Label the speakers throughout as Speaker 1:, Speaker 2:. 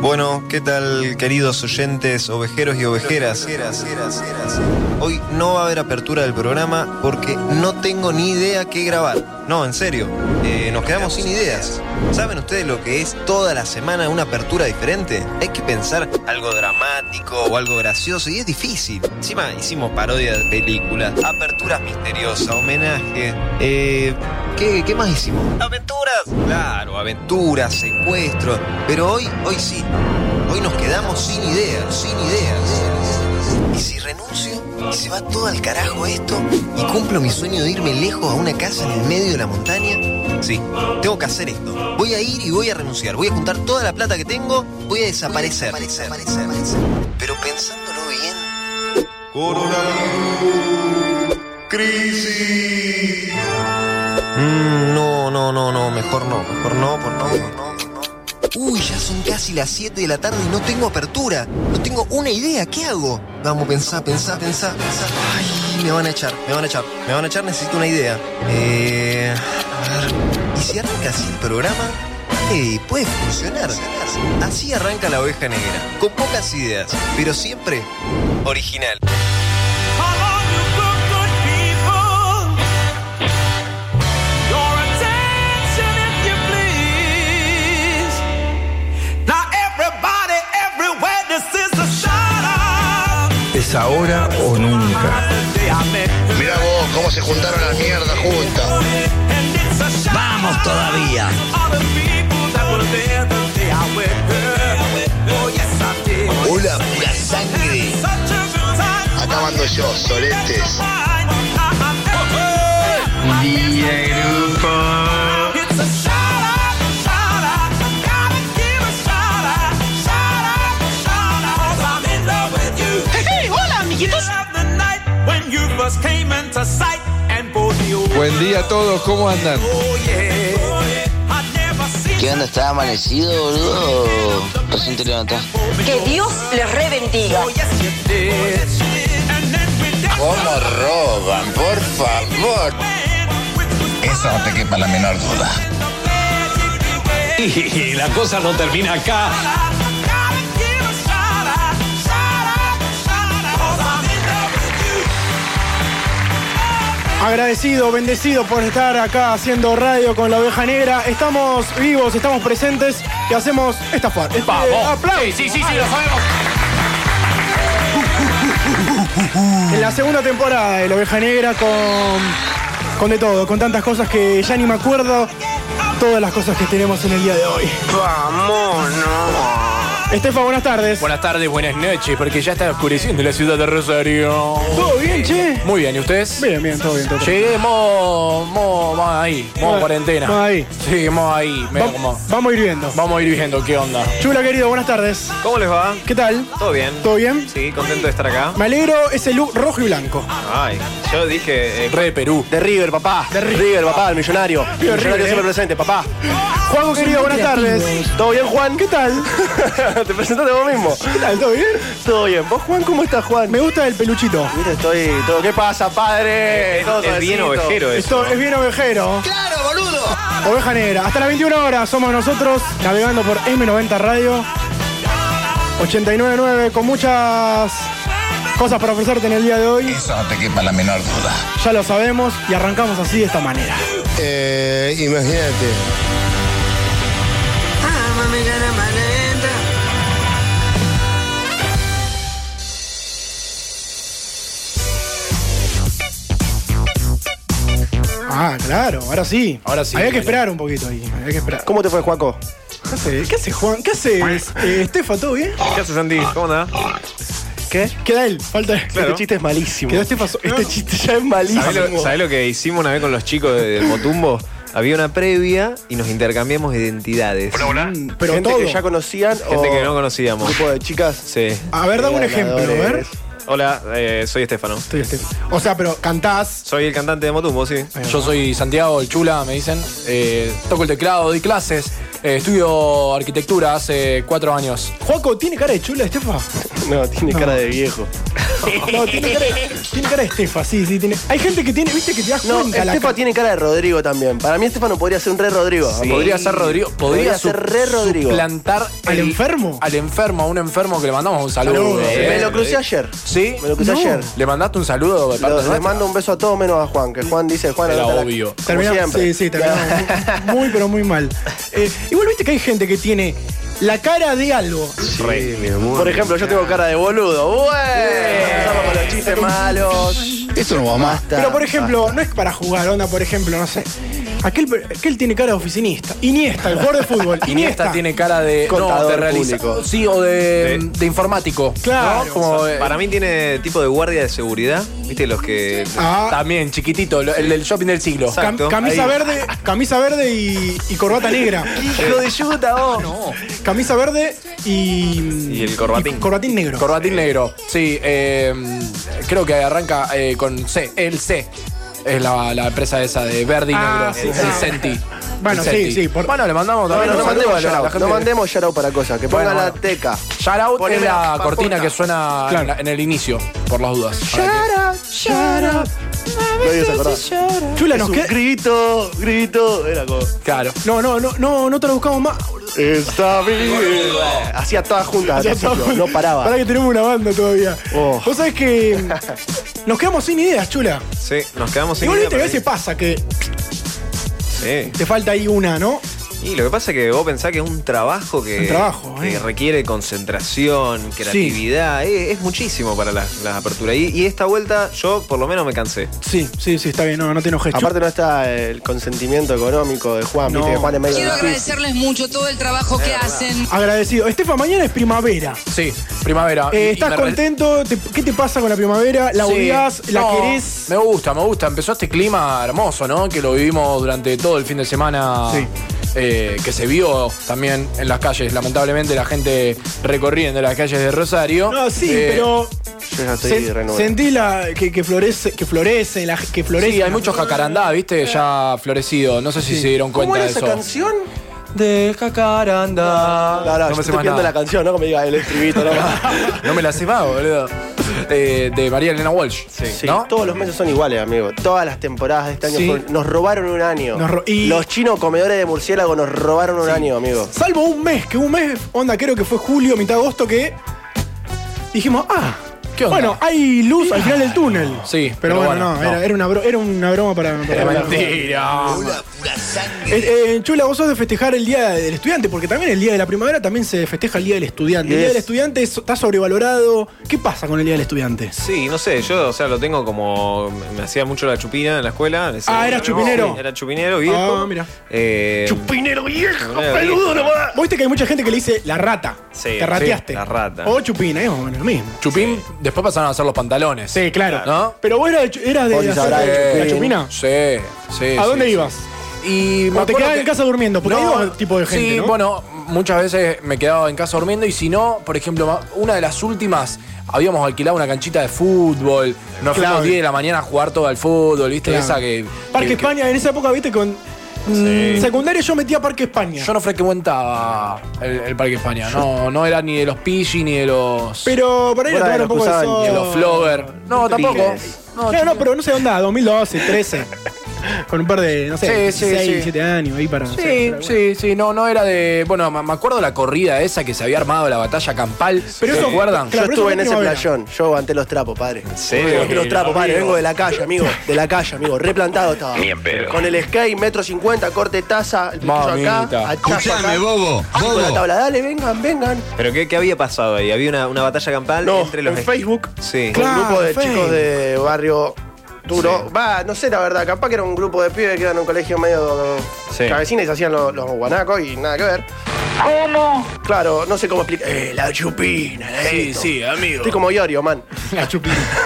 Speaker 1: Bueno, ¿qué tal queridos oyentes, ovejeros y ovejeras? Hoy no va a haber apertura del programa porque no tengo ni idea qué grabar. No, en serio, eh, nos quedamos sin ideas. ¿Saben ustedes lo que es toda la semana una apertura diferente? Hay que pensar algo dramático o algo gracioso y es difícil. Encima hicimos parodias de películas, aperturas misteriosas, homenaje. Eh, ¿qué, ¿Qué más hicimos? ¡Aventuras! Claro, aventuras, secuestros. Pero hoy, hoy sí. Hoy nos quedamos sin ideas, sin ideas. ¿Y si renuncio? ¿Y se va todo al carajo esto? ¿Y cumplo mi sueño de irme lejos a una casa en el medio de la montaña? Sí, tengo que hacer esto. Voy a ir y voy a renunciar. Voy a juntar toda la plata que tengo. Voy a desaparecer. Pero pensándolo bien.
Speaker 2: Coronavirus, crisis.
Speaker 1: Mm, no, no, no, no. Mejor no. Mejor no, por no, por no. por no. Uy, ya son casi las 7 de la tarde y no tengo apertura. No tengo una idea. ¿Qué hago? Vamos, pensá, pensá, pensá, pensá. Ay, me van a echar, me van a echar. Me van a echar, necesito una idea. Eh, a ver. ¿Y si arranca así el programa? Ey, puede funcionar. Así arranca la oveja negra. Con pocas ideas, pero siempre original.
Speaker 3: ¿Es ahora o nunca?
Speaker 4: Mirá vos cómo se juntaron las mierdas juntas.
Speaker 5: Vamos todavía.
Speaker 4: Oh, Hola, pura sangre. Acabando yo, soletes.
Speaker 3: Día grupo. Buen día a todos, ¿cómo andan?
Speaker 6: ¿Qué onda? ¿Está amanecido, boludo? Recién te levantás.
Speaker 7: Que Dios les rebendiga.
Speaker 4: ¿Cómo roban? Por favor.
Speaker 6: Eso no te quepa la menor duda.
Speaker 3: Y la cosa no termina acá.
Speaker 8: Agradecido, bendecido por estar acá haciendo radio con la oveja negra. Estamos vivos, estamos presentes y hacemos esta parte. Este aplauso.
Speaker 3: Sí, sí, sí, sí, lo sabemos.
Speaker 8: En la segunda temporada de la oveja negra con, con de todo, con tantas cosas que ya ni me acuerdo, todas las cosas que tenemos en el día de hoy.
Speaker 4: Vamos, no.
Speaker 8: Estefa, buenas tardes.
Speaker 3: Buenas tardes, buenas noches, porque ya está oscureciendo la ciudad de Rosario.
Speaker 8: ¿Todo bien, che?
Speaker 3: Muy bien, ¿y ustedes?
Speaker 8: Bien, bien, todo bien, todo bien.
Speaker 3: Llegué mo, mo, mo ahí, mo
Speaker 8: Mo-
Speaker 3: cuarentena.
Speaker 8: mo ahí.
Speaker 3: Sí, mo ahí, medio como-
Speaker 8: Va- vamos a ir viendo.
Speaker 3: Vamos a ir viendo qué onda.
Speaker 8: Chula, querido, buenas tardes.
Speaker 9: ¿Cómo les va?
Speaker 8: ¿Qué tal?
Speaker 9: ¿Todo bien?
Speaker 8: ¿Todo bien?
Speaker 9: Sí, contento de estar acá.
Speaker 8: Me alegro ese look rojo y blanco.
Speaker 9: Ay, yo dije. eh,
Speaker 3: Re de Perú.
Speaker 10: De River, papá. De River, papá, el millonario.
Speaker 8: River,
Speaker 10: El millonario
Speaker 8: eh.
Speaker 10: siempre presente, papá.
Speaker 8: Juanjo, querido, buenas tardes.
Speaker 10: ¿Todo bien, Juan?
Speaker 8: ¿Qué tal?
Speaker 10: Te presentaste vos mismo.
Speaker 8: ¿Qué tal? ¿Todo bien?
Speaker 10: Todo bien. ¿Vos, Juan, cómo estás, Juan? Ah,
Speaker 8: Me gusta el peluchito.
Speaker 10: Mira, estoy. Todo... ¿Qué pasa, padre?
Speaker 9: es-
Speaker 10: Todo
Speaker 9: es bien
Speaker 10: suavecito.
Speaker 9: ovejero eh? eso.
Speaker 8: Esto es bien ovejero.
Speaker 4: ¡Claro, boludo!
Speaker 8: Oveja Negra. Hasta las 21 horas somos nosotros navegando por M90 Radio 899 con muchas cosas para ofrecerte en el día de hoy.
Speaker 6: Eso no te quepa la menor duda.
Speaker 8: Ya lo sabemos y arrancamos así de esta manera.
Speaker 4: Eh, imagínate.
Speaker 8: Ah, claro, ahora sí.
Speaker 3: Ahora sí,
Speaker 8: Había que
Speaker 3: bueno.
Speaker 8: esperar un poquito ahí. Había que esperar.
Speaker 10: ¿Cómo te fue, Juaco?
Speaker 8: ¿Qué haces? ¿Qué haces, Juan? ¿Qué haces? Eh, Estefa, ¿todo bien?
Speaker 9: ¿Qué haces, Andy? ¿Cómo andás?
Speaker 10: ¿Qué?
Speaker 8: Queda él. Falta él.
Speaker 10: Este chiste es malísimo.
Speaker 8: Quedó Estefa so-
Speaker 10: Este chiste ya es
Speaker 9: ¿Sabés lo,
Speaker 10: malísimo.
Speaker 9: sabés lo que hicimos una vez con los chicos de, de Motumbo? Había una previa y nos intercambiamos identidades.
Speaker 8: Pero
Speaker 10: Gente
Speaker 8: todo.
Speaker 10: que ya conocían
Speaker 9: Gente
Speaker 10: o
Speaker 8: Oh.
Speaker 9: que no conocíamos.
Speaker 10: Grupo de chicas.
Speaker 9: Sí.
Speaker 8: A ver, dame un ejemplo, a ver.
Speaker 9: Hola, eh, soy Estefano.
Speaker 8: Estoy Estefa. O sea, pero cantás.
Speaker 9: Soy el cantante de Motumbo, sí.
Speaker 8: Eh.
Speaker 3: Yo soy Santiago el Chula, me dicen. Eh, toco el teclado, doy clases. eh, estudio arquitectura hace cuatro años.
Speaker 8: Juaco, ¿tiene cara de chula, Estefa?
Speaker 10: No, tiene cara de viejo.
Speaker 8: No, tiene cara, de- tiene cara de Estefa, sí, sí. Tiene. Hay gente que tiene, viste, que te das
Speaker 10: No,
Speaker 8: cuenta. la
Speaker 10: Estefa
Speaker 8: ca-
Speaker 10: tiene cara de Rodrigo también. Para mí Estefa no podría ser un re Rodrigo.
Speaker 3: Podría ser Rodrigo. Podría,
Speaker 10: Podría ser
Speaker 3: su-
Speaker 10: re Rodrigo.
Speaker 3: suplantar
Speaker 8: ¿Al
Speaker 3: el-
Speaker 8: enfermo?
Speaker 3: Al enfermo, a un enfermo que le mandamos un saludo.
Speaker 8: Saludos.
Speaker 3: ¿eh?
Speaker 10: Me lo crucé ayer.
Speaker 3: ¿Sí?
Speaker 10: Me lo crucé
Speaker 8: No.
Speaker 10: ayer.
Speaker 3: ¿Le mandaste un saludo? de parte
Speaker 10: Lo-
Speaker 3: nuestra?
Speaker 10: les mando un beso a todos menos a Juan, que Juan dice Juan
Speaker 3: Era
Speaker 10: anota la-
Speaker 3: obvio.
Speaker 10: como
Speaker 8: Terminamos,
Speaker 10: siempre.
Speaker 8: sí, sí, terminamos muy, muy, pero muy mal. Eh, igual viste que hay gente que tiene la cara de algo.
Speaker 10: Por ejemplo, yo tengo cara de boludo. ¡Bueno!
Speaker 3: Eh.
Speaker 10: Empezamos con los chistes malos.
Speaker 4: Esto no va más.
Speaker 8: Pero por ejemplo, no es para jugar, onda, por ejemplo, no sé. Aquel, aquel tiene cara de oficinista. Iniesta, el jugador de fútbol. Iniesta,
Speaker 3: Iniesta tiene cara de.
Speaker 10: Contador
Speaker 3: de realiza-
Speaker 10: público.
Speaker 3: Sí, o de, de informático.
Speaker 8: Claro.
Speaker 3: ¿no? Como, eh,
Speaker 1: Para mí tiene tipo de guardia de seguridad, ¿viste? Los que.
Speaker 8: Ah,
Speaker 3: eh, También, chiquitito, lo- el del shopping del siglo.
Speaker 8: cam-
Speaker 1: exacto,
Speaker 8: camisa
Speaker 1: ahí.
Speaker 8: verde, camisa verde y, y corbata negra.
Speaker 10: ¡Hijo de yuta,
Speaker 8: oh".
Speaker 10: vos!
Speaker 8: Camisa verde y.
Speaker 1: Y el corbatín.
Speaker 8: y corbatín negro.
Speaker 3: Corbatín negro. Sí, eh, creo que arranca eh, con C, el C. Es la, la empresa esa de verde y
Speaker 8: Ah, sí,
Speaker 3: negro.
Speaker 8: sí.
Speaker 3: el Senti.
Speaker 8: Bueno,
Speaker 3: El
Speaker 8: sí,
Speaker 3: Senti.
Speaker 8: sí, por-
Speaker 3: Bueno, le mandamos
Speaker 10: No,
Speaker 3: también.
Speaker 10: no,
Speaker 3: un
Speaker 10: no
Speaker 3: saludo
Speaker 10: mandemos
Speaker 3: a la- la
Speaker 10: yarao,
Speaker 3: gente
Speaker 10: no
Speaker 3: de-
Speaker 10: mandemos yarao para cosas, que
Speaker 3: Bueno,
Speaker 10: ponga la
Speaker 3: bueno.
Speaker 10: teca.
Speaker 3: Shout out
Speaker 10: Poneme
Speaker 3: es
Speaker 10: la
Speaker 3: la
Speaker 10: papota.
Speaker 3: cortina que suena
Speaker 8: Claro.
Speaker 3: en, la- en el inicio, por las dudas. para que-
Speaker 10: No digas acordar.
Speaker 8: Chula, nos
Speaker 10: Es
Speaker 8: queda.
Speaker 10: un grito, grito. Era como.
Speaker 3: Claro.
Speaker 8: No, no, no, no, no te lo buscamos más.
Speaker 10: Está bien. Hacía todas juntas, al principio, no paraba.
Speaker 8: Para que tenemos una banda todavía.
Speaker 10: Oh.
Speaker 8: Vos sabés que. mm, Nos quedamos sin ideas, chula.
Speaker 1: Sí, nos quedamos sin
Speaker 8: Igual
Speaker 1: idea
Speaker 8: viste que a
Speaker 1: para mí.
Speaker 8: veces pasa que
Speaker 1: Sí.
Speaker 8: te falta ahí una, ¿no?
Speaker 1: Y lo que pasa es que vos pensás que es un trabajo que,
Speaker 8: Un trabajo,
Speaker 1: que
Speaker 8: eh.
Speaker 1: requiere concentración, creatividad, es, es muchísimo para las las aperturas. Y, y esta vuelta yo por lo menos me cansé.
Speaker 8: Sí, sí, sí, está bien, no, no te enojes.
Speaker 10: Aparte no está el consentimiento económico de Juan, viste
Speaker 8: No.
Speaker 10: que Juan es medio
Speaker 7: Quiero
Speaker 10: difícil.
Speaker 7: agradecerles mucho todo el trabajo que hacen.
Speaker 8: Agradecido. Estefa, mañana es primavera.
Speaker 3: Sí, primavera.
Speaker 8: Eh,
Speaker 3: Ah, Y- y
Speaker 8: ¿Estás
Speaker 3: me re-
Speaker 8: contento? ¿Te- ¿Qué te pasa con la primavera? ¿La
Speaker 3: Sí.
Speaker 8: odias? ¿La
Speaker 3: No,
Speaker 8: querés?
Speaker 3: Me gusta, me gusta. Empezó este clima hermoso, ¿no? Que lo vivimos durante todo el fin de semana.
Speaker 8: Sí.
Speaker 3: eh, que se vio también en las calles. Lamentablemente la gente recorriendo las calles de Rosario.
Speaker 8: No, sí,
Speaker 3: Eh,
Speaker 8: pero
Speaker 10: Yo ya estoy
Speaker 8: sen-
Speaker 10: renovado.
Speaker 8: sentí la que, que florece, que florece, la, que florece.
Speaker 3: Sí, hay muchos jacarandá,
Speaker 10: Eh.
Speaker 3: ¿viste? Ya florecido. No sé si se dieron cuenta
Speaker 10: ¿Cómo era
Speaker 3: de
Speaker 10: esa
Speaker 3: eso.
Speaker 10: canción?
Speaker 3: De jacarandá.
Speaker 10: No, no, yo estoy
Speaker 3: más
Speaker 10: pidiendo
Speaker 3: nada.
Speaker 10: la canción, no que me diga el estribito, no.
Speaker 3: No me la sé más, boludo. Eh, de María Elena Walsh.
Speaker 10: Sí,
Speaker 3: ¿No?
Speaker 10: todos los meses son iguales, amigo. Todas las temporadas de este año
Speaker 8: Sí.
Speaker 10: fueron- nos robaron un año.
Speaker 8: Nos ro- y-
Speaker 10: Los chinos comedores de murciélago nos robaron un año, amigo.
Speaker 8: Salvo un mes, que un mes, onda, creo que fue julio, mitad de agosto, que dijimos, ah,
Speaker 3: ¿Qué onda?
Speaker 8: bueno, hay luz al final del túnel.
Speaker 3: Sí,
Speaker 8: pero, bueno, no, Era, era una bro- era una broma para... para-
Speaker 3: Era
Speaker 8: para-
Speaker 3: mentira.
Speaker 8: Eh, eh, Chula, vos sos de festejar el Día del Estudiante, porque también el Día de la Primavera también se festeja el Día del Estudiante. El Día
Speaker 10: Yes.
Speaker 8: del Estudiante es- está sobrevalorado. ¿Qué pasa con el Día del Estudiante?
Speaker 1: Sí, no sé, yo, o sea, lo tengo como. Me hacía mucho la chupina en la escuela. Ese-
Speaker 8: Ah, ¿eras
Speaker 1: no,
Speaker 8: chupinero?
Speaker 1: sí, Era chupinero, viejo.
Speaker 8: Ah, mira.
Speaker 1: Eh,
Speaker 10: Chupinero viejo,
Speaker 1: Chupinero
Speaker 10: peludo nomás.
Speaker 8: Vos viste que hay mucha gente que le dice la rata.
Speaker 1: Sí,
Speaker 8: Te
Speaker 1: sí,
Speaker 8: rateaste.
Speaker 1: la rata.
Speaker 8: O chupina, es más o menos lo mismo.
Speaker 3: Chupín, después pasaron a hacer los pantalones.
Speaker 8: Sí, claro.
Speaker 3: ¿No?
Speaker 8: Pero vos eras de, chu- eras de
Speaker 10: Vos sí
Speaker 8: hacer-
Speaker 10: sabrás de
Speaker 8: Eh, la
Speaker 3: eh,
Speaker 10: chupín.
Speaker 8: chupina.
Speaker 3: Sí, sí.
Speaker 8: ¿A
Speaker 3: sí,
Speaker 8: dónde
Speaker 3: sí.
Speaker 8: ibas?
Speaker 3: Y
Speaker 8: O te
Speaker 3: acuerdo
Speaker 8: quedabas en casa durmiendo, porque hay dos tipos de
Speaker 3: Sí,
Speaker 8: gente, ¿no?
Speaker 3: bueno, muchas veces me quedaba en casa durmiendo y si no, por ejemplo, ma- una de las últimas habíamos alquilado una canchita de fútbol, nos
Speaker 8: Claro.
Speaker 3: fuimos 10 de la mañana a jugar todo al fútbol, ¿viste?
Speaker 8: Claro.
Speaker 3: Esa que
Speaker 8: Parque
Speaker 3: que- que-
Speaker 8: España, en esa época, viste, con. mm, Secundaria yo metía Parque España.
Speaker 3: yo no frecuentaba el, el Parque España, no, no era ni de los Pidgey ni de los
Speaker 8: Pero por ahí
Speaker 10: Bueno,
Speaker 8: la tomaron
Speaker 10: lo
Speaker 8: un poco de
Speaker 10: usaban,
Speaker 8: sol.
Speaker 3: ni de los Flover. No, tampoco.
Speaker 10: Piques.
Speaker 3: No,
Speaker 8: Claro, no, pero no sé, onda, 2012, 13. Con un par de, no sé,
Speaker 3: Sí, sí,
Speaker 8: 16,
Speaker 3: sí.
Speaker 8: 17 años ahí para. no
Speaker 3: Sí,
Speaker 8: sé, hacer algo.
Speaker 3: sí, sí, no, no era de. Bueno, me me acuerdo la corrida esa que se había armado la batalla campal.
Speaker 8: Pero
Speaker 3: ¿Se
Speaker 8: eso-
Speaker 3: acuerdan?
Speaker 8: Claro,
Speaker 10: yo
Speaker 8: pero eso
Speaker 10: estuve
Speaker 8: fue
Speaker 10: en ese
Speaker 8: primavera.
Speaker 10: playón. Yo aguanté los trapos, padre.
Speaker 1: serio?
Speaker 10: Yo aguanté los trapos, padre. Vengo de la calle, amigo. De la calle, amigo. Replantado estaba. Con el skate, metro cincuenta, corte taza, el platillo
Speaker 3: Mamita.
Speaker 10: acá. hachazo acá.
Speaker 5: bobo,
Speaker 10: Con la tabla, dale, vengan, vengan.
Speaker 1: ¿Pero qué, qué había pasado ahí? Había una, una batalla campal
Speaker 10: No,
Speaker 1: entre los.
Speaker 10: en Facebook.
Speaker 1: Sí.
Speaker 8: Claro.
Speaker 10: un grupo de
Speaker 8: Facebook.
Speaker 10: chicos de barrio duro. Va, no sé la verdad, capaz que era un grupo de pibes que iban a un colegio medio
Speaker 1: Sí.
Speaker 10: cabecines y se hacían los, los guanacos y nada que ver. ¿Cómo? Claro, no sé cómo explicar. Eh, la chupina, la
Speaker 3: Sí,
Speaker 10: esto.
Speaker 3: sí, amigo.
Speaker 10: Estoy como Iorio, man.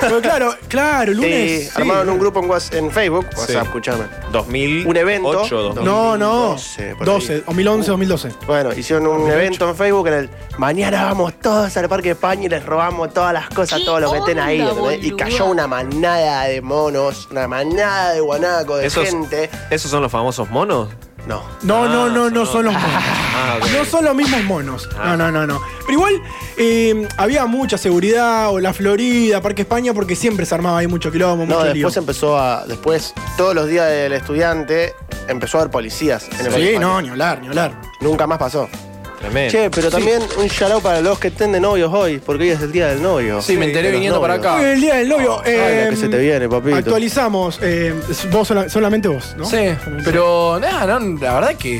Speaker 8: Pero claro, claro, lunes.
Speaker 10: Eh,
Speaker 8: sí.
Speaker 10: Armaron un grupo en, Whats- en Facebook, WhatsApp, escuchame.
Speaker 1: 2000.
Speaker 10: Un evento.
Speaker 1: 8,
Speaker 8: No, no.
Speaker 10: 2012, por ahí.
Speaker 8: 12,
Speaker 3: Uh.
Speaker 8: 2011, 2012.
Speaker 10: Bueno, hicieron un evento en Facebook en el mañana vamos todos al Parque de España y les robamos todas las cosas,
Speaker 7: ¿Qué
Speaker 10: todo lo que estén ahí.
Speaker 7: onda,
Speaker 10: ¿entendés? Y
Speaker 7: boludo?
Speaker 10: cayó una manada de monos, una manada de guanacos, de
Speaker 1: Esos,
Speaker 10: gente.
Speaker 1: ¿Esos son los famosos monos? No.
Speaker 8: No, no,
Speaker 3: Ah,
Speaker 8: no, no son los monos. No son los mismos monos. No, no, no, no. Pero igual eh, había mucha seguridad, o la Florida, Parque España, porque siempre se armaba ahí mucho quilombo,
Speaker 10: No,
Speaker 8: mucho
Speaker 10: después
Speaker 8: lío.
Speaker 10: empezó a. Después, todos los días del estudiante, empezó a haber policías en el
Speaker 8: Sí,
Speaker 10: Parque
Speaker 8: no,
Speaker 10: España.
Speaker 8: ni hablar, ni hablar.
Speaker 10: Nunca más pasó.
Speaker 3: Eh.
Speaker 1: Tremendo.
Speaker 10: Che, pero también un shout para los que estén de novios hoy, porque hoy es el día del novio.
Speaker 3: Sí, me enteré
Speaker 10: de los
Speaker 3: viniendo para
Speaker 10: novios.
Speaker 3: acá.
Speaker 8: Hoy es el día del novio.
Speaker 10: Ay,
Speaker 8: eh,
Speaker 10: la que se te viene, papito.
Speaker 8: actualizamos. eh, vos sola- solamente vos, ¿no?
Speaker 3: Sí, pero nada, no, la verdad que.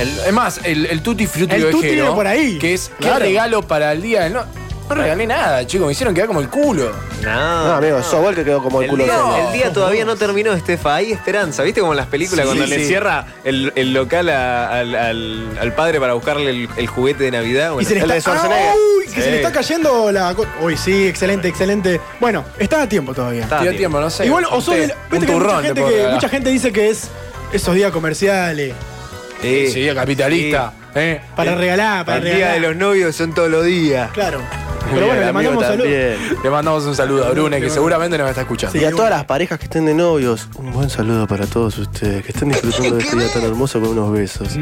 Speaker 3: el- es más, el, el Tutti Frutti
Speaker 8: El tutti
Speaker 3: ovejero,
Speaker 8: viene por ahí,
Speaker 3: Que es,
Speaker 8: claro.
Speaker 3: ¿qué regalo para el día del no? No regalé nada, chicos, me hicieron quedar como el culo.
Speaker 10: No,
Speaker 1: No.
Speaker 10: amigo, sos vos el que quedó como el,
Speaker 1: El
Speaker 10: culo.
Speaker 1: día,
Speaker 10: solo.
Speaker 1: el día todavía no terminó, Estefa. Hay esperanza. ¿Viste como en las películas
Speaker 10: Sí,
Speaker 1: cuando
Speaker 10: sí.
Speaker 1: le cierra el, el local a- al, al- al padre para buscarle el, el juguete de Navidad?
Speaker 8: Y
Speaker 1: Bueno,
Speaker 8: se le
Speaker 10: el
Speaker 8: está,
Speaker 10: de Schwarzenegger.
Speaker 8: ¡Ah, uy! que se le
Speaker 1: Sí.
Speaker 8: está cayendo la. co- Uy, sí, excelente, excelente. Bueno, está a tiempo todavía.
Speaker 1: Está
Speaker 3: Dio
Speaker 1: bien.
Speaker 3: tiempo, no sé.
Speaker 8: Igual, o
Speaker 3: un
Speaker 8: sos
Speaker 3: té,
Speaker 8: de la-
Speaker 3: un
Speaker 8: viste que
Speaker 3: turrón.
Speaker 8: mucha,
Speaker 3: le
Speaker 8: gente
Speaker 3: puedo
Speaker 8: que-
Speaker 3: regalar.
Speaker 8: mucha gente dice que es esos días comerciales.
Speaker 1: Eh,
Speaker 3: Sí, capitalista. eh.
Speaker 8: Para regalar, para
Speaker 1: el día
Speaker 8: regalar.
Speaker 1: de los novios son todos los días.
Speaker 8: Claro.
Speaker 1: Bien,
Speaker 8: Pero bueno, le
Speaker 1: amigo,
Speaker 8: mandamos saludos.
Speaker 10: Bien.
Speaker 3: Le mandamos un saludo a Brune, que seguramente nos está escuchando.
Speaker 10: Y a todas las parejas que estén de novios, un buen saludo para todos ustedes que estén disfrutando de este día tan hermoso con unos besos.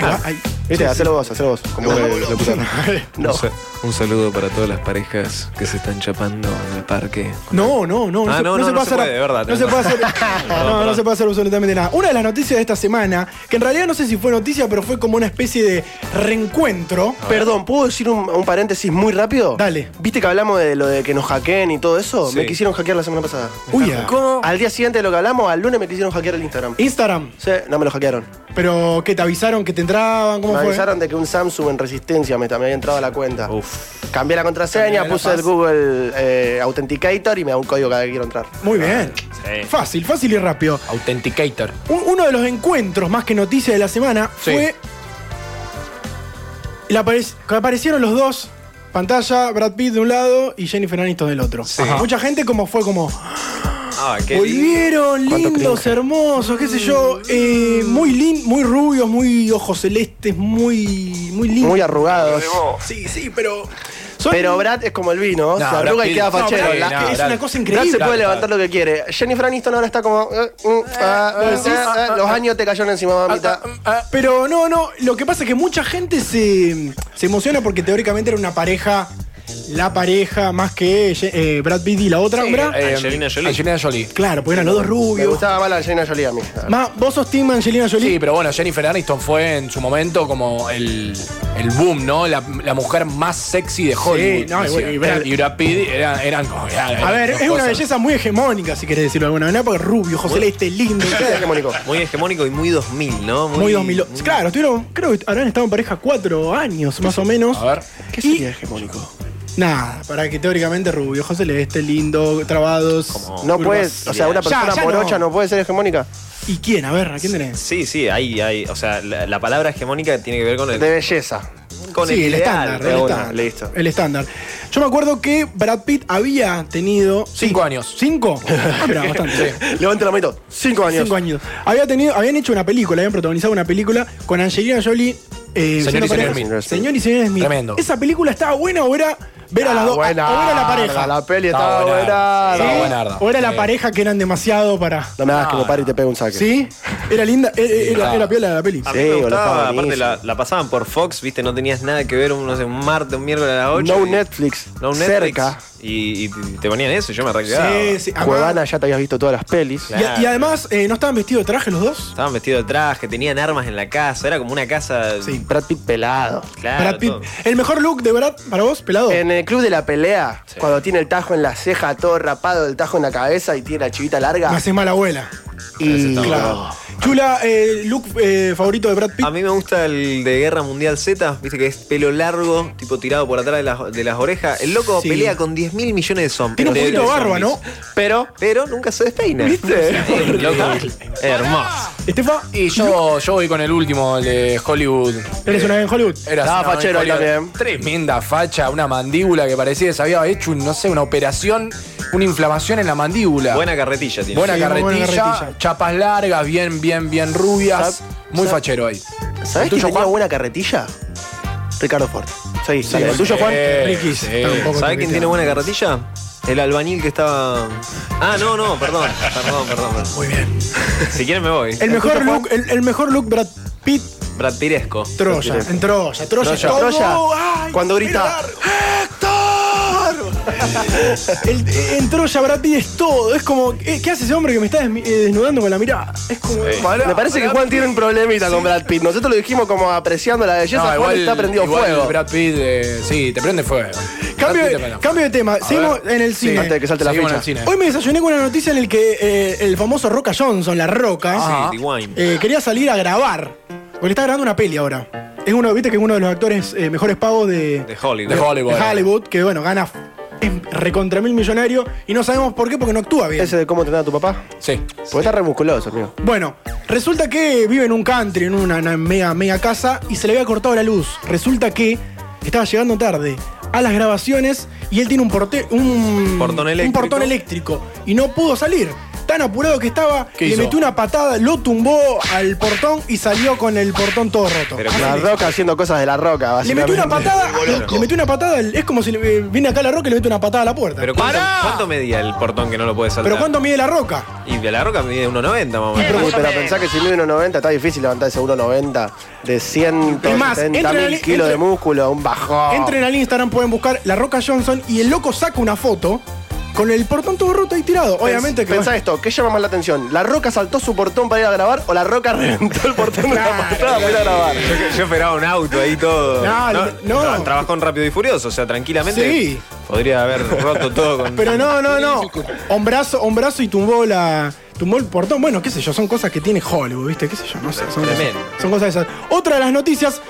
Speaker 8: Ah, ay,
Speaker 10: Viste, hacelo vos, hacelo vos. Como que lo puse. No.
Speaker 1: Un sa- Un saludo para todas las parejas que se están chapando en el parque.
Speaker 8: No, no, no.
Speaker 1: Ah, no, no, no se
Speaker 8: hacer-
Speaker 1: puede, de verdad,
Speaker 8: No se
Speaker 1: tenés
Speaker 8: puede hacer. No, no se puede hacer absolutamente nada. Una de las noticias de esta semana, que en realidad no sé si fue noticia, pero fue como una especie de reencuentro.
Speaker 10: Perdón, ¿puedo decir un, un paréntesis muy rápido?
Speaker 8: Dale.
Speaker 10: ¿Viste que hablamos de lo de que nos hackeen y todo eso?
Speaker 1: Sí.
Speaker 10: Me quisieron hackear la semana pasada.
Speaker 8: Uy, ah.
Speaker 3: ¿Cómo?
Speaker 10: Al día siguiente de lo que hablamos, al lunes me quisieron hackear el Instagram.
Speaker 8: Instagram.
Speaker 10: Sí, no me lo hackearon.
Speaker 8: Pero que te avisaron que te entraban, ¿cómo
Speaker 10: Me
Speaker 8: fue?
Speaker 10: avisaron de que un Samsung en resistencia me, me había entrado a la cuenta. Cambié
Speaker 3: Cambié
Speaker 10: la contraseña,
Speaker 3: la
Speaker 10: puse
Speaker 3: paz.
Speaker 10: el Google eh, Authenticator y me da un código cada vez que quiero entrar.
Speaker 8: Muy bien. Fácil, fácil y rápido.
Speaker 3: Authenticator.
Speaker 8: Un- uno de los encuentros más que noticia de la semana
Speaker 3: Sí.
Speaker 8: fue. la apare- que aparecieron los dos. Pantalla, Brad Pitt de un lado y Jennifer Aniston del otro. Ajá. Mucha gente como fue como.
Speaker 1: Ah, qué lindo.
Speaker 8: Volvieron
Speaker 10: Cuánto
Speaker 8: lindos,
Speaker 10: cringe.
Speaker 8: hermosos, qué sé yo. eh, muy lin- muy rubios, muy ojos celestes, muy. muy lindos.
Speaker 10: Muy arrugados.
Speaker 8: sí, sí, pero. son-
Speaker 10: Pero Brad es como el vino, se
Speaker 3: No, Brad
Speaker 10: arruga y
Speaker 3: Pitt-
Speaker 10: queda
Speaker 3: no, Brad
Speaker 10: fachero.
Speaker 3: Pitt,
Speaker 10: La-
Speaker 3: no,
Speaker 8: es
Speaker 3: Brad-
Speaker 8: una cosa
Speaker 10: Brad se
Speaker 8: increíble.
Speaker 10: puede levantar lo que quiere. Jennifer Aniston ahora está como. eh, mm, ah,
Speaker 8: ¿lo decís?
Speaker 10: ah, ah, los años te cayeron encima, mamita.
Speaker 8: Ah, Pero no, no, lo que pasa es que mucha gente se, se emociona porque teóricamente era una pareja, la pareja más que eh, Brad Pitt y la otra, ¿verdad?
Speaker 3: Eh,
Speaker 1: Angelina Jolie.
Speaker 3: Angelina Jolie.
Speaker 8: Claro, porque eran los dos
Speaker 10: Me
Speaker 8: rubios.
Speaker 10: gustaba más la Angelina Jolie a mí.
Speaker 8: Ma, ¿Vos sos Team Angelina Jolie?
Speaker 3: Sí, pero bueno, Jennifer Aniston fue en su momento como el, el boom, ¿no? La, la mujer más sexy de Hollywood.
Speaker 8: no, y bueno, y Brad-
Speaker 3: y, Brad Pitt era- eran como. era-
Speaker 8: A
Speaker 3: eran
Speaker 8: ver,
Speaker 3: dos
Speaker 8: es una
Speaker 3: cosas.
Speaker 8: belleza muy hegemónica, si querés decirlo de alguna manera, porque rubio, José Celeste, lindo.
Speaker 10: Qué hegemónico.
Speaker 1: Muy hegemónico y muy 2000, ¿no?
Speaker 8: Muy 2000. Claro, estuvieron, creo que habrán estado en pareja cuatro años más o menos.
Speaker 3: A ver.
Speaker 10: ¿Qué
Speaker 8: Y-
Speaker 10: sería hegemónico?
Speaker 8: Nada, para que teóricamente rubio, José Celeste, lindo, trabados.
Speaker 10: No
Speaker 8: curvas.
Speaker 10: puedes, o sea, una
Speaker 8: Ya,
Speaker 10: persona
Speaker 8: ya
Speaker 10: morocha no. puede ser hegemónica.
Speaker 8: ¿Y quién? A ver, ¿a quién tenés?
Speaker 1: Sí, sí, hay, hay. O sea, la, la palabra hegemónica tiene que ver con el.
Speaker 10: De belleza.
Speaker 1: con
Speaker 8: sí,
Speaker 1: ideal,
Speaker 8: el, estándar,
Speaker 1: de
Speaker 8: el
Speaker 1: una.
Speaker 8: estándar.
Speaker 10: listo.
Speaker 8: El estándar. Yo me acuerdo que Brad Pitt había tenido.
Speaker 3: Cinco años.
Speaker 8: ¿Cinco? Ah, mirá, bastante.
Speaker 10: Levante la manito. Cinco años.
Speaker 8: Cinco años. Había tenido, habían hecho una película, habían protagonizado una película con Angelina Jolie.
Speaker 3: Señor
Speaker 8: eh,
Speaker 3: y señor
Speaker 8: siendo pareja.
Speaker 3: Smith.
Speaker 8: Señor y señor Smith.
Speaker 3: Tremendo.
Speaker 8: ¿Esa película estaba buena o era ver a las
Speaker 10: Ah,
Speaker 8: dos?
Speaker 10: buena,
Speaker 8: o era la pareja.
Speaker 10: La peli
Speaker 3: Estaba
Speaker 10: estaba
Speaker 3: buena,
Speaker 10: buena.
Speaker 3: sí.
Speaker 10: Sí.
Speaker 3: Estaba buenarda.
Speaker 8: O era la
Speaker 3: Sí.
Speaker 8: pareja que eran demasiado para.
Speaker 10: No me hagas que me pare y te pegue un saque.
Speaker 8: ¿Sí? Era linda. eh, eh, Era, era piola la peli.
Speaker 1: A
Speaker 10: Sí,
Speaker 1: mí me
Speaker 10: boludo,
Speaker 1: gustaba,
Speaker 10: estaba
Speaker 1: aparte
Speaker 10: buenísimo.
Speaker 1: la, la pasaban por Fox, viste, no tenías nada que ver, un, no sé, un martes, un miércoles a las 8.
Speaker 10: No Netflix.
Speaker 1: No Netflix.
Speaker 10: Cerca.
Speaker 1: Y, y te ponían eso, y yo me arreglaba.
Speaker 8: Sí, sí. además-
Speaker 10: Cuevana ya te habías visto todas las pelis.
Speaker 8: y, y además, eh, ¿no estaban vestidos de traje los dos?
Speaker 1: Estaban vestidos de traje, tenían armas en la casa, era como una casa.
Speaker 8: Sí.
Speaker 10: Brad Pitt pelado.
Speaker 1: Claro,
Speaker 8: Brad Pitt.
Speaker 1: todo.
Speaker 8: El mejor look de Brad para vos, pelado.
Speaker 10: En el club de la pelea, cuando tiene el tajo en la ceja, todo rapado, el tajo en la cabeza y tiene la chivita larga.
Speaker 8: Me haces mala abuela.
Speaker 10: y
Speaker 8: Claro. Chula, eh, look eh, favorito de Brad Pitt.
Speaker 1: A mí me gusta el de Guerra Mundial Z, viste que es pelo largo, tipo tirado por atrás de las, de las orejas. El loco
Speaker 8: Sí.
Speaker 1: pelea con 10 mil millones de zombies.
Speaker 8: Tiene un poquito de barba, ¿no?
Speaker 1: Pero, pero nunca se despeina.
Speaker 8: ¿Viste?
Speaker 1: Sí, loco. Hermoso.
Speaker 8: Estefa,
Speaker 3: Y yo, yo voy con el último, el de Hollywood.
Speaker 8: eres una vez en Hollywood.
Speaker 3: Era
Speaker 10: Estaba
Speaker 3: una-
Speaker 10: fachero
Speaker 3: una-
Speaker 10: también.
Speaker 3: Tremenda facha, una mandíbula que parecía que se había hecho, un, no sé, una operación, una inflamación en la mandíbula.
Speaker 1: Buena carretilla tiene.
Speaker 3: Buena
Speaker 8: Sí, muy
Speaker 3: carretilla,
Speaker 8: buena carretilla.
Speaker 3: chapas largas, bien, bien, bien rubias.
Speaker 10: Sab-
Speaker 3: Muy
Speaker 10: sab-
Speaker 3: fachero ahí.
Speaker 10: ¿Sabés
Speaker 3: ¿El
Speaker 10: quién
Speaker 3: tuyo,
Speaker 10: tenía
Speaker 3: Juan?
Speaker 10: buena carretilla? Ricardo Ford. Seguí, dale.
Speaker 8: bueno.
Speaker 10: ¿El tuyo, Juan?
Speaker 3: Eh,
Speaker 8: Ricky,
Speaker 3: sí.
Speaker 8: está un poco
Speaker 1: ¿Sabés quién tiene buena carretilla?
Speaker 11: El albañil que estaba. Ah, no, no, perdón. Perdón, perdón. Muy
Speaker 8: bien.
Speaker 11: Si quieren me voy.
Speaker 8: El mejor look, el, el mejor look Brad Pitt.
Speaker 11: Brad Piresco.
Speaker 8: Troya, en Troya, Troya,
Speaker 10: Troya.
Speaker 8: todo.
Speaker 10: Troya.
Speaker 8: Ay,
Speaker 10: Cuando grita,
Speaker 8: ¡Héctor! El- en Troya, Brad Pitt es todo. Es como, eh, ¿qué hace ese hombre que me está desmi- eh, desnudando con la mirada? Es como.
Speaker 10: Me parece que Juan tiene un problemita con Brad Pitt. Nosotros lo dijimos como apreciando la belleza. Juan está prendido
Speaker 3: igual
Speaker 10: fuego.
Speaker 3: Brad Pitt, eh, sí, te prende fuego. Brad Pitt te
Speaker 8: Cambio de,
Speaker 3: prende fuego.
Speaker 8: cambio de tema, seguimos
Speaker 3: ver.
Speaker 8: en el
Speaker 3: Sí.
Speaker 8: cine.
Speaker 3: Antes de que salte la Seguimos en ficha. el cine.
Speaker 8: Hoy me desayuné con una noticia en la que eh, el famoso Roca Johnson, la Roca,
Speaker 3: Ajá. Sí, The Wine.
Speaker 8: eh, quería salir a grabar. Porque está grabando una peli ahora. Es uno, viste que es uno de los actores eh, mejores pagos de,
Speaker 11: De Hollywood.
Speaker 3: De Hollywood. eh.
Speaker 8: de Hollywood, que bueno, gana f- es recontra mil millonario y no sabemos por qué porque no actúa bien.
Speaker 10: Ese de cómo entrenar a tu papá.
Speaker 3: Sí.
Speaker 10: Porque está re musculoso, amigo.
Speaker 8: Bueno, resulta que vive en un country, en una, una mega, mega casa, y se le había cortado la luz. Resulta que estaba llegando tarde a las grabaciones y él tiene un, porte- un,
Speaker 11: Portón
Speaker 8: un
Speaker 11: eléctrico.
Speaker 8: portón eléctrico y no pudo salir. Tan apurado que estaba,
Speaker 3: ¿Qué
Speaker 8: le
Speaker 3: hizo?
Speaker 8: metió una patada, lo tumbó al portón y salió con el portón todo roto.
Speaker 11: Pero
Speaker 8: Así
Speaker 10: La
Speaker 8: le-
Speaker 10: roca haciendo cosas de la roca,
Speaker 8: le
Speaker 10: básicamente.
Speaker 8: metió una patada,
Speaker 4: Me vuelvo
Speaker 8: le,
Speaker 4: loco.
Speaker 8: le metió una patada, es como si le- eh, viene acá la roca y le mete una patada a la puerta.
Speaker 11: Pero ¿cuánto, ¿cuánto medía el portón que no lo puede saltar?
Speaker 8: Pero ¿cuánto mide la roca?
Speaker 11: Y de la roca mide 1,90 más o menos.
Speaker 10: Uy, pero pensá que si mide 1,90 está difícil levantar ese 1,90 de 170
Speaker 8: Es más, entren al-
Speaker 10: mil kilos
Speaker 8: entren-
Speaker 10: de músculo, un
Speaker 11: Ah.
Speaker 10: bajón.
Speaker 8: Entren al Instagram, pueden buscar La Roca Johnson y el loco saca una foto con el portón todo roto ahí tirado. Obviamente que.
Speaker 10: Pensá esto, ¿qué llama más la atención? ¿La roca saltó su portón para ir a grabar o la roca reventó el portón de la patada para ir a grabar?
Speaker 11: Yo, yo esperaba un auto ahí todo.
Speaker 8: No, no.
Speaker 11: tra- Trabajó en Rápido y Furioso, o sea, tranquilamente
Speaker 8: Sí.
Speaker 11: podría haber roto todo con.
Speaker 8: Pero no, no, no. Hombrazo, hombrazo y tumbó la. Tumbó el portón. Bueno, qué sé yo, son cosas que tiene Hollywood, ¿viste? ¿Qué sé yo? No sé. Son, cosas,
Speaker 11: Tremendo.
Speaker 8: son cosas de esas. Otra de las noticias.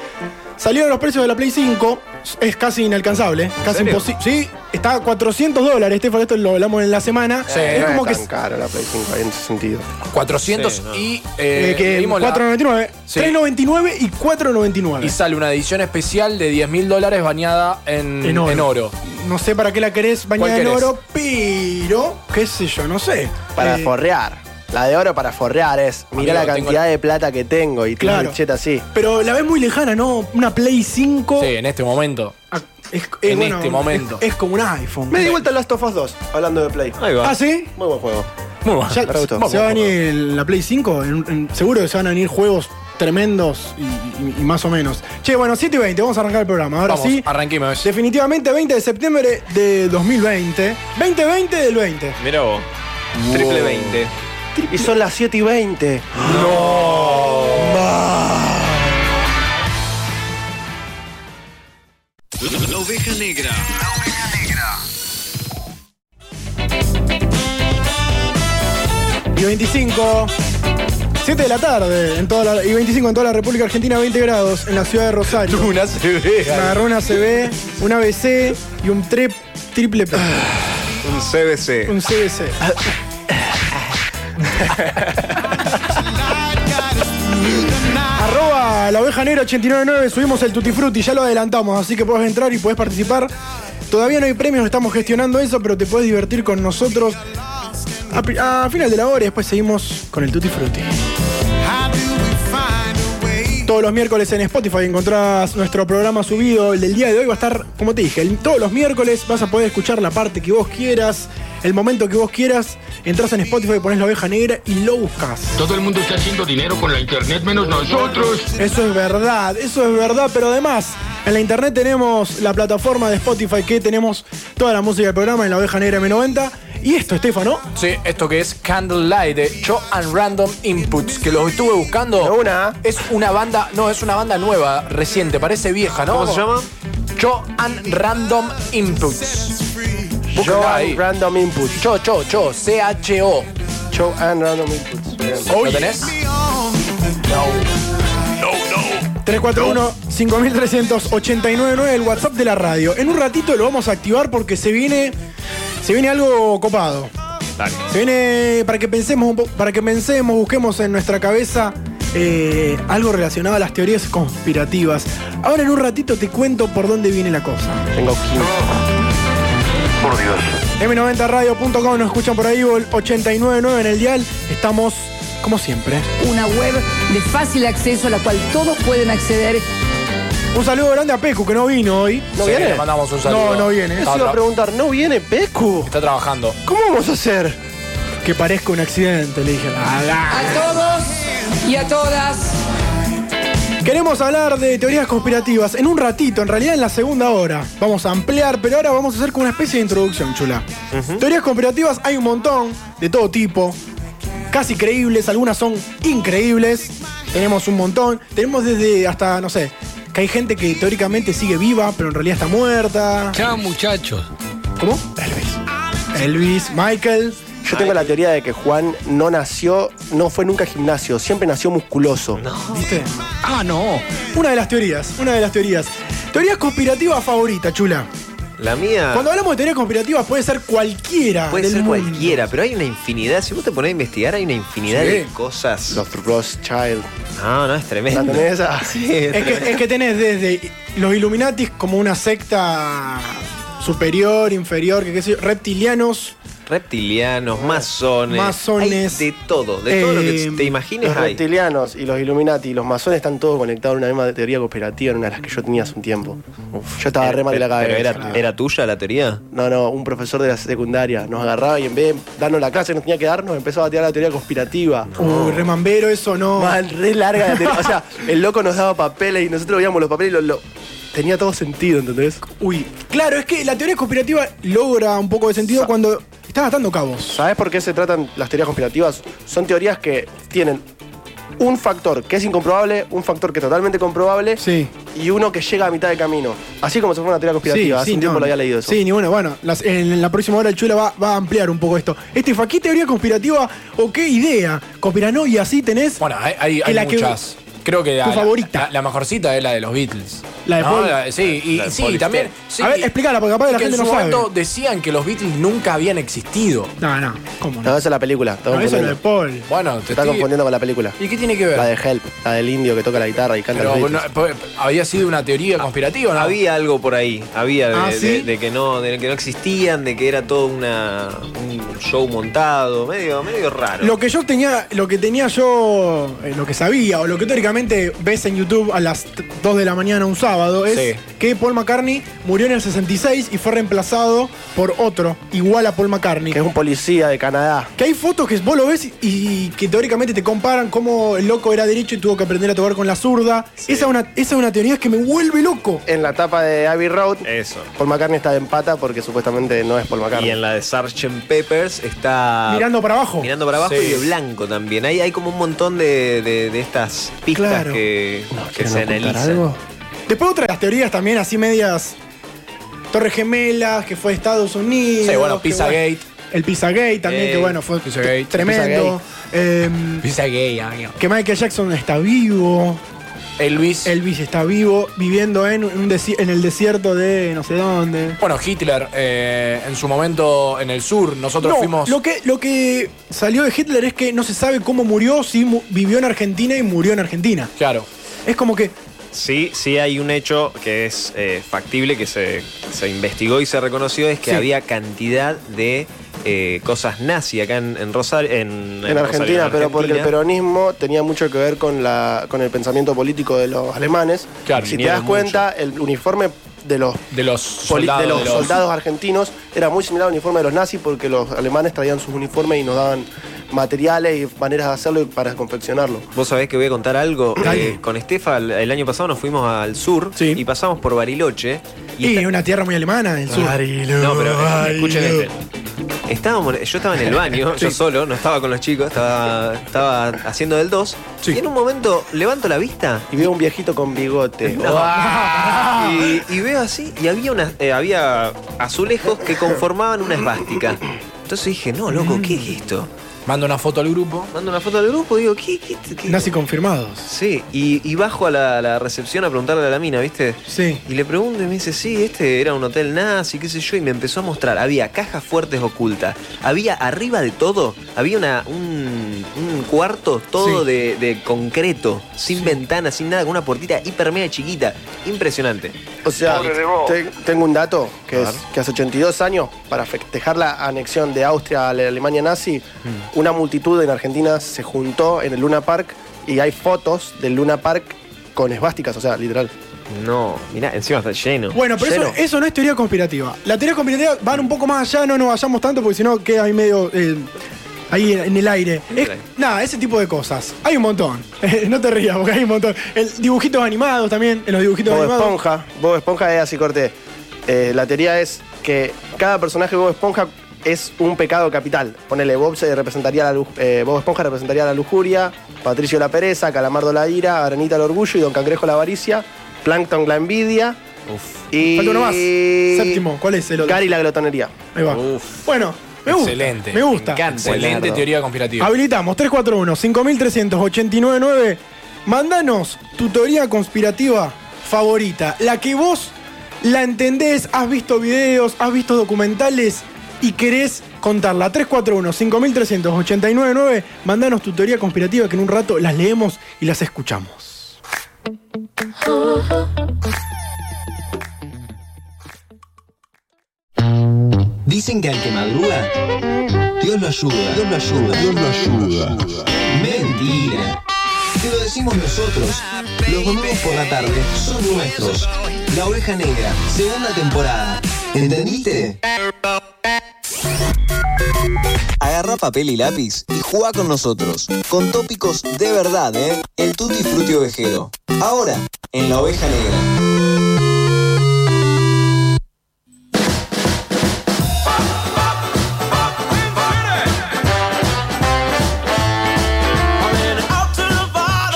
Speaker 8: Salieron los precios de la Play 5. Es casi inalcanzable. Casi
Speaker 11: serio?
Speaker 8: imposible. Sí, está a 400 dólares, Estefan. Esto lo hablamos en la semana.
Speaker 10: Eh,
Speaker 8: es
Speaker 10: no
Speaker 8: como
Speaker 10: es
Speaker 8: que.
Speaker 10: tan caro la Play 5 ahí en ese sentido.
Speaker 3: 400
Speaker 11: Sí, no.
Speaker 3: y.
Speaker 8: eh,
Speaker 3: Eh,
Speaker 8: que
Speaker 3: leímos la-
Speaker 8: 4.99.
Speaker 3: Sí.
Speaker 8: 3.99 y
Speaker 3: y
Speaker 8: 4.99.
Speaker 3: sale una edición especial de 10 mil dólares bañada en,
Speaker 8: En
Speaker 3: en
Speaker 8: oro.
Speaker 3: oro.
Speaker 8: No sé para qué la querés bañada
Speaker 3: ¿Cuál
Speaker 8: en
Speaker 3: querés?
Speaker 8: oro, pero. qué sé yo, no sé.
Speaker 10: Para
Speaker 8: Eh,
Speaker 10: forrear. La de oro para forrear es,
Speaker 3: Amigo,
Speaker 10: mirá la
Speaker 3: tengo-
Speaker 10: cantidad de plata que tengo y
Speaker 8: Claro.
Speaker 10: claro. cheta así.
Speaker 8: Pero la ves muy lejana, ¿no? Una Play 5.
Speaker 3: Sí, en este momento.
Speaker 8: Ah, es- eh,
Speaker 3: En
Speaker 8: bueno,
Speaker 3: este momento.
Speaker 8: Es, es como un iPhone.
Speaker 10: Me di vuelta Last of Us 2, hablando de Play.
Speaker 11: Ahí va.
Speaker 8: ¿Ah, sí?
Speaker 10: Muy buen juego.
Speaker 3: Muy bueno.
Speaker 8: Ya-
Speaker 10: re gustó.
Speaker 8: ¿Se va a venir la Play 5? En- en- seguro que se van a venir juegos tremendos y, y- y más o menos. Che, bueno, 7 y 20, vamos a arrancar el programa. Ahora
Speaker 3: Vamos,
Speaker 8: sí.
Speaker 3: arranquemos.
Speaker 8: Definitivamente 20 de septiembre de 2020. 2020 del 20.
Speaker 11: Mira vos. Triple 20.
Speaker 10: Y son las 7 y 20.
Speaker 5: La oveja negra.
Speaker 8: Y 25. 7 de la tarde en toda la- y 25 en toda la República Argentina, 20 grados en la ciudad de Rosario.
Speaker 3: Una se ve.
Speaker 8: Me agarró una CB, una BC y un trep- triple P.
Speaker 11: Un CBC.
Speaker 8: Un CBC. Arroba la oveja negra 899, subimos el Tutti Frutti, ya lo adelantamos, así que podés entrar y podés participar. Todavía no hay premios, estamos gestionando eso, pero te podés divertir con nosotros a, pri- a final de la hora y después seguimos con el Tutti Frutti. Todos los miércoles en Spotify encontrás nuestro programa subido. El del día de hoy va a estar, como te dije, el- todos los miércoles vas a poder escuchar la parte que vos quieras, el momento que vos quieras. Entrás en Spotify, pones la oveja negra y lo buscas.
Speaker 12: Todo el mundo está haciendo dinero con la internet menos nosotros.
Speaker 8: Eso es verdad, eso es verdad, pero además en la internet tenemos la plataforma de Spotify que tenemos toda la música del programa en la oveja negra M90. Y esto, Estefano,
Speaker 3: Sí, esto que es Candlelight de Cho and Random Inputs, que los estuve buscando.
Speaker 10: De una.
Speaker 3: Es una banda, no, es una banda nueva, reciente, parece vieja, ¿no?
Speaker 11: ¿Cómo se llama?
Speaker 3: Cho and Random Inputs.
Speaker 10: Show
Speaker 3: Búsquenla ahí.
Speaker 10: and Random Inputs.
Speaker 3: Cho, Cho, Cho, C-H-O.
Speaker 10: Show and Random Inputs. Oh, Bien.
Speaker 3: ¿Lo tenés?
Speaker 8: 341-5389 el WhatsApp de la radio. En un ratito lo vamos a activar porque se viene. Se viene algo copado. Se viene para que pensemos, un po- para que pensemos, busquemos en nuestra cabeza eh, algo relacionado a las teorías conspirativas. Ahora en un ratito te cuento por dónde viene la cosa.
Speaker 10: Tengo 15.
Speaker 8: M90radio.com nos escuchan por ahí, o el 899 en el dial. Estamos como siempre.
Speaker 7: Una web de fácil acceso a la cual todos pueden acceder
Speaker 8: Un saludo grande a Pecu, que no vino hoy.
Speaker 10: ¿No Sí, viene? le
Speaker 3: mandamos un saludo.
Speaker 8: No, no viene.
Speaker 10: Eso iba a preguntar, ¿no viene Pecu?
Speaker 3: Está trabajando.
Speaker 10: ¿Cómo vamos a hacer?
Speaker 8: Que parezca un accidente, le dije.
Speaker 7: A todos y a todas.
Speaker 8: Queremos hablar de teorías conspirativas en un ratito, en realidad en la segunda hora. Vamos a ampliar, pero ahora vamos a hacer como una especie de introducción, chula. Teorías conspirativas hay un montón, de todo tipo. Casi creíbles, algunas son increíbles. Tenemos un montón. Tenemos desde hasta, no sé, que hay gente que teóricamente sigue viva, pero en realidad está muerta.
Speaker 13: Chao, muchachos.
Speaker 8: ¿Cómo? Elvis. Elvis, Michael.
Speaker 10: Yo tengo la teoría de que Juan no nació, no fue nunca gimnasio, siempre nació musculoso.
Speaker 8: ¿Viste?
Speaker 13: Ah, no.
Speaker 8: Una de las teorías, una de las teorías. Teorías conspirativas favorita, chula.
Speaker 1: La mía.
Speaker 8: Cuando hablamos de teorías conspirativas puede ser cualquiera
Speaker 1: Ah. Puede
Speaker 8: del
Speaker 1: ser
Speaker 8: mundo.
Speaker 1: cualquiera, pero hay una infinidad. Si vos te ponés a investigar, hay una infinidad
Speaker 8: Sí.
Speaker 1: de cosas.
Speaker 10: Los Rothschild.
Speaker 1: No, no, es tremendo.
Speaker 10: ¿La tenés Ah. esa?
Speaker 1: Sí, es
Speaker 8: Es
Speaker 1: tremendo.
Speaker 8: que, es que tenés desde los Illuminatis como una secta superior, inferior, que qué sé yo, reptilianos,
Speaker 1: Reptilianos, masones.
Speaker 8: Masones.
Speaker 1: hay de todo, de todo lo que
Speaker 8: Eh,
Speaker 1: te imagines
Speaker 10: Los
Speaker 1: hay.
Speaker 10: reptilianos y los Illuminati y los masones están todos conectados en una misma teoría cooperativa, en una de las que yo tenía hace un tiempo. yo estaba Ah, re mal de la
Speaker 1: Pero-
Speaker 10: cabeza.
Speaker 1: pero
Speaker 10: tío.
Speaker 1: era, ¿Era tuya la teoría?
Speaker 10: No, no, un profesor de la secundaria nos agarraba y en vez de darnos la clase que nos tenía que dar, nos empezaba a tirar la teoría conspirativa.
Speaker 8: Uy, remambero, eso no.
Speaker 10: Mal, re larga la teoría. O sea, el loco nos daba papeles y nosotros veíamos los papeles y lo, lo- tenía todo sentido, ¿entendés?
Speaker 8: Uy, claro, es que la teoría conspirativa logra un poco de sentido
Speaker 10: Sa-
Speaker 8: cuando estás atando cabos.
Speaker 10: ¿Sabés por qué se tratan las teorías conspirativas? Son teorías que tienen un factor que es incomprobable, un factor que es totalmente comprobable
Speaker 8: Sí.
Speaker 10: y uno que llega a mitad de camino. Así como si fuera una teoría conspirativa. Hace un tiempo
Speaker 8: no.
Speaker 10: lo había leído eso.
Speaker 8: Sí, ni bueno, bueno, las- en, en la próxima hora el Chula va, va a ampliar un poco esto. Estefa, ¿qué teoría conspirativa o qué idea conspiranoia así tenés?
Speaker 3: Bueno, eh. hay, hay- hay
Speaker 8: En la que-
Speaker 3: muchas. Creo que la,
Speaker 8: tu
Speaker 3: la-
Speaker 8: favorita.
Speaker 3: La, la mejorcita es la de los Beatles.
Speaker 8: La de
Speaker 3: No,
Speaker 8: Paul.
Speaker 3: sí, y,
Speaker 1: La de
Speaker 3: sí,
Speaker 1: Paul
Speaker 3: también.
Speaker 1: Stanley.
Speaker 3: sí,
Speaker 8: a ver,
Speaker 3: y-
Speaker 8: explícala, porque capaz
Speaker 3: y
Speaker 8: la
Speaker 3: que
Speaker 8: gente
Speaker 3: en
Speaker 8: no
Speaker 3: su
Speaker 8: sabe.
Speaker 3: momento decían que los Beatles nunca habían existido.
Speaker 8: No, no, ¿cómo no?
Speaker 10: No, esa es la película. está
Speaker 8: No, eso es
Speaker 10: confundiendo.
Speaker 8: lo de Paul.
Speaker 3: Bueno, te
Speaker 10: Te está
Speaker 3: estoy-
Speaker 10: confundiendo con la película.
Speaker 3: ¿Y qué tiene que ver?
Speaker 10: La de Help, la del indio que toca la guitarra y canta
Speaker 3: Pero,
Speaker 10: los
Speaker 3: bueno,
Speaker 10: Beatles.
Speaker 3: pues, había sido una teoría conspirativa, ¿no?
Speaker 1: Había algo por ahí, había de,
Speaker 8: Ah,
Speaker 1: de-
Speaker 8: ¿sí?
Speaker 1: de que no, de que no existían, de que era todo una, un show montado, medio, medio raro.
Speaker 8: Lo que yo tenía, lo que tenía yo, eh, lo que sabía, o lo que teóricamente ves en YouTube a las t- 2 de la mañana un sábado, es
Speaker 3: Sí.
Speaker 8: que Paul McCartney murió en el 66 y fue reemplazado por otro, igual a Paul McCartney.
Speaker 10: Que es un policía de Canadá.
Speaker 8: Que hay fotos que vos lo ves y, y que teóricamente te comparan cómo el loco era derecho y tuvo que aprender a tocar con la zurda. Esa, es una, esa es una teoría que me vuelve loco.
Speaker 10: En la tapa de Abbey Road,
Speaker 1: Eso.
Speaker 10: Paul McCartney está de empata porque supuestamente no es Paul
Speaker 1: Y
Speaker 10: McCartney.
Speaker 1: en la de Sgt. Peppers está
Speaker 8: mirando para abajo.
Speaker 1: Ah, mirando para abajo
Speaker 3: Sí.
Speaker 1: y de blanco también. Hay, hay como un montón de, de- de estas pistas
Speaker 8: Claro.
Speaker 1: que, que se analizan.
Speaker 8: Después otra de las teorías también, así medias. Torres Gemelas, que fue Estados Unidos.
Speaker 3: Sí, bueno,
Speaker 8: que
Speaker 3: Pizzagate.
Speaker 8: El Pizzagate también,
Speaker 1: Ey,
Speaker 8: que bueno, fue
Speaker 3: Pizzagate.
Speaker 8: tremendo. Em,
Speaker 3: Pisa gay, amigo.
Speaker 8: que Michael Jackson está vivo.
Speaker 3: Elvis.
Speaker 8: Elvis está vivo, viviendo en, un desi- en el desierto de no sé dónde.
Speaker 3: Bueno, Hitler, eh, en su momento en el sur, nosotros
Speaker 8: No,
Speaker 3: fuimos.
Speaker 8: Lo que, lo que salió de Hitler es que no se sabe cómo murió, si mu- vivió en Argentina y murió en Argentina.
Speaker 3: Claro.
Speaker 8: Es como que.
Speaker 1: Sí, sí hay un hecho que es eh, factible, que se, se investigó y se reconoció, es que
Speaker 8: Sí.
Speaker 1: había cantidad de eh, cosas nazi acá en, en Rosario. En, en
Speaker 10: En
Speaker 1: Rosario,
Speaker 10: Argentina,
Speaker 1: en
Speaker 10: pero porque el
Speaker 1: Argentina.
Speaker 10: peronismo tenía mucho que ver con, la, con el pensamiento político de los alemanes.
Speaker 3: Claro,
Speaker 10: si te
Speaker 1: vinieron
Speaker 10: das cuenta, el uniforme de los,
Speaker 3: De los
Speaker 10: poli-
Speaker 3: soldados.
Speaker 10: de los
Speaker 3: de los-
Speaker 10: soldados argentinos era muy similar al uniforme de los nazis porque los alemanes traían sus uniformes y nos daban materiales y maneras de hacerlo y para confeccionarlo.
Speaker 1: Vos sabés que voy a contar algo.
Speaker 8: Dale.
Speaker 1: Eh, con Estefa, el, el año pasado nos fuimos al sur
Speaker 8: Sí.
Speaker 1: y pasamos por Bariloche.
Speaker 8: Y,
Speaker 1: esta-
Speaker 8: una tierra muy alemana del sur.
Speaker 1: No, pero eh, escuchen este. Estábamos, yo estaba en el baño, yo solo, no estaba con los chicos, estaba, estaba haciendo del 2.
Speaker 8: Sí.
Speaker 1: Y en un momento levanto la vista
Speaker 10: Y veo un viejito con bigote.
Speaker 8: Ah.
Speaker 1: y, y veo así, y había, una, eh, había azulejos que conformaban una esvástica. Entonces dije, no, loco, ¿qué es esto?
Speaker 3: Mando una foto al grupo.
Speaker 1: Mando una foto al grupo y digo, ¿qué? qué, qué?
Speaker 8: Nazi confirmados.
Speaker 1: Sí, y, y bajo a la, a la recepción a preguntarle a la mina, ¿viste?
Speaker 8: Sí.
Speaker 1: Y le pregunto y me dice, sí, este era un hotel nazi, qué sé yo, y me empezó a mostrar. Había cajas fuertes ocultas, había arriba de todo, había una, un, un cuarto todo
Speaker 8: Sí.
Speaker 1: de, de concreto, sin ventanas, sin nada, con una puertita hiper media chiquita. Impresionante.
Speaker 10: O sea, te- tengo un dato
Speaker 1: A
Speaker 10: que es
Speaker 1: ver.
Speaker 10: que hace 82 años, para festejar la anexión de Austria a la Alemania nazi,
Speaker 1: Mm.
Speaker 10: una multitud en Argentina se juntó en el Luna Park y hay fotos del Luna Park con esvásticas, o sea, literal.
Speaker 1: No, mirá, encima está lleno.
Speaker 8: Bueno, pero eso,
Speaker 1: Lleno.
Speaker 8: eso no es teoría conspirativa. La teoría conspirativa van un poco más allá, no nos vayamos tanto porque si no queda ahí medio. eh, ahí en, en el aire. Es- nada, ese tipo de cosas. Hay un montón. no te rías porque hay un montón. El, dibujitos animados también, en los dibujitos
Speaker 10: Bob
Speaker 8: animados.
Speaker 10: Esponja, Bob Esponja es así corte. Eh, la teoría es que cada personaje de Bob Esponja es un pecado capital. Ponele, Bob, se representaría la, lu- eh, Bob Esponja representaría la lujuria, Patricio la pereza, Calamardo la ira, Arenita el orgullo y Don Cangrejo la avaricia, Plankton la envidia. Y...
Speaker 8: Falta uno más. Séptimo, ¿cuál es el otro?
Speaker 10: Gary la glotonería.
Speaker 8: Ahí va. Bueno, me gusta.
Speaker 3: Excelente.
Speaker 8: Me gusta.
Speaker 3: Me encanta. Excelente Leonardo. teoría conspirativa.
Speaker 8: Habilitamos 341-5389-9. Mandanos tu teoría conspirativa favorita. La que vos la entendés, has visto videos, has visto documentales y querés contarla. 341-5389-9. Mandanos tu teoría conspirativa que en un rato las leemos y las escuchamos.
Speaker 13: Dicen que al que madruga, Dios lo ayuda. Dios lo ayuda. Dios lo ayuda. Mentira. Te lo decimos nosotros. Los domingos por la tarde son nuestros. La oveja negra, segunda temporada. ¿Entendiste? Agarra papel y lápiz y juega con nosotros. Con tópicos de verdad, ¿eh? El tutti frutti ovejero. Ahora, en la oveja negra.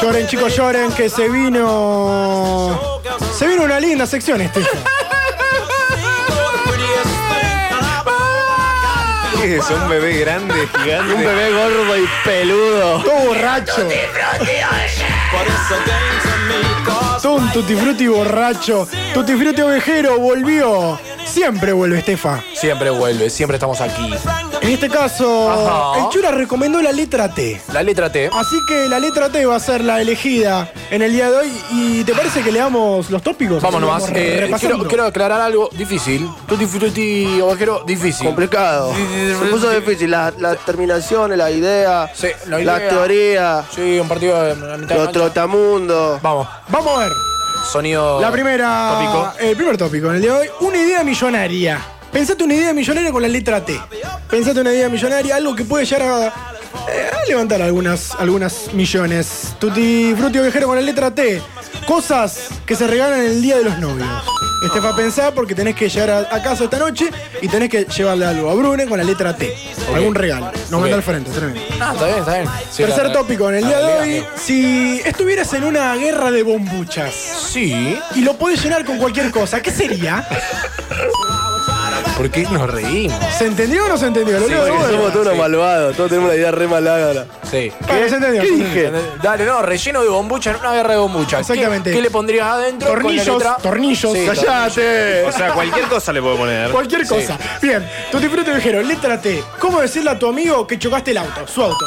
Speaker 8: Lloren, chicos, lloren, que se vino. Se vino una linda sección este.
Speaker 11: ¿Qué es? Un bebé grande, gigante. Un bebé
Speaker 1: gordo y peludo.
Speaker 8: Todo borracho. Todo un Tutti Frutti borracho. Tutti Frutti ovejero volvió. Siempre vuelve, Estefa.
Speaker 3: Siempre vuelve, siempre estamos aquí.
Speaker 8: En este caso,
Speaker 3: Ajá.
Speaker 8: el Chura recomendó la letra T.
Speaker 3: La letra T.
Speaker 8: Así que la letra T va a ser la elegida en el día de hoy. ¿Y te parece que leamos los tópicos?
Speaker 3: Vamos nomás.
Speaker 8: Vamos
Speaker 3: eh,
Speaker 8: repasando.
Speaker 3: quiero, quiero aclarar algo difícil. Tutti frutti ovejero, difícil.
Speaker 10: Complicado. Se puso difícil. Las las terminaciones, la idea,
Speaker 3: la
Speaker 10: la
Speaker 3: idea.
Speaker 10: teoría,
Speaker 3: Sí, un partido de la mitad de
Speaker 10: los
Speaker 3: cancha.
Speaker 10: trotamundos.
Speaker 3: Vamos.
Speaker 8: Vamos a ver.
Speaker 3: Sonido.
Speaker 8: La primera.
Speaker 3: Tópico.
Speaker 8: El primer tópico en el día de hoy. Una idea millonaria. Pensate una idea millonaria con la letra T. Pensate una idea millonaria, algo que puede llegar a, eh, a levantar algunas, algunas millones. Tutti Frutti Ovejero con la letra T. Cosas que se regalan el día de los novios. Estefa, pensá porque tenés que llegar a, a casa esta noche y tenés que llevarle algo a Brune con la letra T.
Speaker 3: Ok.
Speaker 8: Algún regalo. Nos
Speaker 3: Ok.
Speaker 8: manda al frente, tremendo.
Speaker 3: Ah, está bien, está bien. Sí,
Speaker 8: Tercer
Speaker 3: la-
Speaker 8: tópico en el
Speaker 3: la
Speaker 8: día de
Speaker 3: realidad,
Speaker 8: hoy. Si estuvieras en una guerra de bombuchas.
Speaker 3: Sí.
Speaker 8: Y lo podés llenar con cualquier cosa. ¿Qué sería?
Speaker 3: ¿Por qué nos reímos?
Speaker 8: ¿Se entendió o no se entendió? Lo
Speaker 3: Sí,
Speaker 8: leo de
Speaker 3: porque
Speaker 8: vuelta.
Speaker 3: somos todos unos Sí.
Speaker 10: malvados, todos tenemos la idea re malada.
Speaker 3: Sí.
Speaker 8: Bueno, se entendió, se entendió.
Speaker 3: Dale, no, relleno de bombucha en una guerra de bombucha. ¿Qué-
Speaker 8: Exactamente.
Speaker 3: ¿Qué, le pondrías adentro? con la
Speaker 8: Tornillos,
Speaker 3: letra?
Speaker 8: tornillos.
Speaker 3: Sí,
Speaker 8: ¡Cállate!
Speaker 14: O sea, cualquier cosa le puedo poner.
Speaker 8: Cualquier cosa. Bien, Tutti Frutti Ovejero, letra T. ¿Cómo decirle a tu amigo que chocaste el auto, su auto?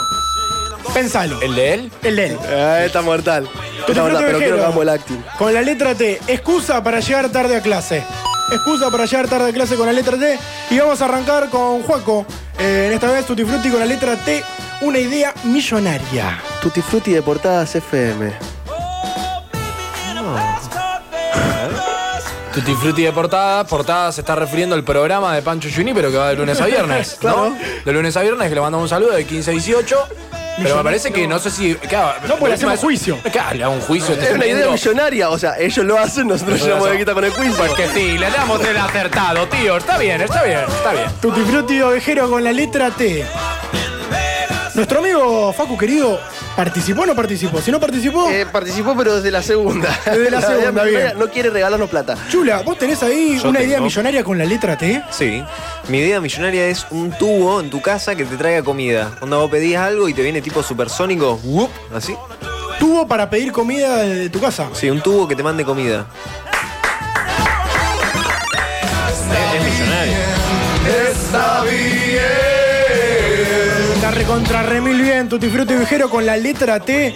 Speaker 8: Pensalo.
Speaker 3: ¿El de él?
Speaker 8: El de él.
Speaker 10: Eh, está mortal.
Speaker 8: Tutti
Speaker 10: Está
Speaker 8: Frutti
Speaker 10: mortal, pero creo que
Speaker 8: Ovejero.
Speaker 10: hagamos el acting.
Speaker 8: Con la letra T, excusa para llegar tarde a clase. Excusa para llegar tarde a clase con la letra T. Y vamos a arrancar con Juaco. Eh, en esta vez, Tutti Frutti con la letra T, una idea millonaria.
Speaker 10: Tutti Frutti de portadas FM.
Speaker 3: Tutti Frutti de portada. Portada se está refiriendo al programa de Pancho Juni, pero que va de lunes a viernes.
Speaker 8: Claro.
Speaker 3: ¿no? De lunes a viernes, que le mandamos un saludo de 15 a 18. Pero me parece que no sé si. Claro,
Speaker 8: No, pues le hacemos
Speaker 3: juicio. Claro, le hago un juicio.
Speaker 10: Es una idea millonaria, o sea, ellos lo hacen, nosotros llenamos de guita con el quiz.
Speaker 3: Pues que sí, le damos el acertado, tío. Está bien, está bien, está bien.
Speaker 8: Tutti Frutti Ovejero con la letra T. Nuestro amigo Facu querido, ¿participó o no participó? Si no participó.
Speaker 11: Eh,
Speaker 10: Eh, participó, pero desde la segunda.
Speaker 8: Desde la segunda,
Speaker 10: primera
Speaker 8: bien.
Speaker 10: No quiere regalarnos plata.
Speaker 8: Chula, ¿vos tenés ahí
Speaker 11: Yo
Speaker 8: una idea
Speaker 11: tengo.
Speaker 8: millonaria con la letra T?
Speaker 11: Sí. Mi idea millonaria es un tubo en tu casa que te traiga comida. Cuando vos pedís algo y te viene tipo supersónico, whoop, así.
Speaker 8: Tubo para pedir comida de tu casa.
Speaker 11: Sí, un tubo que te mande comida.
Speaker 14: Es millonario.
Speaker 8: Está bien. Está recontra remil bien, Tutti Frutti Ovejero con la letra T.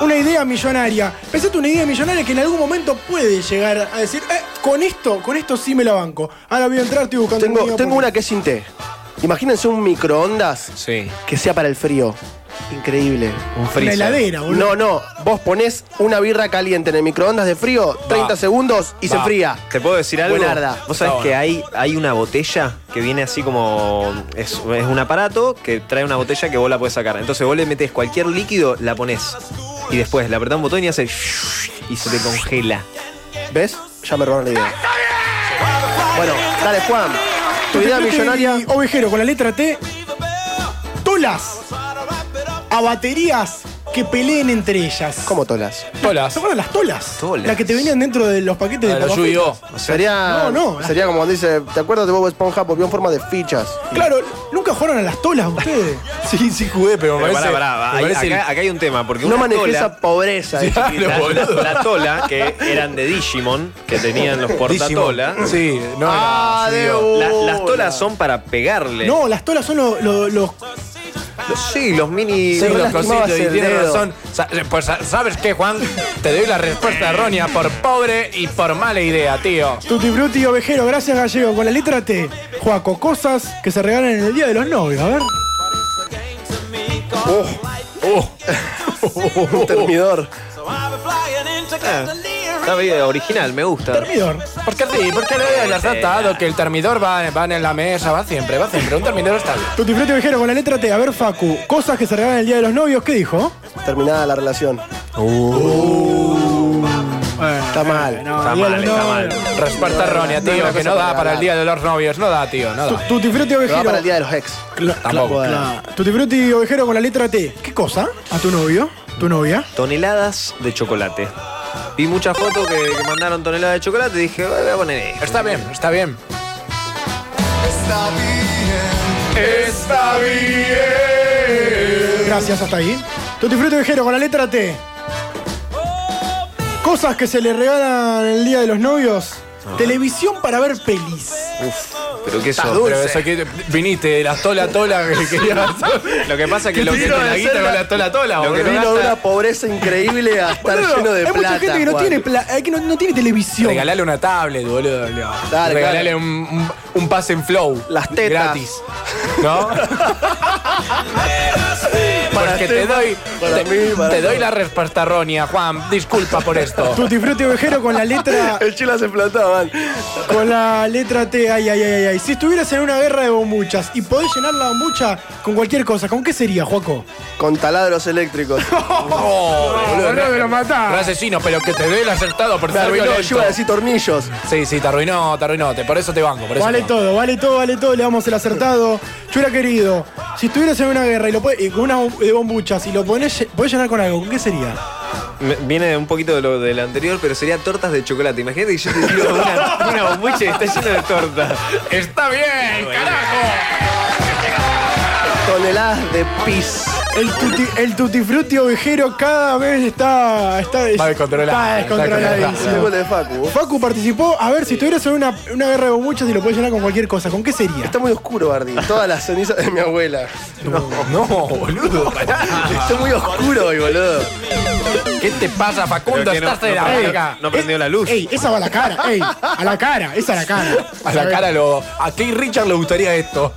Speaker 8: Una idea millonaria. Pensate una idea millonaria que en algún momento puede llegar a decir, eh, con esto, con esto sí me la banco. Ahora voy a entrar, estoy buscando
Speaker 10: Tengo,
Speaker 8: mío
Speaker 10: tengo
Speaker 8: porque-
Speaker 10: una que es sin té. Imagínense un microondas
Speaker 3: Sí.
Speaker 10: que sea para el frío.
Speaker 1: Increíble. Un
Speaker 10: Una heladera, boludo. No, no. Vos ponés una birra caliente en el microondas de frío, 30 segundos y se
Speaker 1: Va.
Speaker 10: fría.
Speaker 1: ¿Te puedo decir algo?
Speaker 10: Buenarda.
Speaker 1: Vos sabés
Speaker 10: Está
Speaker 1: que
Speaker 10: bueno.
Speaker 1: hay, hay una botella que viene así como. Es, es un aparato que trae una botella que vos la podés sacar. Entonces vos le metés cualquier líquido, la ponés. Y después le apretás un botón y hace. Y se te congela.
Speaker 10: ¿Ves? Ya me robaron la idea. Bueno, dale, Juan. Tu idea
Speaker 8: Interprete
Speaker 10: millonaria.
Speaker 8: el Ovejero con la letra T. Tolas. A baterías que peleen entre ellas.
Speaker 10: ¿Cómo tolas?
Speaker 3: Tolas.
Speaker 8: ¿Se acuerdan las tolas?
Speaker 1: Tolas.
Speaker 8: Las que te venían dentro de los paquetes
Speaker 10: Ah,
Speaker 8: de papas fritas.
Speaker 10: Sería,
Speaker 8: No, no.
Speaker 10: sería como cuando dice, ¿te acuerdas de Bob Esponja? Volvió en forma de fichas.
Speaker 8: Claro, nunca jugaron a las tolas ustedes.
Speaker 3: Sí, sí jugué, pero,
Speaker 1: Pero eh, pará, pará, hay- acá, acá hay un tema, porque
Speaker 10: No
Speaker 1: una
Speaker 10: manejé
Speaker 1: tola-
Speaker 10: esa pobreza. de
Speaker 1: La-
Speaker 10: chiquita.
Speaker 1: la, la tola, que eran de Digimon, que tenían los portatola.
Speaker 3: Sí, no.
Speaker 10: Ah, de
Speaker 1: La-
Speaker 10: una.
Speaker 1: las tolas son para pegarle.
Speaker 8: No, las tolas son los. los- los-
Speaker 1: Los- sí, los mini.
Speaker 3: Sí, los cositos, y tienes razón. Sa- Pues sa- sabes qué, Juan, te doy la respuesta errónea por pobre y por mala idea, tío.
Speaker 8: Tutti Frutti Ovejero, gracias Gallego. Con la letra T. Juaco, cosas que se regalan en el día de los novios. A ver.
Speaker 10: Un termidor.
Speaker 1: Está bien, original, me gusta.
Speaker 8: Termidor.
Speaker 3: ¿Por qué, sí? ¿Por qué le has tratado que el termidor va, van en la mesa? Va siempre, va siempre. Un termidor está bien.
Speaker 8: Tutti Frutti Ovejero con la letra T. A ver, Facu. Cosas que se regalan en el día de los novios. ¿Qué dijo?
Speaker 10: Terminada la relación. Está mal.
Speaker 1: Está mal, está mal.
Speaker 3: Respuesta errónea,
Speaker 10: no hay
Speaker 3: tío,
Speaker 10: una
Speaker 3: que
Speaker 10: cosa
Speaker 3: no da
Speaker 10: para
Speaker 3: para el día
Speaker 10: regalar.
Speaker 3: de los novios. No da, tío, no da.
Speaker 8: Tutti Frutti
Speaker 10: Pero va
Speaker 8: Ovejero.
Speaker 10: para el día de los eh. ex.
Speaker 8: Cla-
Speaker 3: Tampoco.
Speaker 8: cla- Tutti Frutti Ovejero con la letra T. ¿Qué cosa? A tu novio. Tu novia.
Speaker 1: Toneladas de chocolate. Vi muchas fotos que, que mandaron toneladas de chocolate y dije, "Ay, voy a poner esto".
Speaker 3: Está bien, está bien.
Speaker 2: Está bien.
Speaker 8: Gracias, hasta ahí. Tutti Frutti Ovejero con la letra T. Cosas que se le regalan el día de los novios.
Speaker 10: Ah.
Speaker 8: Televisión para ver pelis.
Speaker 1: Uf, pero qué
Speaker 3: Pero
Speaker 1: eso.
Speaker 3: eso que viniste de la tola tola que querías.
Speaker 1: Lo que pasa es que lo que
Speaker 3: Vino de ser la-
Speaker 1: tola tola,
Speaker 3: lo que
Speaker 1: boludo.
Speaker 10: Vino de una pobreza increíble a estar
Speaker 8: Boludo,
Speaker 10: lleno de
Speaker 8: hay
Speaker 10: plata.
Speaker 8: mucha gente que no
Speaker 10: Juan.
Speaker 8: tiene, pla- eh, que no, no tiene televisión.
Speaker 3: Regalale una tablet, boludo.
Speaker 10: claro.
Speaker 3: Regalale un, un, un pass en flow.
Speaker 10: Las tetas.
Speaker 3: Gratis. ¿No? Porque te
Speaker 10: tetas,
Speaker 3: doy,
Speaker 10: para
Speaker 3: te,
Speaker 10: mí, para
Speaker 3: te doy
Speaker 10: todo.
Speaker 3: la respuesta errónea, Juan. Disculpa por esto.
Speaker 8: Tutti Frutti Ovejero con la letra
Speaker 10: El chila se explotaba. man.
Speaker 8: con la letra T. Ay, ay, ay, ay. Si estuvieras en una guerra de bombuchas y podés llenar la bombucha con cualquier cosa, ¿con qué sería, Juaco?
Speaker 10: Con taladros eléctricos.
Speaker 3: Oh, boludo,
Speaker 8: boludo,
Speaker 3: no-
Speaker 8: me lo matás.
Speaker 3: no asesino, pero que Ah. te doy el acertado por
Speaker 10: Me
Speaker 3: ser
Speaker 10: arruinó,
Speaker 3: violento.
Speaker 10: yo iba a decir tornillos.
Speaker 3: Sí, sí, te arruinó, te arruinó. Te- por eso te banco. Por eso
Speaker 8: Vale
Speaker 3: te banco.
Speaker 8: todo, vale todo, vale todo. Le damos el acertado. Chura querido, si estuvieras en una guerra y, lo podés- y con una bom- de bombuchas y lo ponés, lle- podés llenar con algo, ¿con qué sería?
Speaker 1: Me- Viene de un poquito de lo del anterior, pero sería tortas de chocolate. Imagínate que yo te tiro una, una bombucha y está llena de tortas.
Speaker 3: ¡Está bien, carajo!
Speaker 10: Toneladas de pis.
Speaker 8: El tutti, el tutti frutti ovejero cada vez está. Está,
Speaker 3: Va descontrolado.
Speaker 8: está descontroladísimo.
Speaker 10: Hicimos lo de Facu.
Speaker 8: Facu participó. A ver, si estuvieras en una, una guerra de bombuchas y lo podés llenar con cualquier cosa, ¿con qué sería?
Speaker 10: Está muy oscuro, Bardi. Todas las cenizas de mi abuela.
Speaker 3: No, boludo, pará.
Speaker 10: Está muy oscuro hoy, boludo.
Speaker 3: ¿Qué te pasa, Facundo?
Speaker 1: Pero que no-
Speaker 3: Estás de
Speaker 1: no
Speaker 3: la
Speaker 1: prendió-
Speaker 3: verga.
Speaker 1: No prendió la luz.
Speaker 8: Ey, esa va a la cara, ey, a la cara, esa a la cara.
Speaker 3: A la cara lo. A Kate Richard le gustaría esto.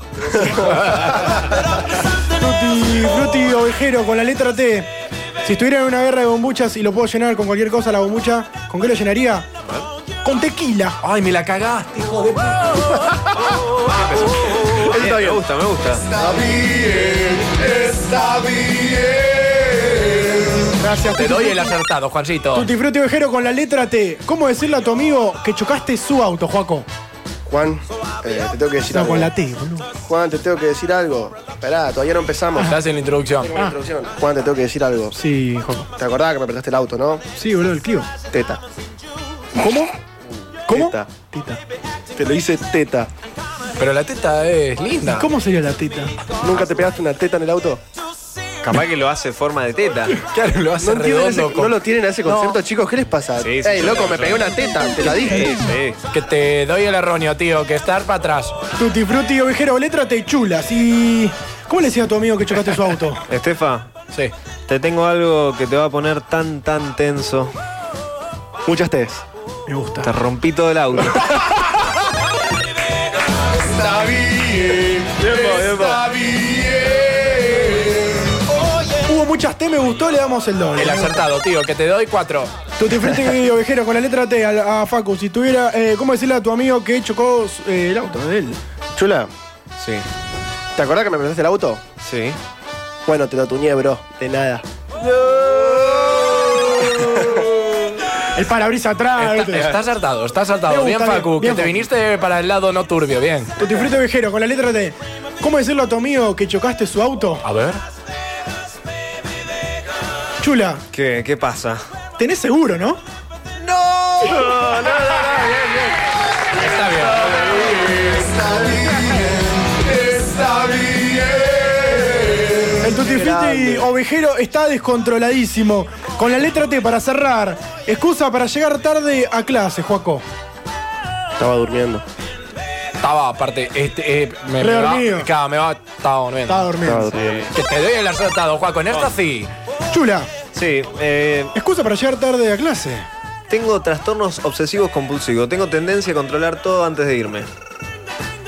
Speaker 8: Frutti, frutti ovejero con la letra T. Si estuviera en una guerra de bombuchas y lo puedo llenar con cualquier cosa, la bombucha, ¿con qué lo llenaría? Con tequila.
Speaker 3: Ay, me la cagaste, hijo de.
Speaker 1: Bien, Ah, me gusta, me gusta.
Speaker 2: Está bien. Está bien.
Speaker 8: Gracias.
Speaker 3: Te doy el acertado, Juancito.
Speaker 8: Tutti frutti ovejero con la letra T. ¿Cómo decirle a tu amigo que chocaste su auto, Juaco?
Speaker 10: Juan, eh, te tengo que decir
Speaker 8: No,
Speaker 10: algo.
Speaker 8: con la T, boludo.
Speaker 10: Juan, te tengo que decir algo. Esperá, todavía no empezamos.
Speaker 3: Estás en la introducción.
Speaker 10: Tengo una introducción. Juan, te tengo que decir algo.
Speaker 8: Sí, Juaco.
Speaker 10: ¿Te acordás que me prestaste el auto, no?
Speaker 8: Sí, boludo, el Clio.
Speaker 10: Teta.
Speaker 8: ¿Cómo? ¿Cómo?
Speaker 10: Teta. Te lo hice teta.
Speaker 3: Pero la teta es linda.
Speaker 8: ¿Cómo sería la teta?
Speaker 10: ¿Nunca te pegaste una teta en el auto?
Speaker 1: Capaz que lo hace en forma de teta.
Speaker 3: Claro, lo hace
Speaker 10: No, entienden ese-
Speaker 3: redondo. con-
Speaker 10: no lo tienen a ese concepto, chicos. ¿Qué les pasa?
Speaker 1: Sí, sí,
Speaker 10: Ey,
Speaker 1: sí,
Speaker 10: loco,
Speaker 1: sí,
Speaker 10: me
Speaker 1: sí.
Speaker 10: pegué una teta. Te la
Speaker 1: Sí,
Speaker 10: dije.
Speaker 1: sí.
Speaker 3: Que te doy el erróneo, tío, que estar para atrás.
Speaker 8: Tutti frutti ovejero, letra T chula. Si... ¿Cómo le decías a tu amigo que chocaste su auto?
Speaker 1: Estefa,
Speaker 3: Sí.
Speaker 1: te tengo algo que te va a poner tan, tan tenso.
Speaker 10: Muchas tes.
Speaker 8: Me
Speaker 1: Te
Speaker 8: gusta.
Speaker 1: rompí todo el auto.
Speaker 2: Está bien. Está bien. Oye.
Speaker 8: escuchaste, me gustó, le damos el doble.
Speaker 3: El acertado, tío, que te doy cuatro.
Speaker 8: Tutti Frutti y Ovejero con la letra T a, a Facu. Si tuviera, eh, ¿cómo decirle a tu amigo que chocó eh, el auto de él?
Speaker 10: Chula,
Speaker 1: Sí.
Speaker 10: ¿te acordás que me prestaste el auto?
Speaker 1: Sí.
Speaker 10: Bueno, te lo tuñé, bro. De nada.
Speaker 8: El parabrisas atrás.
Speaker 3: Está, está acertado, está acertado.
Speaker 8: Ah, Me
Speaker 3: Bien,
Speaker 8: gusta,
Speaker 3: Facu,
Speaker 8: bien,
Speaker 3: que te
Speaker 8: Facu.
Speaker 3: viniste para el lado no turbio, bien.
Speaker 8: Tutti Frutti y Ovejero con la letra T. ¿Cómo decirle a tu amigo que chocaste su auto?
Speaker 3: A ver.
Speaker 8: Chula,
Speaker 1: ¿Qué, qué pasa?
Speaker 8: tenés seguro, ¿no?
Speaker 2: No, no, no, bien,
Speaker 3: Está bien.
Speaker 2: Está bien, está bien.
Speaker 8: El Tutti Frutti Ovejero está descontroladísimo. Con la letra T para cerrar. Excusa para llegar tarde a clase, Juaco.
Speaker 10: Estaba durmiendo.
Speaker 3: Estaba, aparte, este, eh, me, me va.
Speaker 8: Redormido.
Speaker 3: Claro, me va. Estaba durmiendo.
Speaker 8: Estaba durmiendo.
Speaker 10: Estaba durmiendo.
Speaker 3: Que te doy el acertado, Juan. Con esta sí.
Speaker 8: Chula,
Speaker 1: Sí, eh,
Speaker 8: excusa para llegar tarde a clase.
Speaker 1: tengo trastornos obsesivos compulsivos. Tengo tendencia a controlar todo antes de irme. Oh,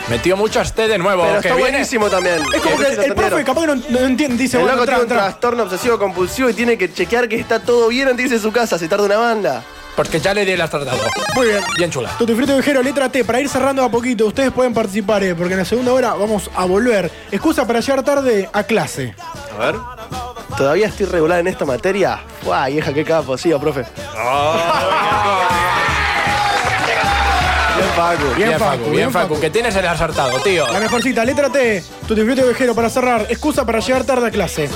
Speaker 3: Metió muchas T de nuevo. que
Speaker 10: Pero está
Speaker 3: viene-
Speaker 10: buenísimo también.
Speaker 8: Es como que el, el profe capaz que no, no entiende, dice,
Speaker 10: El
Speaker 8: bueno,
Speaker 10: loco
Speaker 8: entra,
Speaker 10: tiene un
Speaker 8: entra.
Speaker 10: trastorno obsesivo compulsivo y tiene que chequear que está todo bien antes de irse a su casa. Se tarda una banda.
Speaker 3: Porque ya le di el acertado.
Speaker 8: Muy bien.
Speaker 3: Bien chula.
Speaker 8: Tutti Frutti Ovejero, letra T, para ir cerrando a poquito, ustedes pueden participar, eh, porque en la segunda hora vamos a volver. Excusa para llegar tarde a clase.
Speaker 1: A ver.
Speaker 10: Todavía estoy regular en esta materia. Guay, vieja, qué capo. Siga, profe.
Speaker 1: Oh,
Speaker 10: Bien, Paco.
Speaker 3: Bien, Facu, bien, Facu.
Speaker 8: Facu.
Speaker 3: Que tienes el acertado, tío.
Speaker 8: La mejorcita, letra T, Tutti Frutti Ovejero, para cerrar, excusa para llegar tarde a clase.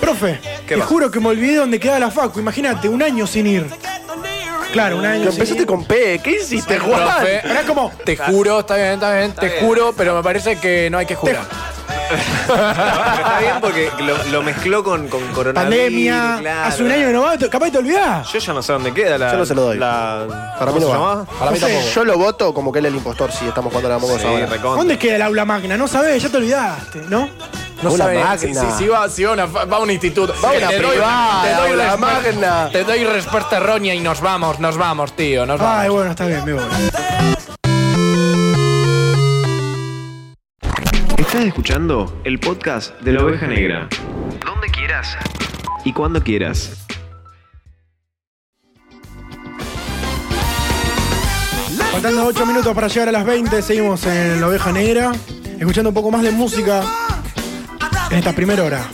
Speaker 8: Profe,
Speaker 1: ¿Qué
Speaker 8: te
Speaker 1: va?
Speaker 8: juro que me olvidé dónde quedaba la facu, imagínate, un año sin ir. Claro, un año
Speaker 10: Lo
Speaker 8: sin
Speaker 10: empezaste
Speaker 8: ir.
Speaker 10: con P. ¿Qué hiciste, Juan?
Speaker 3: Profe,
Speaker 8: Era como,
Speaker 3: te juro, está bien, está bien. te
Speaker 1: bien.
Speaker 3: juro, pero me parece que no hay que jurar.
Speaker 1: Está bien porque lo, lo mezcló con, con coronavirus.
Speaker 8: pandemia,
Speaker 1: claro.
Speaker 8: hace un año que no vas, capaz que te olvidás.
Speaker 1: Yo ya no sé dónde queda la.
Speaker 10: Yo no se lo doy.
Speaker 1: La,
Speaker 10: Para
Speaker 1: ¿cómo
Speaker 10: mí no
Speaker 1: se
Speaker 10: va.
Speaker 1: llamaba?
Speaker 3: Para mí
Speaker 10: No sé,
Speaker 3: tampoco.
Speaker 10: Yo lo voto como que él es el impostor si estamos jugando a la mocosa
Speaker 1: Sí,
Speaker 10: ahora.
Speaker 1: recontra.
Speaker 8: ¿Dónde queda el aula magna? No sabés, ya te olvidaste, ¿no?
Speaker 3: No
Speaker 10: Una
Speaker 3: saben,
Speaker 10: magna.
Speaker 3: si, si, si va, si va, una fa- va a un instituto.
Speaker 10: Va a
Speaker 3: Eh,
Speaker 10: una
Speaker 3: te doy-
Speaker 10: privada,
Speaker 3: te doy
Speaker 10: una
Speaker 3: respuesta-
Speaker 10: magna.
Speaker 3: Te doy respuesta errónea y nos vamos, nos vamos, tío, nos vamos.
Speaker 8: Ay, bueno, está bien, me voy.
Speaker 1: Estás escuchando el podcast de la Oveja Negra. Donde quieras y cuando quieras.
Speaker 8: Faltando 8 minutos para llegar a las 20, seguimos en La Oveja Negra, escuchando un poco más de música en esta primera hora.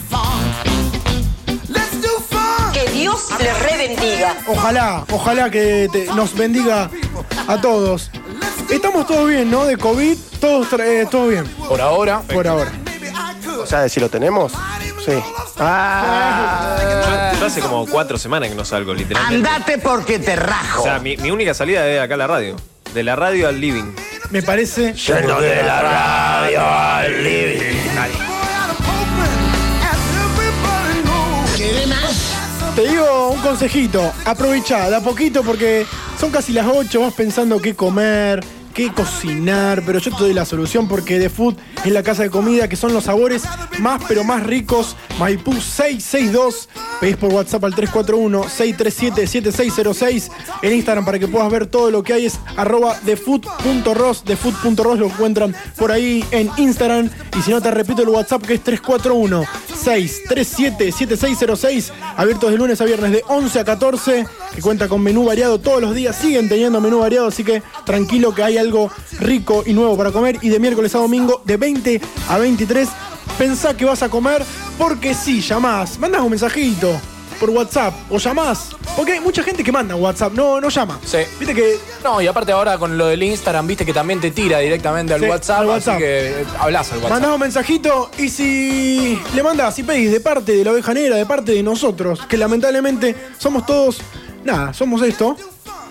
Speaker 15: Que Dios les rebendiga.
Speaker 8: Ojalá, ojalá que te- nos bendiga a todos. Estamos todos bien, ¿no? De COVID, todos tra- eh, todo bien,
Speaker 3: Por ahora.
Speaker 8: por ahora.
Speaker 10: O sea, si lo tenemos. Sí. Ah.
Speaker 1: Yo, yo hace como cuatro semanas que no salgo, literalmente.
Speaker 6: Andate porque te rajo.
Speaker 1: O sea, mi, mi única salida es acá a la radio. De la radio al living.
Speaker 8: Me parece.
Speaker 6: de la radio al
Speaker 8: Te digo un consejito, aprovechá de a poquito porque son casi las 8, vas pensando qué comer, qué cocinar, pero yo te doy la solución porque The Food es la casa de comida que son los sabores más pero más ricos. Maipú 662, pedís por WhatsApp al 341-637-7606, en Instagram para que puedas ver todo lo que hay es arroba thefood.ros, thefood.ros lo encuentran por ahí en Instagram y si no te repito el WhatsApp que es 341-637-7606, abiertos de lunes a viernes de 11 a 14, que cuenta con menú variado todos los días, siguen teniendo menú variado, así que tranquilo que hay algo rico y nuevo para comer y de miércoles a domingo de 20 a 23, pensá que vas a comer porque si llamás, mandás un mensajito. Por WhatsApp o llamás. Porque hay mucha gente que manda WhatsApp, no, no llama.
Speaker 3: Sí.
Speaker 8: Viste que
Speaker 3: No, y aparte ahora con lo del Instagram, viste que también te tira directamente al
Speaker 8: Sí,
Speaker 3: WhatsApp,
Speaker 8: al WhatsApp.
Speaker 3: así que eh, hablas al WhatsApp.
Speaker 8: mandás un mensajito y si le mandás y pedís de parte de la oveja negra, de parte de nosotros, que lamentablemente somos todos, nada, somos esto,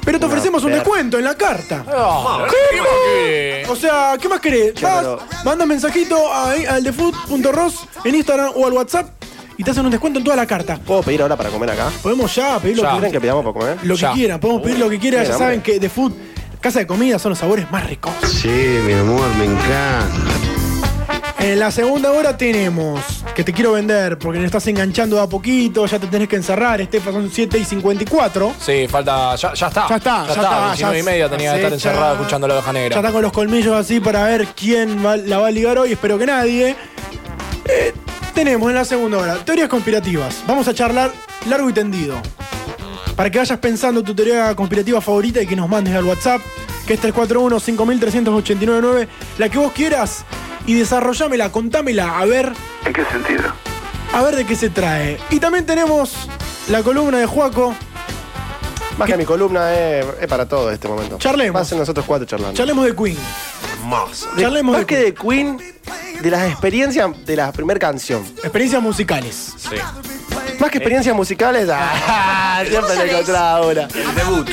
Speaker 8: pero te ofrecemos un
Speaker 10: per-
Speaker 8: descuento en la carta.
Speaker 3: Oh,
Speaker 8: ¿Cómo?
Speaker 3: ¿qué?
Speaker 8: O sea, ¿qué más querés? Vas,
Speaker 10: pero-
Speaker 8: manda un mensajito ahí al defood.ros en Instagram o al WhatsApp y te hacen un descuento en toda la carta.
Speaker 10: ¿Puedo pedir ahora para comer acá?
Speaker 8: Podemos ya pedir lo
Speaker 3: Ya.
Speaker 8: que
Speaker 10: ¿Quieren que pidamos para comer?
Speaker 8: lo que
Speaker 3: Ya.
Speaker 8: quieran, podemos pedir lo que quieran.
Speaker 10: Bien,
Speaker 8: Ya saben
Speaker 10: hombre.
Speaker 8: que The Food, casa de comida, son los sabores más ricos. Sí, mi amor, me encanta. En la segunda hora tenemos que te quiero vender porque me estás enganchando de a poquito, ya te tenés que encerrar. Estefa, son 7 y 54.
Speaker 3: Sí, falta. Ya, ya está.
Speaker 8: Ya está, ya está,
Speaker 3: 19
Speaker 8: ya
Speaker 3: y media tenía que
Speaker 8: se
Speaker 3: estar
Speaker 8: echa.
Speaker 3: encerrada escuchando la oveja
Speaker 8: Ya
Speaker 3: negra.
Speaker 8: está con los colmillos así para ver quién va- la va a ligar hoy. Espero que nadie. Eh, Tenemos en la segunda hora teorías conspirativas. Vamos a charlar largo y tendido. Para que vayas pensando tu teoría conspirativa favorita y que nos mandes al WhatsApp, que es 341-53899, la que vos quieras, y desarrollámela, contámela, a ver.
Speaker 2: ¿En qué sentido?
Speaker 8: A ver de qué se trae. Y también tenemos la columna de Juaco.
Speaker 10: Más que mi columna es, es para todo este momento.
Speaker 8: Charlemos.
Speaker 10: Más en nosotros cuatro charlando.
Speaker 8: Charlemos de Queen.
Speaker 10: Más.
Speaker 8: Charlemos
Speaker 10: más que de Queen, de las experiencias de la primera canción.
Speaker 8: Experiencias musicales.
Speaker 10: Sí. Más que experiencias musicales, ah, siempre le encontraba una.
Speaker 1: El debut.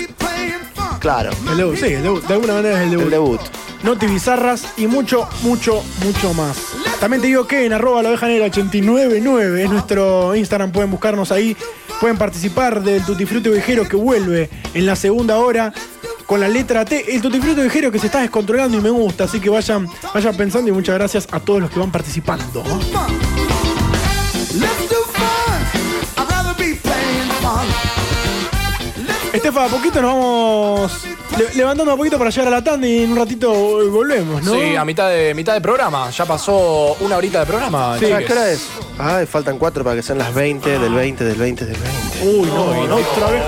Speaker 10: Claro.
Speaker 8: El debut, sí, el debut. De alguna manera es el debut. El
Speaker 10: debut.
Speaker 8: Noti bizarras y mucho, mucho, mucho más. También te digo que en arroba la oveja negra 899 es nuestro Instagram, pueden buscarnos ahí, pueden participar del Tutti Frutti Ovejero que vuelve en la segunda hora con la letra T, el Tutti Frutti Ovejero que se está descontrolando y me gusta, así que vayan, vayan pensando y muchas gracias a todos los que van participando. Estefa, a Este poquito nos vamos le- levantando a poquito para llegar a la tanda y en un ratito vol- volvemos, ¿no?
Speaker 3: Sí, a mitad de, mitad de programa. Ya pasó una horita de programa.
Speaker 10: Sí,
Speaker 3: chiques.
Speaker 10: Ah, ¿qué hora es? Ay, faltan cuatro para que sean las 20, del 20, del 20, del 20.
Speaker 8: Uy, no, no, otra vez.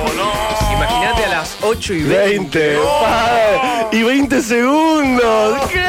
Speaker 1: Imagínate a las 8 y
Speaker 10: 20, padre, y 20 segundos. ¿Qué?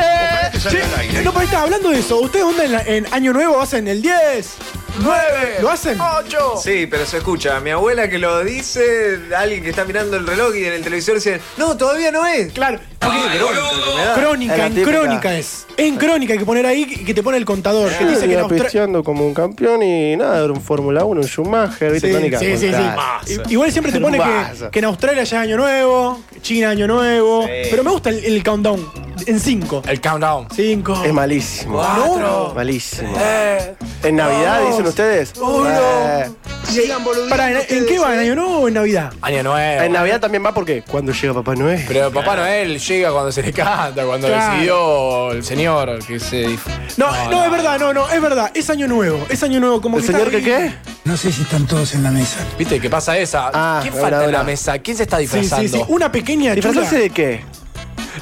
Speaker 8: Che, no, pero ahí está hablando de eso. ¿Ustedes onda en, la- en Año Nuevo hacen el 10, 9, lo hacen? 8.
Speaker 1: Sí, pero se escucha. Mi abuela que lo dice, alguien que está mirando el reloj y en el televisor dice, no, todavía no es.
Speaker 8: Claro.
Speaker 1: Es la
Speaker 8: Crónica, en
Speaker 1: típica.
Speaker 8: crónica es. En crónica hay que poner ahí que te pone el contador. Que dice que nos tra-
Speaker 10: pisteando como un campeón y nada, era un Fórmula 1, un Schumacher, ¿viste?
Speaker 8: Sí,
Speaker 10: Tónica,
Speaker 8: sí, sí, sí.
Speaker 10: contá.
Speaker 8: I- Igual siempre te pone que,
Speaker 10: Hermoso.
Speaker 8: que en Australia ya es año nuevo, China año nuevo. Pero me gusta el, el countdown. En 5.
Speaker 3: El countdown.
Speaker 8: 5.
Speaker 10: Es malísimo.
Speaker 8: Cuatro.
Speaker 10: Malísimo.
Speaker 8: Eh.
Speaker 10: en Navidad,
Speaker 8: dos,
Speaker 10: dicen ustedes.
Speaker 8: uno.
Speaker 10: Eh,
Speaker 8: Pará, ¿en, en qué va? ¿En año nuevo o en Navidad?
Speaker 3: Año Nuevo.
Speaker 10: en Navidad también va porque cuando llega Papá Noel.
Speaker 3: Pero Papá Noel llega cuando se le canta, cuando
Speaker 8: Claro.
Speaker 3: decidió el señor que se.
Speaker 8: No, no, es verdad, no, no, es verdad. Es año nuevo. Es año nuevo. Como
Speaker 3: ¿El señor que qué?
Speaker 8: No sé si están todos en la mesa.
Speaker 3: ¿Viste qué pasa esa?
Speaker 10: Ah,
Speaker 3: ¿Quién
Speaker 10: ahora,
Speaker 3: falta en la
Speaker 10: ahora.
Speaker 3: mesa? ¿Quién se está
Speaker 10: Sí, sí,
Speaker 3: disfrazando?
Speaker 10: sí.
Speaker 8: Una pequeña
Speaker 10: ¿Disfrazarse de qué?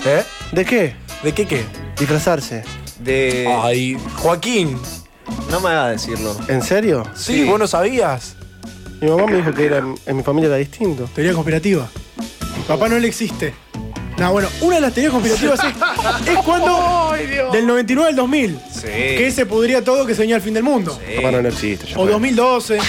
Speaker 3: ¿Eh?
Speaker 10: ¿De qué?
Speaker 3: ¿De qué qué?
Speaker 10: Disfrazarse.
Speaker 1: De.
Speaker 3: Eh, Ay, Joaquín.
Speaker 1: No me hagas decirlo.
Speaker 10: ¿En serio?
Speaker 3: Sí, vos no sabías.
Speaker 10: Mi mamá me dijo que era, en mi familia era distinto.
Speaker 8: Teoría conspirativa. Papá Noel existe. No, bueno, una de las teorías conspirativas es, es cuando. Del 99 al 2000. Que se podría todo que se venía el fin del mundo.
Speaker 10: Papá Noel no existe. ya
Speaker 8: O
Speaker 10: fue.
Speaker 8: 2012.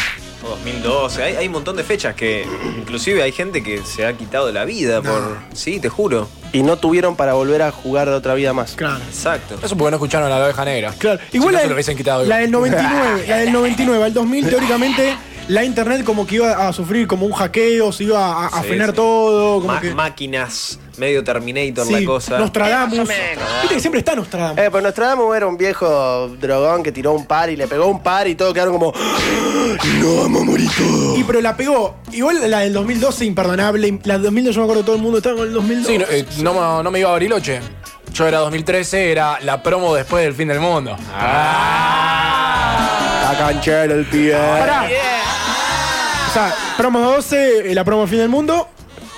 Speaker 1: O 2012. Hay, hay un montón de fechas que inclusive hay gente que se ha quitado la vida por... Sí, te juro.
Speaker 10: Y no tuvieron para volver a jugar de otra vida más.
Speaker 8: Claro.
Speaker 1: Exacto.
Speaker 3: Eso porque no escucharon a la oveja negra.
Speaker 8: Claro.
Speaker 3: Si
Speaker 8: Igual
Speaker 3: no,
Speaker 8: la,
Speaker 3: se lo hubiesen quitado
Speaker 8: la del 99, la del 99 al 2000, teóricamente, la internet como que iba a sufrir como un hackeo, se iba a, a
Speaker 1: Sí,
Speaker 8: frenar
Speaker 1: sí.
Speaker 8: todo, como
Speaker 1: Ma-
Speaker 8: que.
Speaker 1: Máquinas, medio Terminator
Speaker 8: sí,
Speaker 1: la cosa.
Speaker 8: Nostradamus. Viste que siempre está Nostradamus.
Speaker 10: Eh, pero Nostradamus era un viejo drogón que tiró un par y le pegó un par y todos quedaron como.
Speaker 8: Y pero la pegó. Igual la del 2012, imperdonable. La del 2012, yo me acuerdo todo el mundo estaba con el 2012.
Speaker 3: Sí, no, eh, no me- no me iba a Bariloche. Yo era 2013, era la promo después del fin del mundo.
Speaker 1: Ah,
Speaker 10: La canchera el pie.
Speaker 8: Pará. O sea, promo 12, eh, la promo fin del mundo.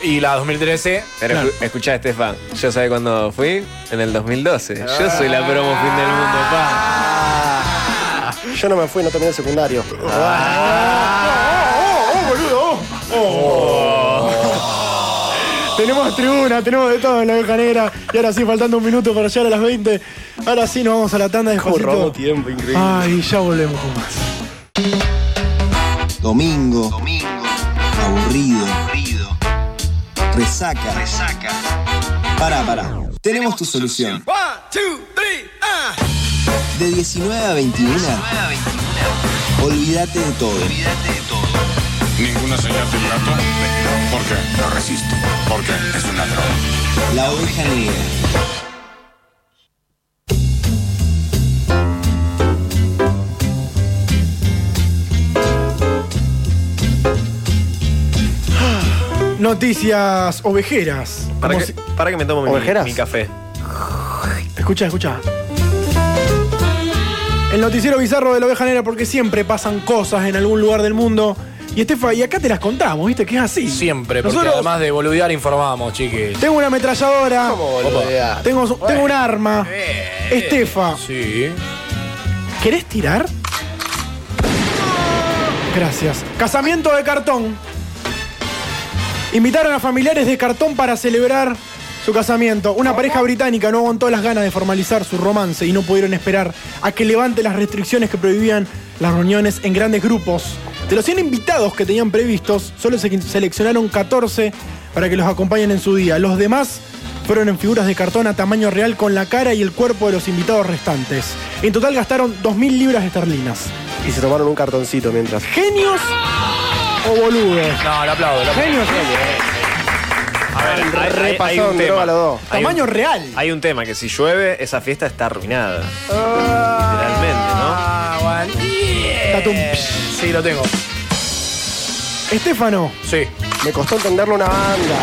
Speaker 3: Y la 2013.
Speaker 1: Pero escu- escuchá, Estefan, yo sabés cuándo fui, en el 2012. Yo soy la promo fin del mundo, pa.
Speaker 10: Yo no me fui, no terminé el secundario.
Speaker 3: Ah,
Speaker 8: ¡Oh, boludo! oh. Tenemos tribuna, tenemos de todo en la oveja negra. Y ahora sí, faltando un minuto para llegar a las 20. Ahora sí, nos vamos a la tanda de
Speaker 10: robo
Speaker 8: Jorrito.
Speaker 10: tiempo, increíble.
Speaker 8: Ay, ya volvemos con más.
Speaker 13: Domingo. Domingo. Aburrido. Aburrido. Resaca. Resaca. Pará, pará. Tenemos tu solución. De 19 a 21. Olvídate de todo.
Speaker 12: Ninguna señal de plato. ¿Por qué? No resisto. Porque es una droga.
Speaker 13: La oveja negra.
Speaker 8: Noticias ovejeras.
Speaker 1: Para
Speaker 8: Como
Speaker 1: que,
Speaker 8: si-
Speaker 1: para que me tomo mi,
Speaker 8: ¿Ovejeras?
Speaker 1: mi café.
Speaker 8: Escucha, escucha. El noticiero bizarro de la oveja negra porque siempre pasan cosas en algún lugar del mundo. Y Estefa, y acá te las contamos, ¿viste? Que es así.
Speaker 3: Siempre, porque
Speaker 8: Nosotros-
Speaker 3: además de boludear informamos, chiques.
Speaker 8: Tengo una ametralladora. Tengo, tengo un arma. Estefa,
Speaker 3: Sí.
Speaker 8: ¿querés tirar? Gracias. Casamiento de cartón. Invitaron a familiares de cartón para celebrar su casamiento. Una pareja británica no aguantó las ganas de formalizar su romance y no pudieron esperar a que levante las restricciones que prohibían las reuniones en grandes grupos. De los 100 invitados que tenían previstos, solo se seleccionaron 14 para que los acompañen en su día. Los demás fueron en figuras de cartón a tamaño real con la cara y el cuerpo de los invitados restantes. En total gastaron 2.000 libras esterlinas.
Speaker 10: Y se tomaron un cartoncito mientras.
Speaker 8: ¿Genios o boludos?
Speaker 3: No, lo aplaudo. lo aplaudo.
Speaker 8: Genios.
Speaker 1: A ver, hay- hay- hay,
Speaker 10: Repasaron
Speaker 1: un
Speaker 10: droga
Speaker 1: tema.
Speaker 10: los dos.
Speaker 1: Hay
Speaker 8: Tamaño
Speaker 1: un-
Speaker 8: real.
Speaker 1: Hay un tema que si llueve, esa fiesta está arruinada. Literalmente, ¿no?
Speaker 3: Ah, bueno.
Speaker 8: Tatum.
Speaker 3: Sí, lo tengo.
Speaker 8: Estefano,
Speaker 3: Sí.
Speaker 10: Me costó entenderlo una banda.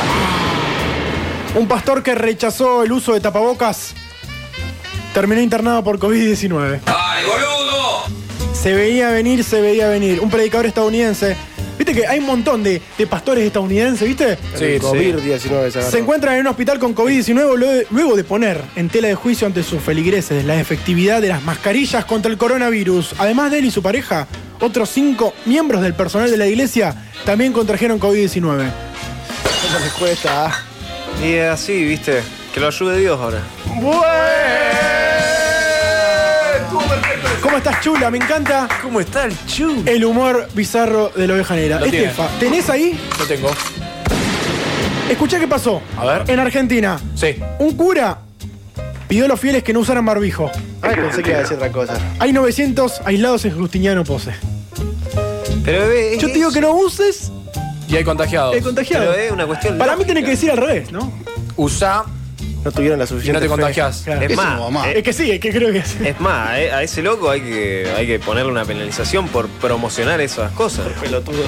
Speaker 8: un pastor que rechazó el uso de tapabocas, terminó internado por COVID-19.
Speaker 2: ¡Ay, boludo!
Speaker 8: Se veía venir, se veía venir. Un predicador estadounidense. Viste que hay un montón de, de pastores estadounidenses, ¿viste?
Speaker 10: El COVID-19 se agarró.
Speaker 8: Se encuentran en un hospital con COVID-19 luego- luego de poner en tela de juicio ante sus feligreses la efectividad de las mascarillas contra el coronavirus. Además de él y su pareja, otros cinco miembros del personal de la iglesia también contrajeron COVID-19.
Speaker 10: ¿Cómo les cuesta?
Speaker 1: Y es así, viste. Que lo ayude Dios ahora.
Speaker 8: ¿Cómo estás, chula? Me encanta
Speaker 3: ¿Cómo está el chu?
Speaker 8: el humor bizarro de la oveja negra.
Speaker 3: Lo tiene.
Speaker 8: Estefa, ¿tenés ahí?
Speaker 3: Lo tengo.
Speaker 8: Escuchá qué pasó.
Speaker 3: A ver.
Speaker 8: En Argentina,
Speaker 3: Sí.
Speaker 8: un cura pidió a los fieles que no usaran barbijo.
Speaker 10: Ay, pensé que iba a decir otra cosa.
Speaker 8: Hay 900 aislados en Justiniano Pose.
Speaker 1: Pero bebé, es
Speaker 8: Yo te digo que no uses
Speaker 3: Y hay contagiados.
Speaker 8: el contagiado.
Speaker 1: Pero es una cuestión.
Speaker 8: Para mí tiene que
Speaker 1: lógica.
Speaker 8: decir al revés, ¿no?
Speaker 3: Usá
Speaker 10: No tuvieron la
Speaker 3: y
Speaker 10: suficiente.
Speaker 3: no te
Speaker 10: fe.
Speaker 3: contagiás.
Speaker 8: Claro.
Speaker 1: Es más,
Speaker 8: Es
Speaker 1: eh,
Speaker 8: que sí, es que creo que sí.
Speaker 1: es más, eh, a ese loco hay que, hay que ponerle una penalización por promocionar esas cosas.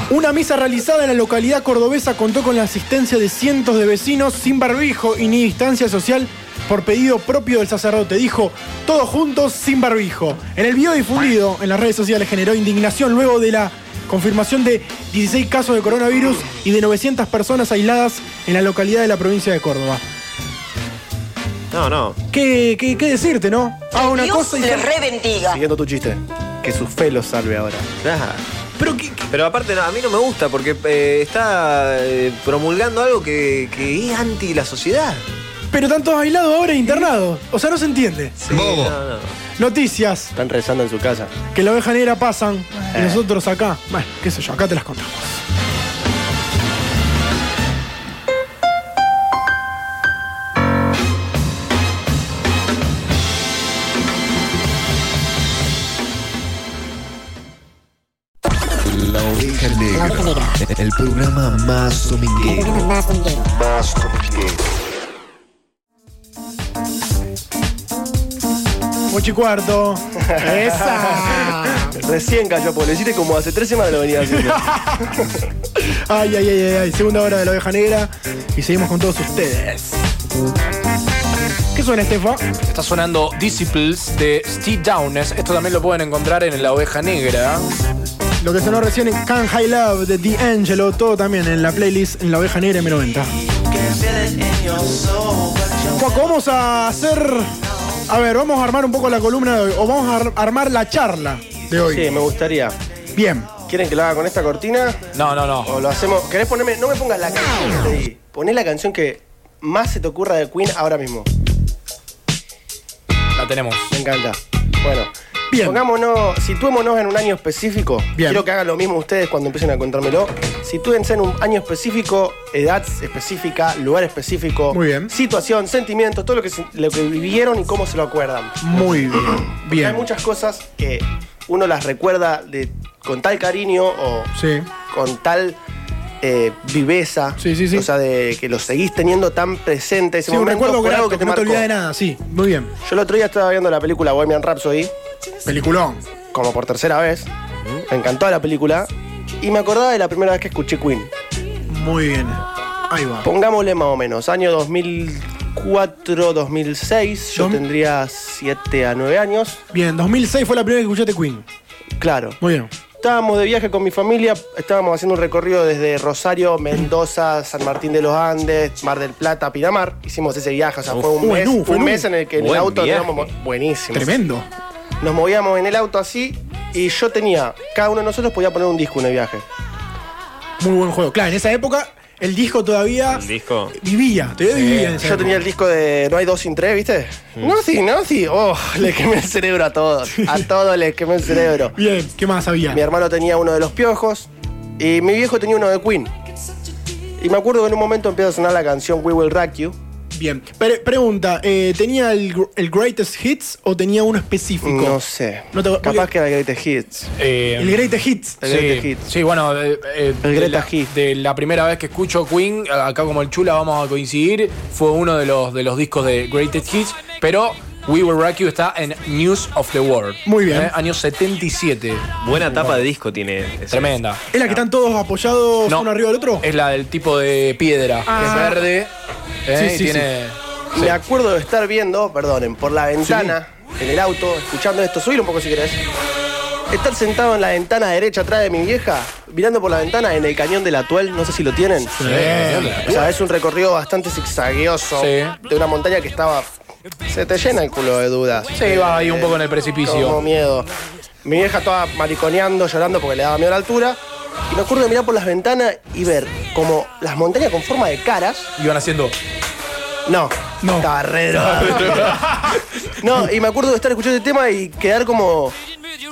Speaker 8: Una misa realizada en la localidad cordobesa contó con la asistencia de cientos de vecinos sin barbijo y ni distancia social por pedido propio del sacerdote. Dijo, todos juntos sin barbijo. En el video difundido en las redes sociales generó indignación luego de la confirmación de 16 casos de coronavirus y de 900 personas aisladas en la localidad de la provincia de Córdoba.
Speaker 1: No, no.
Speaker 8: ¿Qué, qué- qué decirte, no? Hago una
Speaker 15: Dios
Speaker 8: cosa y...
Speaker 15: les rebendiga.
Speaker 10: Siguiendo tu chiste. Que su fe los salve ahora.
Speaker 1: Nada.
Speaker 8: Pero qué- qué-
Speaker 1: Pero aparte no, a mí no me gusta porque eh, está eh, promulgando algo que, que es anti la sociedad.
Speaker 8: Pero están todos aislados ahora e internados. O sea, no se entiende.
Speaker 1: Bobo. No, no.
Speaker 8: Noticias.
Speaker 10: Están rezando en su casa.
Speaker 8: Que la oveja negra pasan y nosotros acá. Bueno, qué sé yo, acá te las contamos.
Speaker 13: La Oveja Negra. El programa más dominguero. Más dominguero.
Speaker 8: Ocho y cuarto. Esa.
Speaker 10: Recién cayó, porque lo hiciste como hace tres semanas lo venía haciendo.
Speaker 8: Ay, ay, ay, ay, ay. Segunda hora de la oveja negra. Y seguimos con todos ustedes. ¿Qué suena, Estefa?
Speaker 3: Está sonando Disciples de Steve Downes. Esto también lo pueden encontrar en La Oveja Negra.
Speaker 8: Lo que sonó recién en Can High Love de D'Angelo. Todo también en la playlist en la oveja negra M90. Juaco, vamos a hacer. A ver, vamos a armar un poco la columna de hoy. O vamos a ar- armar la charla de hoy.
Speaker 10: Sí, me gustaría.
Speaker 8: Bien.
Speaker 10: ¿Quieren que lo haga con esta cortina?
Speaker 3: No, no, no.
Speaker 10: O lo hacemos. ¿Querés ponerme.? No me pongas la canción que te di. Poné la canción que más se te ocurra de Queen ahora mismo.
Speaker 3: La tenemos.
Speaker 10: Me encanta. Bueno.
Speaker 8: Bien.
Speaker 10: Pongámonos, situémonos en un año específico.
Speaker 8: Bien.
Speaker 10: Quiero que hagan lo mismo ustedes cuando empiecen a contármelo. Sitúense en un año específico, edad específica, lugar específico,
Speaker 8: Muy bien.
Speaker 10: situación, sentimientos, todo lo que, se- lo que vivieron y cómo se lo acuerdan.
Speaker 8: Muy bien.
Speaker 10: Porque
Speaker 8: Bien.
Speaker 10: Hay muchas cosas que uno las recuerda de, con tal cariño o
Speaker 8: Sí.
Speaker 10: con tal eh, viveza.
Speaker 8: Sí, sí, sí.
Speaker 10: O sea, de que lo seguís teniendo tan presente ese
Speaker 8: Sí, un
Speaker 10: momento
Speaker 8: recuerdo
Speaker 10: por algo
Speaker 8: grato,
Speaker 10: que te
Speaker 8: no te
Speaker 10: marcó.
Speaker 8: olvidas de nada, sí, muy bien.
Speaker 10: Yo el otro día estaba viendo la película Bohemian Rhapsody,
Speaker 8: Peliculón.
Speaker 10: como por tercera vez. Me encantó la película. Y me acordaba de la primera vez que escuché Queen.
Speaker 8: Muy bien. Ahí va.
Speaker 10: Pongámosle más o menos, año 2004, 2006. Yo
Speaker 8: Dos-
Speaker 10: tendría 7 a 9 años.
Speaker 8: Bien, 2006 fue la primera vez que escuchaste Queen.
Speaker 10: Claro.
Speaker 8: Muy bien.
Speaker 10: Estábamos de viaje con mi familia, estábamos haciendo un recorrido desde Rosario, Mendoza, San Martín de los Andes, Mar del Plata, Pinamar. Hicimos ese viaje, o sea, fue un
Speaker 8: Fue
Speaker 10: mes,
Speaker 8: nu, fue
Speaker 10: un
Speaker 8: nu.
Speaker 10: mes en el que en el
Speaker 1: Buen
Speaker 10: auto
Speaker 1: viaje.
Speaker 10: nos íbamos buenísimo.
Speaker 8: Tremendo.
Speaker 10: Nos movíamos en el auto así Y yo tenía, cada uno de nosotros podía poner un disco en el viaje.
Speaker 8: Muy buen juego. Claro, en esa época el disco todavía
Speaker 1: disco.
Speaker 8: vivía. Todavía vivía en esa
Speaker 10: Yo
Speaker 8: época.
Speaker 10: tenía el disco de No hay dos sin tres, ¿viste? No, sí, no, sí. Oh, le quemé el cerebro a todos. A todos les quemé el cerebro.
Speaker 8: Bien, ¿qué más había?
Speaker 10: Mi hermano tenía uno de los piojos y mi viejo tenía uno de Queen. Y me acuerdo que en un momento empieza a sonar la canción We Will Rock You.
Speaker 8: Bien. Pre- pregunta, eh, ¿tenía el, gr- el Greatest Hits o tenía uno específico?
Speaker 10: No sé.
Speaker 8: No te-
Speaker 10: Capaz
Speaker 8: porque-
Speaker 10: que era el Greatest Hits.
Speaker 8: El Greatest Hits.
Speaker 10: El
Speaker 3: Eh, sí,
Speaker 10: Greatest Hits.
Speaker 3: sí, bueno, de, eh, de la, de la primera vez que escucho Queen, acá como el Chula vamos a coincidir, fue uno de los, de los discos de Greatest Hits, pero We Will Rock You está en News of the World.
Speaker 8: Muy bien.
Speaker 3: Eh, Año 77.
Speaker 1: Buena tapa de disco tiene. ese.
Speaker 3: Tremenda.
Speaker 8: ¿Es la que están todos apoyados
Speaker 3: No. Eh,
Speaker 8: uno arriba del otro?
Speaker 3: Es la del tipo de piedra,
Speaker 8: Ah.
Speaker 3: que es verde. eh,
Speaker 8: Sí, sí,
Speaker 3: y
Speaker 8: sí.
Speaker 3: tiene...
Speaker 10: Me acuerdo de estar viendo, perdonen, por la ventana, en el auto, escuchando esto. Subir un poco si querés. Estar sentado en la ventana derecha atrás de mi vieja, mirando por la ventana en el cañón de la Tuel, no sé si lo tienen. O sea, es un recorrido bastante zigzagueoso
Speaker 3: Sí.
Speaker 10: de una montaña que estaba. Se te llena el culo de dudas.
Speaker 3: Sí, va ahí un poco en el precipicio.
Speaker 10: Como miedo. Mi vieja estaba mariconeando, llorando porque le daba miedo a la altura. Y me acuerdo de mirar por las ventanas y ver como las montañas con forma de caras.
Speaker 3: Iban haciendo...
Speaker 10: No, no. estaba re drogado. No, y me acuerdo de estar escuchando este tema y quedar como.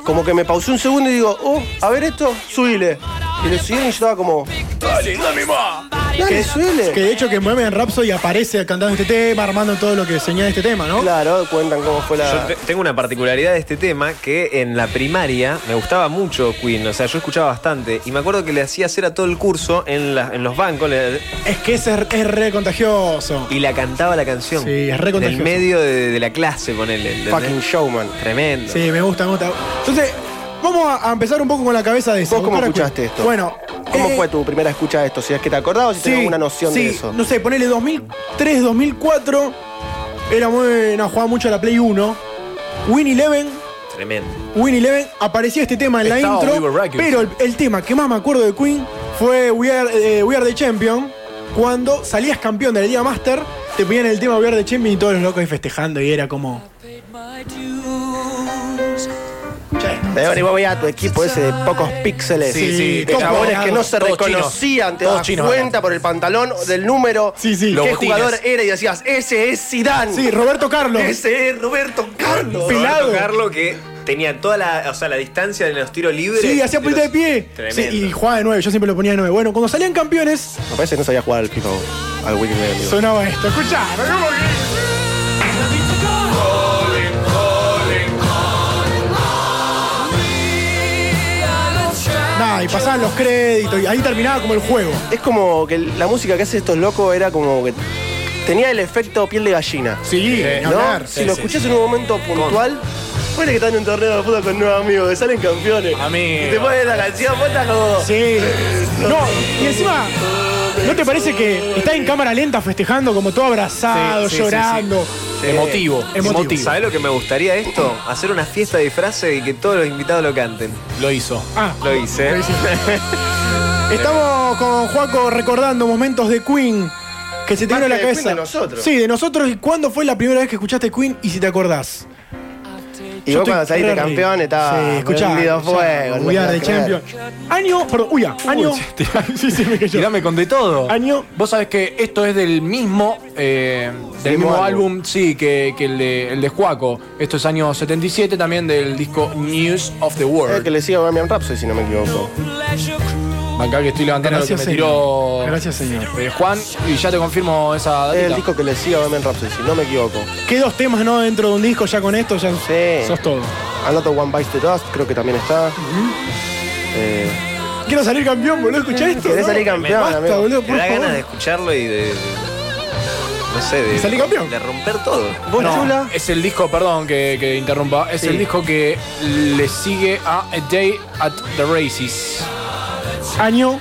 Speaker 10: Como que me pausé un segundo y digo, oh, a ver esto, subile. Y le subieron y yo estaba como.
Speaker 2: Dale, dame más.
Speaker 10: Dale, subile.
Speaker 8: Que de hecho que Mueven Rhapsody aparece cantando este tema, armando todo lo que señala este tema, ¿no?
Speaker 10: Claro, cuentan cómo fue
Speaker 1: Yo
Speaker 10: la.
Speaker 1: te- tengo una particularidad de este tema que en la primaria me gustaba mucho Queen, o sea, yo escuchaba bastante y me acuerdo que le hacía hacer a todo el curso en, la- en los bancos le-
Speaker 8: Es que ese es, es re contagioso.
Speaker 1: y la cantaba la canción.
Speaker 8: Sí, es re
Speaker 1: En el
Speaker 8: contagioso.
Speaker 1: medio de, de la clase, ponele. ¿entendés?
Speaker 10: Fucking showman.
Speaker 1: Tremendo.
Speaker 8: Sí, me gusta, me gusta. Entonces, vamos a, a empezar un poco con la cabeza de eso.
Speaker 10: ¿Vos cómo
Speaker 8: Buscar a-
Speaker 10: escuchaste esto?
Speaker 8: Bueno,
Speaker 10: ¿Cómo
Speaker 8: eh,
Speaker 10: fue tu primera escucha de esto? Si es que te acordás o si tenés alguna noción
Speaker 8: sí,
Speaker 10: de eso.
Speaker 8: No sé, ponele 2003, 2004. Era muy. No, jugaba mucho a la Play 1. Win Eleven.
Speaker 1: Tremendo.
Speaker 8: Win Eleven aparecía este tema en la
Speaker 3: Estaba
Speaker 8: intro.
Speaker 3: We Were Rock You.
Speaker 8: pero el, el tema que más me acuerdo de Queen fue We Are, eh, We Are the Champion. Cuando salías campeón de la Liga Master, te ponían el tema We Are the Champion y todos los locos ahí festejando. Y era como.
Speaker 10: Pero vos veías a tu equipo ese de pocos píxeles.
Speaker 3: Sí, sí,
Speaker 10: de
Speaker 3: todos
Speaker 10: chabones que no se
Speaker 3: todos
Speaker 10: reconocían.
Speaker 3: chinos.
Speaker 10: Te
Speaker 3: Todos
Speaker 10: dabas
Speaker 3: chinos
Speaker 10: cuenta por el pantalón del número. Qué
Speaker 3: Los
Speaker 10: jugador
Speaker 3: botines.
Speaker 10: era y decías, ese es Zidane.
Speaker 8: Sí, Roberto Carlos.
Speaker 10: Ese es Roberto Carlos.
Speaker 1: Roberto Carlo que tenía toda la, o sea, la distancia de los tiros libres.
Speaker 8: Sí, hacía
Speaker 1: De los-
Speaker 8: punta de pie. Sí,
Speaker 1: Tremendo.
Speaker 8: y jugaba de 9, yo siempre lo ponía de 9. Bueno, cuando salían campeones,
Speaker 10: Me parece que no sabía jugar al FIFA vos, al Wikimedia. amigo.
Speaker 8: sonaba esto. Escuchá, ¿cómo que? Nah, y pasaban los créditos y ahí terminaba como el juego.
Speaker 10: Es como que la música que hacen estos locos era como que tenía el efecto piel de gallina.
Speaker 8: Sí, ni
Speaker 10: ¿no?
Speaker 8: hablar.
Speaker 10: si
Speaker 8: Sí,
Speaker 10: lo
Speaker 8: sí.
Speaker 10: escuchás en un momento puntual, ponele que estás en un torneo de fútbol con nuevos amigos, que salen campeones.
Speaker 3: Amigo.
Speaker 10: Y te pones la canción, vos estás como.
Speaker 8: Sí. No, y encima, ¿no te parece que está en cámara lenta festejando como todo abrazado,
Speaker 1: Ah, Sí, sí, sí,
Speaker 8: llorando?
Speaker 3: Emotivo.
Speaker 8: Emotivo.
Speaker 1: ¿Sabés lo que me gustaría esto? Hacer una fiesta de disfraces y que todos los invitados lo canten.
Speaker 3: Lo hizo.
Speaker 8: Ah,
Speaker 1: Lo hice.
Speaker 8: Estamos con Juaco recordando momentos de Queen que se te
Speaker 10: Más
Speaker 8: vino a la
Speaker 10: que de Queen,
Speaker 8: cabeza.
Speaker 10: de nosotros.
Speaker 8: Sí, de nosotros. ¿Y cuándo fue la primera vez que escuchaste Queen y si te acordás?
Speaker 10: Y
Speaker 8: Yo
Speaker 10: vos
Speaker 8: estoy
Speaker 10: cuando saliste
Speaker 8: re
Speaker 10: campeón
Speaker 8: arriba.
Speaker 10: estabas
Speaker 8: Sí, escuchá,
Speaker 10: prendido a
Speaker 8: escuchá,
Speaker 10: fuego.
Speaker 8: We are
Speaker 10: no
Speaker 8: the
Speaker 10: te puedo creer.
Speaker 8: champion. Año, perdón, uy, ah, año. sí, sí, me cayó.
Speaker 3: Tirame con de todo.
Speaker 8: Año.
Speaker 3: Vos sabés que esto es del mismo, eh, del
Speaker 10: Mismo
Speaker 3: mismo
Speaker 10: álbum.
Speaker 3: álbum, sí, que, que el, de, el de Juaco. Esto es año 77 también del disco News of the
Speaker 10: Creo que
Speaker 3: World.
Speaker 10: le sigo a Bamian Rhapsody, si no me equivoco.
Speaker 3: Acá que estoy levantando
Speaker 8: Gracias,
Speaker 3: lo que me
Speaker 8: señor.
Speaker 3: tiró
Speaker 8: Gracias, señor.
Speaker 3: eh, Juan y ya te confirmo esa
Speaker 10: Es el
Speaker 3: datita.
Speaker 10: disco que le sigo a Bamian Rhapsody, si no me equivoco.
Speaker 8: ¿Qué dos temas no dentro de un disco ya con esto? Ya
Speaker 10: Sí.
Speaker 8: sos todo.
Speaker 10: Another One Bites the Dust, creo que también está. Eh,
Speaker 8: Quiero salir campeón, boludo. Escuchá esto. ¿no?
Speaker 10: Querés salir campeón,
Speaker 8: Basta,
Speaker 10: amigo.
Speaker 8: boludo,
Speaker 1: Me
Speaker 8: por
Speaker 1: da
Speaker 8: favor.
Speaker 1: ganas de escucharlo y de. No sé, de.
Speaker 8: ¿Y salí campeón?
Speaker 1: De romper todo.
Speaker 10: ¿Vos,
Speaker 3: No,
Speaker 10: Chula?
Speaker 3: es el disco, perdón que, que interrumpa, es
Speaker 10: Sí.
Speaker 3: el disco que le sigue a A Day at the Races,
Speaker 8: Año.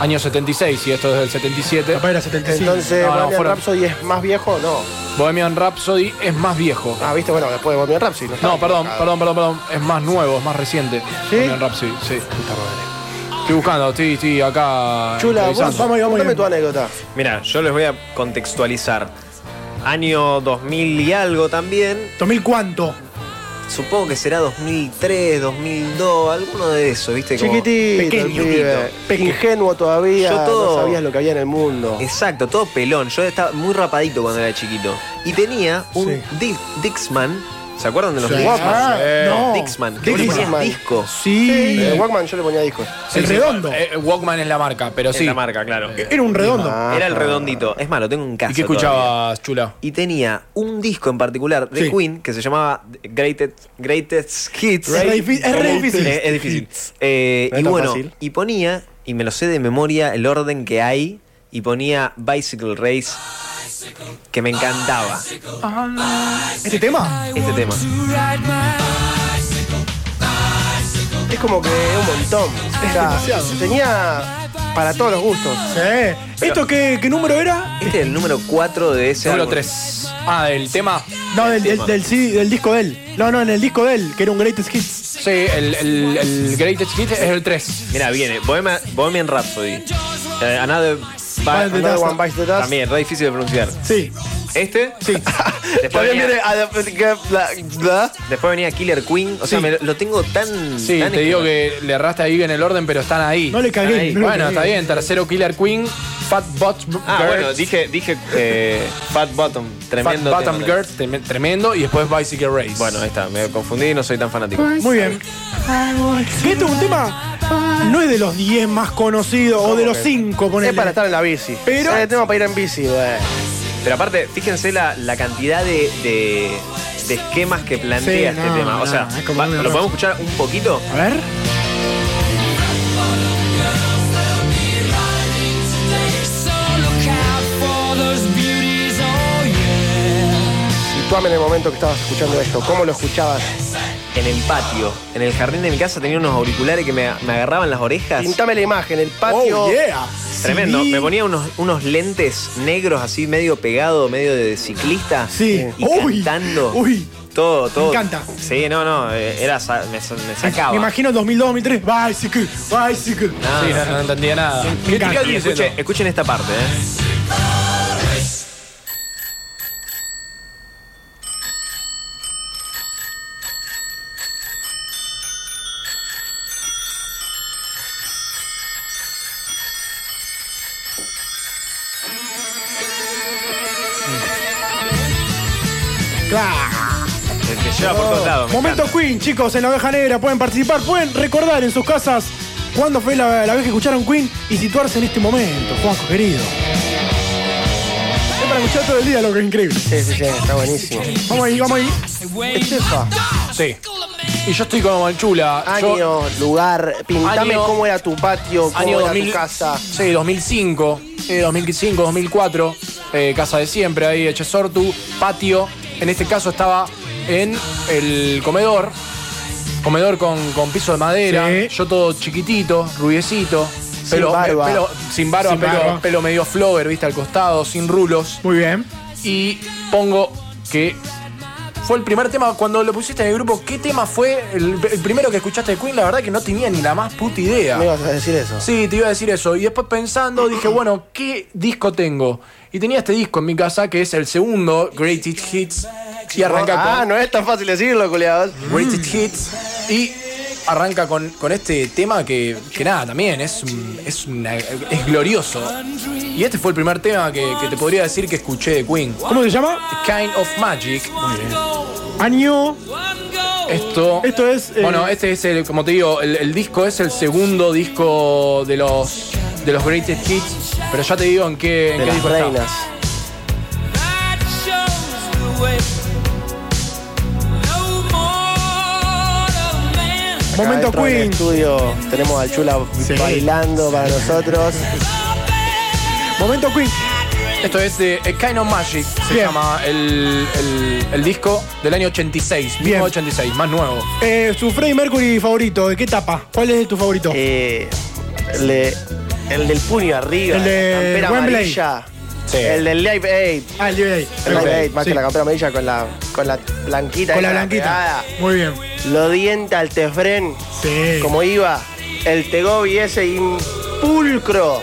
Speaker 3: año 76, y esto es del 77.
Speaker 8: Capaz era 75.
Speaker 10: Entonces,
Speaker 3: No, no,
Speaker 10: Bohemian
Speaker 3: fueron-
Speaker 10: Rhapsody es más viejo, no.
Speaker 3: Bohemian Rhapsody es más viejo.
Speaker 10: Ah, viste, bueno, después de Bohemian Rhapsody. Ah, está
Speaker 3: No, perdón,
Speaker 10: equivocado.
Speaker 3: perdón, perdón, perdón. Es más nuevo, es más reciente.
Speaker 10: ¿Sí?
Speaker 3: Bohemian Rhapsody, sí. Puta madre. Estoy buscando, estoy, estoy acá.
Speaker 10: Chula, vos,
Speaker 3: revisando.
Speaker 8: vamos ahí, vamos ahí.
Speaker 10: contame tu anécdota.
Speaker 1: Mira, yo les voy a contextualizar. Año 2000 y algo también.
Speaker 8: 2000 cuánto.
Speaker 1: Supongo que será 2003, 2002, alguno de esos, ¿viste? Como
Speaker 10: Chiquitito,
Speaker 1: pequeño,
Speaker 10: pibe. ingenuo todavía,
Speaker 1: Yo todo-
Speaker 10: no sabías lo que había en el mundo.
Speaker 1: Exacto, todo pelón. Yo estaba muy rapadito cuando era chiquito. Y tenía un Di- Dixman. ¿Se acuerdan de los
Speaker 10: Sí.
Speaker 1: Dixman?
Speaker 10: Ah, no.
Speaker 1: Dixman. que vos le
Speaker 10: Dixman.
Speaker 1: ponías disco.
Speaker 10: Sí. Eh, Walkman yo le ponía discos.
Speaker 3: Sí, sí, eh, Walkman es la marca, pero
Speaker 1: Es
Speaker 3: sí.
Speaker 1: la marca, claro.
Speaker 8: Era un redondo.
Speaker 1: Era el redondito. Es malo, tengo un caso.
Speaker 3: ¿Y qué escuchabas, Chula?
Speaker 1: Y tenía un disco en particular de
Speaker 3: Sí.
Speaker 1: Queen que se llamaba Greatest, Greatest Hits.
Speaker 8: Es re difí- es re difícil.
Speaker 1: Eh, es difícil. Eh,
Speaker 10: No es
Speaker 1: y
Speaker 10: tan
Speaker 1: bueno,
Speaker 10: fácil.
Speaker 1: y ponía, y me lo sé de memoria el orden que hay, y ponía Bicycle Race, que me encantaba
Speaker 8: ¿Este tema?
Speaker 1: este tema.
Speaker 10: Es como que un montón. O sea, tenía para todos los gustos.
Speaker 8: ¿Esto qué, qué número era?
Speaker 1: Este es el número 4 de ese
Speaker 3: Número
Speaker 1: álbum.
Speaker 3: 3. Ah, del tema.
Speaker 8: No, del,
Speaker 3: tema.
Speaker 8: del, del CD del disco de él. No, no, en el disco de él, que era un Greatest Hits.
Speaker 3: Sí, el, el, el Greatest Hit es el 3.
Speaker 1: Mira, viene Bohemian, Bohemian Rhapsody. eh, another Ba-
Speaker 10: Bites the Another Dust. One Bites the Dust.
Speaker 1: También, re difícil de pronunciar.
Speaker 8: Sí.
Speaker 1: ¿Este? Sí. Después
Speaker 10: También
Speaker 1: venía,
Speaker 10: viene a la- la- la-
Speaker 1: después venía Killer Queen. O sea,
Speaker 3: Sí.
Speaker 1: me lo- lo tengo tan.
Speaker 3: Sí,
Speaker 1: tan
Speaker 3: te digo
Speaker 1: esquema.
Speaker 3: que le erraste ahí en el orden, pero están ahí.
Speaker 8: No le cagué,
Speaker 3: Están ahí.
Speaker 8: no le
Speaker 3: bueno,
Speaker 8: cagué.
Speaker 3: está bien. Tercero Killer Queen, Fat Bot
Speaker 1: Ah,
Speaker 3: Girls,
Speaker 1: bueno, dije, dije eh, Fat Bottom. Tremendo.
Speaker 3: Fat Bottom
Speaker 1: tema.
Speaker 3: Girls, trem- tremendo, y después Bicycle Race.
Speaker 1: Bueno, ahí está, me confundí y no soy tan fanático.
Speaker 8: Muy bien. Que Este es un tema. No es de los 10 más conocidos o de los 5, ponele.
Speaker 10: Es para estar en la bici.
Speaker 8: Pero-
Speaker 10: Es tema para ir en bici, güey.
Speaker 1: Pero aparte, fíjense la, la cantidad de, de- de esquemas que plantea
Speaker 8: Sí,
Speaker 1: este
Speaker 8: no,
Speaker 1: tema.
Speaker 8: no,
Speaker 1: o sea,
Speaker 8: es como
Speaker 1: va-
Speaker 8: una
Speaker 1: ¿lo
Speaker 8: rosa.
Speaker 1: podemos escuchar un poquito?
Speaker 8: A ver.
Speaker 10: Situame en el momento que estabas escuchando esto. ¿Cómo lo escuchabas?
Speaker 1: En el patio, en el jardín de mi casa tenía unos auriculares que me, me agarraban las orejas.
Speaker 10: Pintame la imagen, el patio.
Speaker 8: Oh, yeah.
Speaker 1: Tremendo.
Speaker 8: Sí.
Speaker 1: Me ponía unos, unos lentes negros así, medio pegado, medio de ciclista.
Speaker 8: Sí.
Speaker 1: Y
Speaker 8: Uy.
Speaker 1: cantando.
Speaker 8: Uy.
Speaker 1: Todo, todo.
Speaker 8: encanta.
Speaker 1: Sí, no, no. eh, Era, sa- me, sa- me sacaba.
Speaker 8: Me imagino 2002, 2003. Bicycle, bicycle.
Speaker 1: No,
Speaker 3: Sí,
Speaker 1: no,
Speaker 3: Ah, no, no entendía nada.
Speaker 8: Me encanta.
Speaker 1: Y escuchen, escuchen esta parte, ¿eh?
Speaker 8: Claro.
Speaker 1: Que te lleva por todos lados. me
Speaker 8: Momento Queen, chicos, en la oveja negra pueden participar, pueden recordar en sus casas cuándo fue la, la vez que escucharon Queen y situarse en este momento, Juanjo querido. Es para escuchar todo el día, lo que es increíble.
Speaker 10: Sí, sí, sí, está buenísimo.
Speaker 8: Vamos ahí, vamos ahí.
Speaker 10: Estefa,
Speaker 3: Sí. Y yo estoy con Manchula.
Speaker 1: Ah,
Speaker 10: año,
Speaker 3: Yo-
Speaker 10: lugar, pintame
Speaker 3: Año-
Speaker 10: cómo era tu patio, cómo
Speaker 3: año
Speaker 10: era
Speaker 3: 2000,
Speaker 10: tu casa.
Speaker 3: Sí, 2005, eh, 2005, 2004, eh, casa de siempre ahí, de Chesortu, patio. En este caso estaba en el comedor, comedor con, con piso de madera,
Speaker 8: Sí.
Speaker 3: yo todo chiquitito, rubiecito.
Speaker 10: Sin
Speaker 3: Pelo,
Speaker 10: barba.
Speaker 3: pelo- sin barba,
Speaker 8: Sin
Speaker 3: pelo,
Speaker 8: barba.
Speaker 3: pelo medio flower, viste, al costado, sin rulos.
Speaker 8: Muy bien.
Speaker 3: Y pongo que fue el primer tema, cuando lo pusiste en el grupo, ¿qué tema fue el, el primero que escuchaste de Queen? La verdad que no tenía ni la más puta idea.
Speaker 10: Me ibas a decir eso.
Speaker 3: Sí, te iba a decir eso. Y después pensando, dije, bueno, ¿qué disco tengo? Y tenía este disco en mi casa, que es el segundo, Greatest Hits. Y arranca
Speaker 10: Ah,
Speaker 3: con
Speaker 10: no es tan fácil decirlo, culiados.
Speaker 3: Greatest Hits. Y arranca con, con este tema que, que nada, también es, un- es, una- es glorioso. Y este fue el primer tema que, que te podría decir que escuché de Queen.
Speaker 8: ¿Cómo se llama?
Speaker 3: Kind of Magic.
Speaker 8: Año.
Speaker 3: Esto.
Speaker 8: Esto es, eh,
Speaker 3: bueno, este es el, como te digo, el, el disco es el segundo disco de los de los Greatest Hits. Pero ya te digo en qué, en
Speaker 10: De
Speaker 3: qué
Speaker 10: las
Speaker 3: disco está.
Speaker 10: reinas. Acá
Speaker 8: Momento
Speaker 10: dentro del
Speaker 8: Queen.
Speaker 10: estudio tenemos al Chula bailando para nosotros.
Speaker 8: Momento Queen.
Speaker 3: Esto es de A Kind of Magic, se
Speaker 8: Bien.
Speaker 3: llama el, el- el disco del año 86,
Speaker 8: Bien.
Speaker 3: 1986, más nuevo.
Speaker 8: Eh, su Freddie Mercury favorito, ¿de qué etapa? ¿Cuál es tu favorito?
Speaker 10: Eh, el, de- el del puño arriba,
Speaker 8: El de
Speaker 10: la campera
Speaker 8: Wembley.
Speaker 10: amarilla.
Speaker 3: Sí.
Speaker 10: El del Live Aid.
Speaker 8: Ah, el de ahí.
Speaker 10: El Live Aid,
Speaker 8: Sí.
Speaker 10: más que la campera amarilla con la, con la blanquita.
Speaker 8: Con
Speaker 10: esa
Speaker 8: la blanquita.
Speaker 10: pegada.
Speaker 8: Muy bien.
Speaker 10: Lo dienta al Tefren,
Speaker 8: Sí.
Speaker 10: como iba. El Tegobi ese impulcro.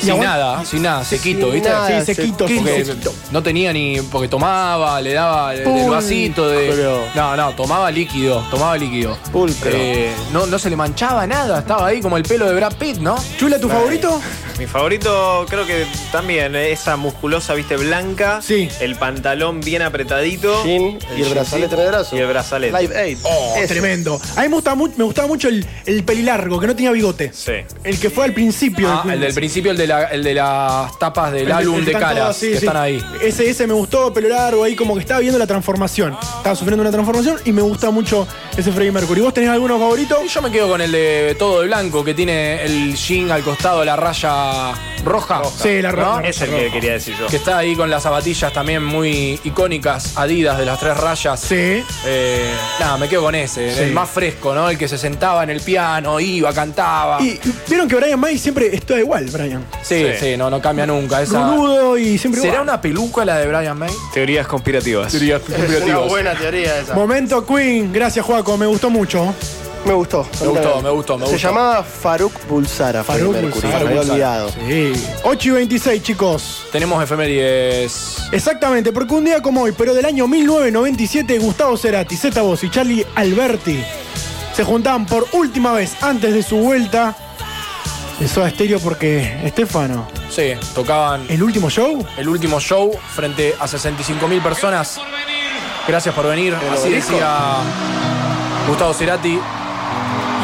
Speaker 3: Sin nada, sin nada, sequito,
Speaker 8: Sin
Speaker 3: ¿viste?
Speaker 8: nada, Sí, sequito,
Speaker 3: Porque
Speaker 8: sequito.
Speaker 3: No tenía ni. Porque tomaba, le daba el
Speaker 8: Pulcro.
Speaker 3: vasito de. No, no, tomaba líquido, tomaba líquido. Eh, no, no se le manchaba nada, estaba ahí como el pelo de Brad Pitt, ¿no?
Speaker 8: ¿Chula, tu favorito?
Speaker 1: Mi favorito creo que también eh, esa musculosa, viste, blanca. El pantalón bien apretadito.
Speaker 10: y el brazalete en el brazo.
Speaker 1: Y el brazalete.
Speaker 10: Live Aid.
Speaker 8: Oh, tremendo. A mí me gustaba, mu- me gustaba mucho el, el pelilargo, que no tenía bigote.
Speaker 1: Sí.
Speaker 8: El que fue al principio.
Speaker 3: Ah, el del principio, el de, la- el de las tapas del
Speaker 8: El- el
Speaker 3: álbum
Speaker 8: que
Speaker 3: de
Speaker 8: están
Speaker 3: caras
Speaker 8: todos así,
Speaker 3: que
Speaker 8: sí.
Speaker 3: están ahí.
Speaker 8: Ese, ese me gustó, pelo largo, ahí como que estaba viendo la transformación. Estaba sufriendo una transformación y me gusta mucho ese Freddie Mercury. ¿Vos tenés alguno favorito?
Speaker 3: Yo me quedo con el de todo de blanco que tiene el jean al costado, la raya roja.
Speaker 8: Sí, la roja.
Speaker 3: ¿no?
Speaker 1: Es el que quería decir yo.
Speaker 3: Que está ahí con las zapatillas también muy icónicas, adidas de las tres rayas. Eh,
Speaker 8: Sí.
Speaker 3: nada, me quedo con ese,
Speaker 8: Sí.
Speaker 3: el más fresco, ¿no? El que se sentaba en el piano, iba, cantaba.
Speaker 8: Y vieron que Brian May siempre está igual, Brian.
Speaker 3: sí, sí, no, no cambia nunca. Esa...
Speaker 8: Rudo y siempre
Speaker 3: ¿Será
Speaker 8: igual.
Speaker 3: una peluca la de Brian May?
Speaker 1: Teorías conspirativas.
Speaker 3: Teorías
Speaker 10: Una buena teoría esa.
Speaker 8: Momento Queen, gracias Juaco, me gustó mucho.
Speaker 10: Me gustó.
Speaker 3: Me gustó, me gustó, me
Speaker 10: Se
Speaker 3: gustó.
Speaker 10: llamaba Faruk Bulsara. Freddie
Speaker 8: Faruk
Speaker 10: Mercury,
Speaker 8: Bulsara.
Speaker 10: Me había
Speaker 8: Faruk Bulsara,
Speaker 10: olvidado.
Speaker 8: Sí. 8 y 26, chicos.
Speaker 3: Tenemos efemérides.
Speaker 8: Exactamente, porque un día como hoy, pero del año 1997, Gustavo Cerati, Zeta Boss y Charlie Alberti se juntaban por última vez antes de su vuelta de Soda Stereo porque, Estefano,
Speaker 3: Sí, tocaban
Speaker 8: ¿el último show?
Speaker 3: el último show frente a 65.000 personas. Gracias por venir. Así
Speaker 8: obelisco?
Speaker 3: decía Gustavo Cerati.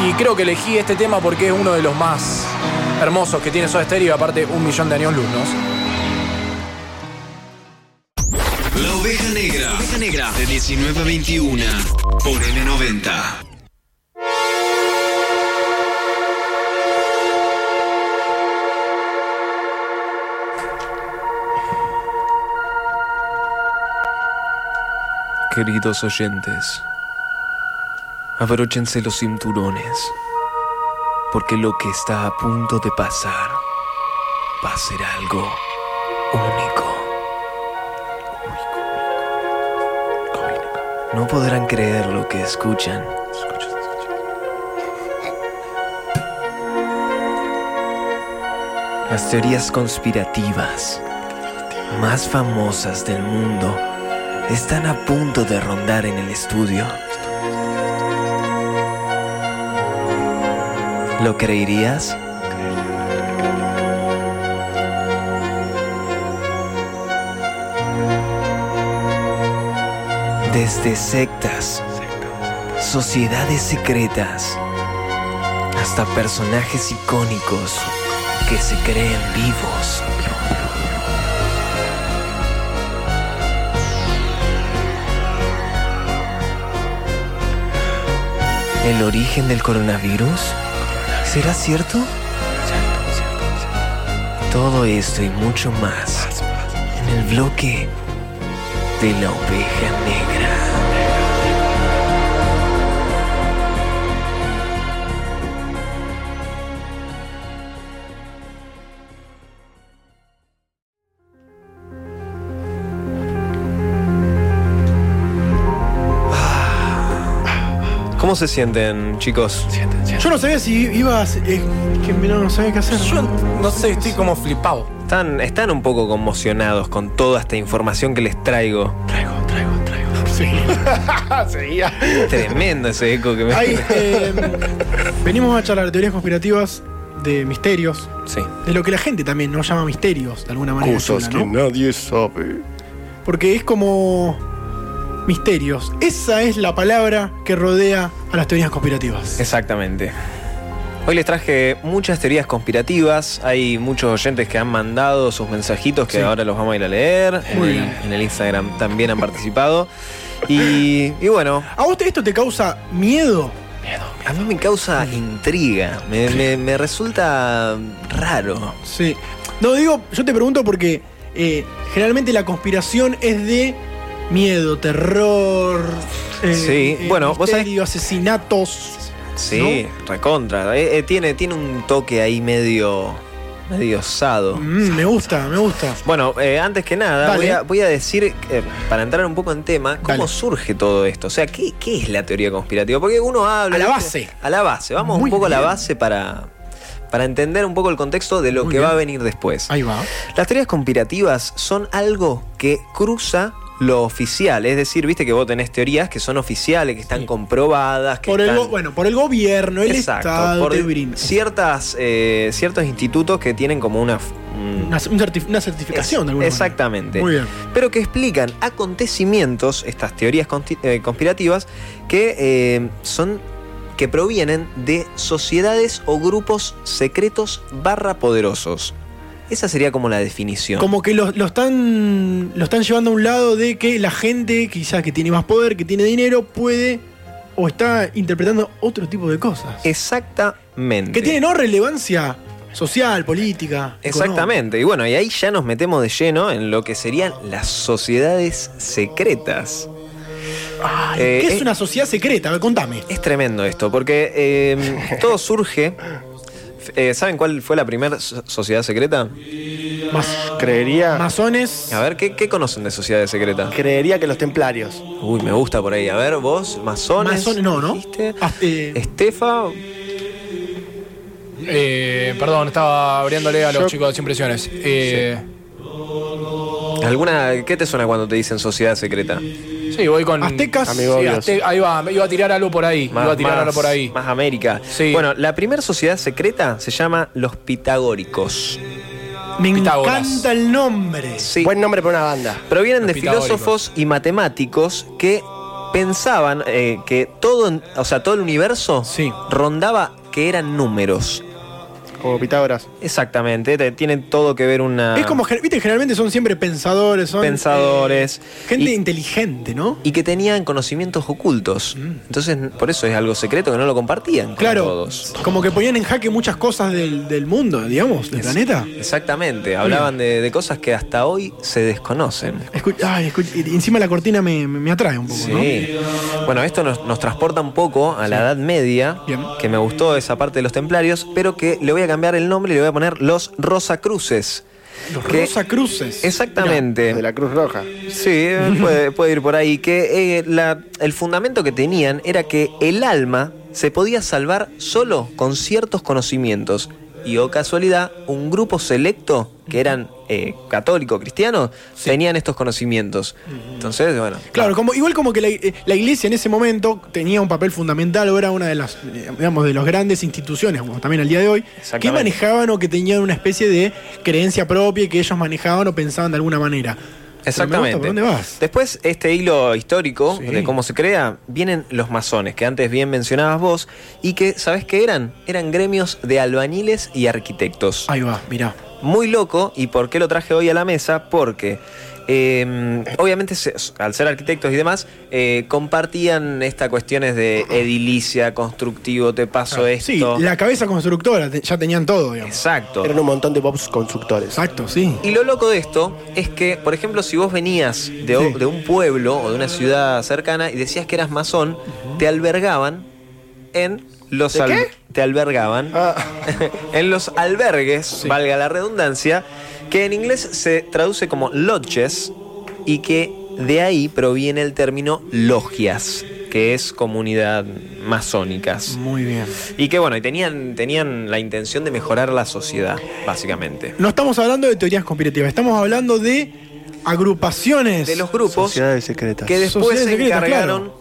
Speaker 3: Y creo que elegí este tema porque es uno de los más hermosos que tiene Soda Stereo y aparte un millón de años luz, ¿no?
Speaker 5: La oveja negra. La oveja negra. De 19 a 21. Por N90.
Speaker 1: Queridos oyentes, abróchense los cinturones, porque lo que está a punto de pasar va a ser algo único. No podrán creer lo que escuchan. Las teorías conspirativas más famosas del mundo están a punto de rondar en el estudio. ¿Lo creerías? Desde sectas, sociedades secretas, hasta personajes icónicos que se creen vivos. ¿El origen del coronavirus? ¿Será cierto? Todo esto y mucho más en el bloque de la oveja negra. ¿Cómo se sienten, chicos?
Speaker 8: Yo no sabía si ibas, eh, que no, no sabía qué hacer.
Speaker 3: No sé, estoy como flipado.
Speaker 1: Están, están un poco conmocionados con toda esta información que les traigo.
Speaker 10: Seguía.
Speaker 1: Tremendo ese eco que me...
Speaker 8: Ahí, eh, venimos a charlar de teorías conspirativas, de misterios,
Speaker 1: Sí.
Speaker 8: de lo que la gente también nos llama misterios, de alguna manera.
Speaker 10: Cosas
Speaker 8: sola,
Speaker 10: que
Speaker 8: ¿no?
Speaker 10: nadie sabe.
Speaker 8: Porque es como misterios. Esa es la palabra que rodea a las teorías conspirativas.
Speaker 1: Exactamente. Hoy les traje muchas teorías conspirativas. Hay muchos oyentes que han mandado sus mensajitos que
Speaker 8: Sí.
Speaker 1: ahora los vamos a ir a leer. En
Speaker 8: Muy
Speaker 1: el,
Speaker 8: bien.
Speaker 1: en el Instagram también han participado. Y, y bueno,
Speaker 8: ¿A vos te- esto te causa miedo?
Speaker 1: a mí me causa intriga. Me, me- me resulta raro.
Speaker 8: Sí. No, digo, yo te pregunto porque eh, generalmente la conspiración es de miedo, terror, eh,
Speaker 1: Sí, bueno, vos sabés-
Speaker 8: misterio, asesinatos.
Speaker 1: Sí, recontra. Eh, eh, tiene, tiene un toque ahí medio. medio osado.
Speaker 8: Mm, me gusta, me gusta.
Speaker 1: Bueno, eh, antes que nada,
Speaker 8: Dale.
Speaker 1: voy a, voy a decir, eh, para entrar un poco en tema, cómo
Speaker 8: Dale.
Speaker 1: surge todo esto. O sea, ¿qué, qué es la teoría conspirativa? Porque uno habla.
Speaker 8: A la
Speaker 1: ¿viste?
Speaker 8: base.
Speaker 1: A la base. Vamos
Speaker 8: Muy
Speaker 1: un poco a la
Speaker 8: bien.
Speaker 1: base para, para entender un poco el contexto de lo que va a venir después.
Speaker 8: Ahí va.
Speaker 1: Las teorías conspirativas son algo que cruza lo oficial, es decir, viste que vos tenés teorías que son oficiales, que están comprobadas, que
Speaker 8: Por el,
Speaker 1: están...
Speaker 8: go- bueno, por el gobierno, el
Speaker 1: Exacto,
Speaker 8: Estado.
Speaker 1: por
Speaker 8: te brinda
Speaker 1: ciertas, eh, ciertos institutos que tienen como una... mm, un-
Speaker 8: Una, un certif- una certificación de alguna manera.
Speaker 1: Exactamente.
Speaker 8: Muy bien.
Speaker 1: Pero que explican acontecimientos, estas teorías consti- eh, conspirativas, que eh, son que provienen de sociedades o grupos secretos barra poderosos. Esa sería como la definición.
Speaker 8: Como que lo, lo están, lo están llevando a un lado de que la gente, quizás que tiene más poder, que tiene dinero, puede o está interpretando otro tipo de cosas.
Speaker 1: Eh, Exactamente.
Speaker 8: Que tienen no relevancia social, política.
Speaker 1: Exactamente, y bueno, y ahí ya nos metemos de lleno en lo que serían las sociedades secretas.
Speaker 8: económica. Ay,
Speaker 1: Eh,
Speaker 8: ¿Qué es
Speaker 1: eh,
Speaker 8: una sociedad secreta? A ver, Contame.
Speaker 1: Es tremendo esto, porque eh, todo surge. eh, ¿Saben cuál fue la primera so- sociedad secreta? Ah,
Speaker 10: Creería.
Speaker 8: Masones.
Speaker 1: A ver, ¿qué, qué conocen de sociedades secretas?
Speaker 10: Creería que los templarios.
Speaker 1: Uy, me gusta por ahí. A ver, vos, masones.
Speaker 10: Masones,
Speaker 8: no, ¿no?
Speaker 3: Ah,
Speaker 1: Estefa.
Speaker 3: Eh, perdón, estaba abriéndole a los
Speaker 1: Yo-
Speaker 3: chicos de Sin Presiones. Eh,
Speaker 1: ¿Alguna, ¿Qué te suena cuando te dicen sociedad secreta?
Speaker 3: sí. voy con.
Speaker 1: Aztecas.
Speaker 3: Sí,
Speaker 1: Amigo Dios.
Speaker 3: azte- ahí va, iba a tirar algo por ahí. iba a tirar algo por ahí.
Speaker 1: Más América. Bueno, la primera sociedad secreta se llama los pitagóricos.
Speaker 8: Me
Speaker 1: Pitágoras.
Speaker 8: encanta el nombre.
Speaker 10: Buen nombre para una banda.
Speaker 1: Provienen de
Speaker 10: pitagóricos.
Speaker 1: filósofos y matemáticos que pensaban eh, que todo, en- o sea, todo el universo rondaba que eran números.
Speaker 10: Como Pitágoras.
Speaker 1: Exactamente, te- tiene todo que ver una...
Speaker 8: Es como, gen- viste, generalmente son siempre pensadores, son. eh,
Speaker 1: pensadores.
Speaker 8: gente inteligente, ¿no?
Speaker 1: Y que tenían conocimientos ocultos. Entonces, por eso es algo secreto que no lo compartían con
Speaker 8: Mm. Claro.
Speaker 1: todos.
Speaker 8: Como que ponían en jaque muchas cosas del, del mundo, digamos, del planeta.
Speaker 1: Exactamente, hablaban de, de cosas que hasta hoy se desconocen.
Speaker 8: Escu- ay, escu- y encima la cortina me, me- me atrae un poco, ¿no?
Speaker 1: Sí. Bueno, esto nos, nos transporta un poco a la Edad Media, que me gustó esa parte de los templarios, pero que le voy a cambiar el nombre y le voy a poner los Rosacruces.
Speaker 8: Los
Speaker 1: que-
Speaker 8: Rosacruces.
Speaker 1: Exactamente.
Speaker 10: De la Cruz Roja.
Speaker 1: Sí, eh, puede, puede ir por ahí. Que eh, la- el fundamento que tenían era que el alma se podía salvar solo con ciertos conocimientos. Y o casualidad, un grupo selecto que eran eh, católicos, cristianos, tenían estos conocimientos. Entonces, bueno.
Speaker 8: Claro, como, igual como que la, eh, la iglesia en ese momento tenía un papel fundamental, o era una de las, eh, digamos, de las grandes instituciones, como también al día de hoy, que
Speaker 1: Exactamente.
Speaker 8: manejaban o que tenían una especie de creencia propia y que ellos manejaban o pensaban de alguna manera. Pero me gusta,
Speaker 1: Exactamente.
Speaker 8: ¿Por dónde vas?
Speaker 1: Después, este hilo histórico de cómo se crea, vienen los masones, que antes bien mencionabas vos, y que, ¿sabés qué eran? Eran gremios de albañiles y arquitectos.
Speaker 8: Ahí va, mirá.
Speaker 1: Muy loco, ¿y por qué lo traje hoy a la mesa? Porque, eh, obviamente, se- al ser arquitectos y demás, eh, compartían estas cuestiones de edilicia, constructivo, te paso
Speaker 8: Ah. Sí,
Speaker 1: esto.
Speaker 8: la cabeza constructora, te- ya tenían todo, digamos.
Speaker 1: Exacto.
Speaker 10: Eran un montón de pops constructores.
Speaker 8: Exacto, sí.
Speaker 1: Y lo loco de esto es que, por ejemplo, si vos venías de, o- de un pueblo o de una ciudad cercana y decías que eras masón, te albergaban en los
Speaker 10: ¿De
Speaker 1: al-
Speaker 10: qué? Ah.
Speaker 1: te albergaban
Speaker 8: Ah.
Speaker 1: en los albergues, valga la redundancia, que en inglés se traduce como lodges y que de ahí proviene el término logias, que es comunidad masónicas.
Speaker 8: Muy bien.
Speaker 1: Y que bueno, y tenían, tenían la intención de mejorar la sociedad, básicamente.
Speaker 8: No estamos hablando de teorías conspirativas, estamos hablando de agrupaciones.
Speaker 1: De los grupos
Speaker 10: Sociedades secretas.
Speaker 1: que después
Speaker 8: Sociedades
Speaker 1: se
Speaker 8: secretas,
Speaker 1: encargaron.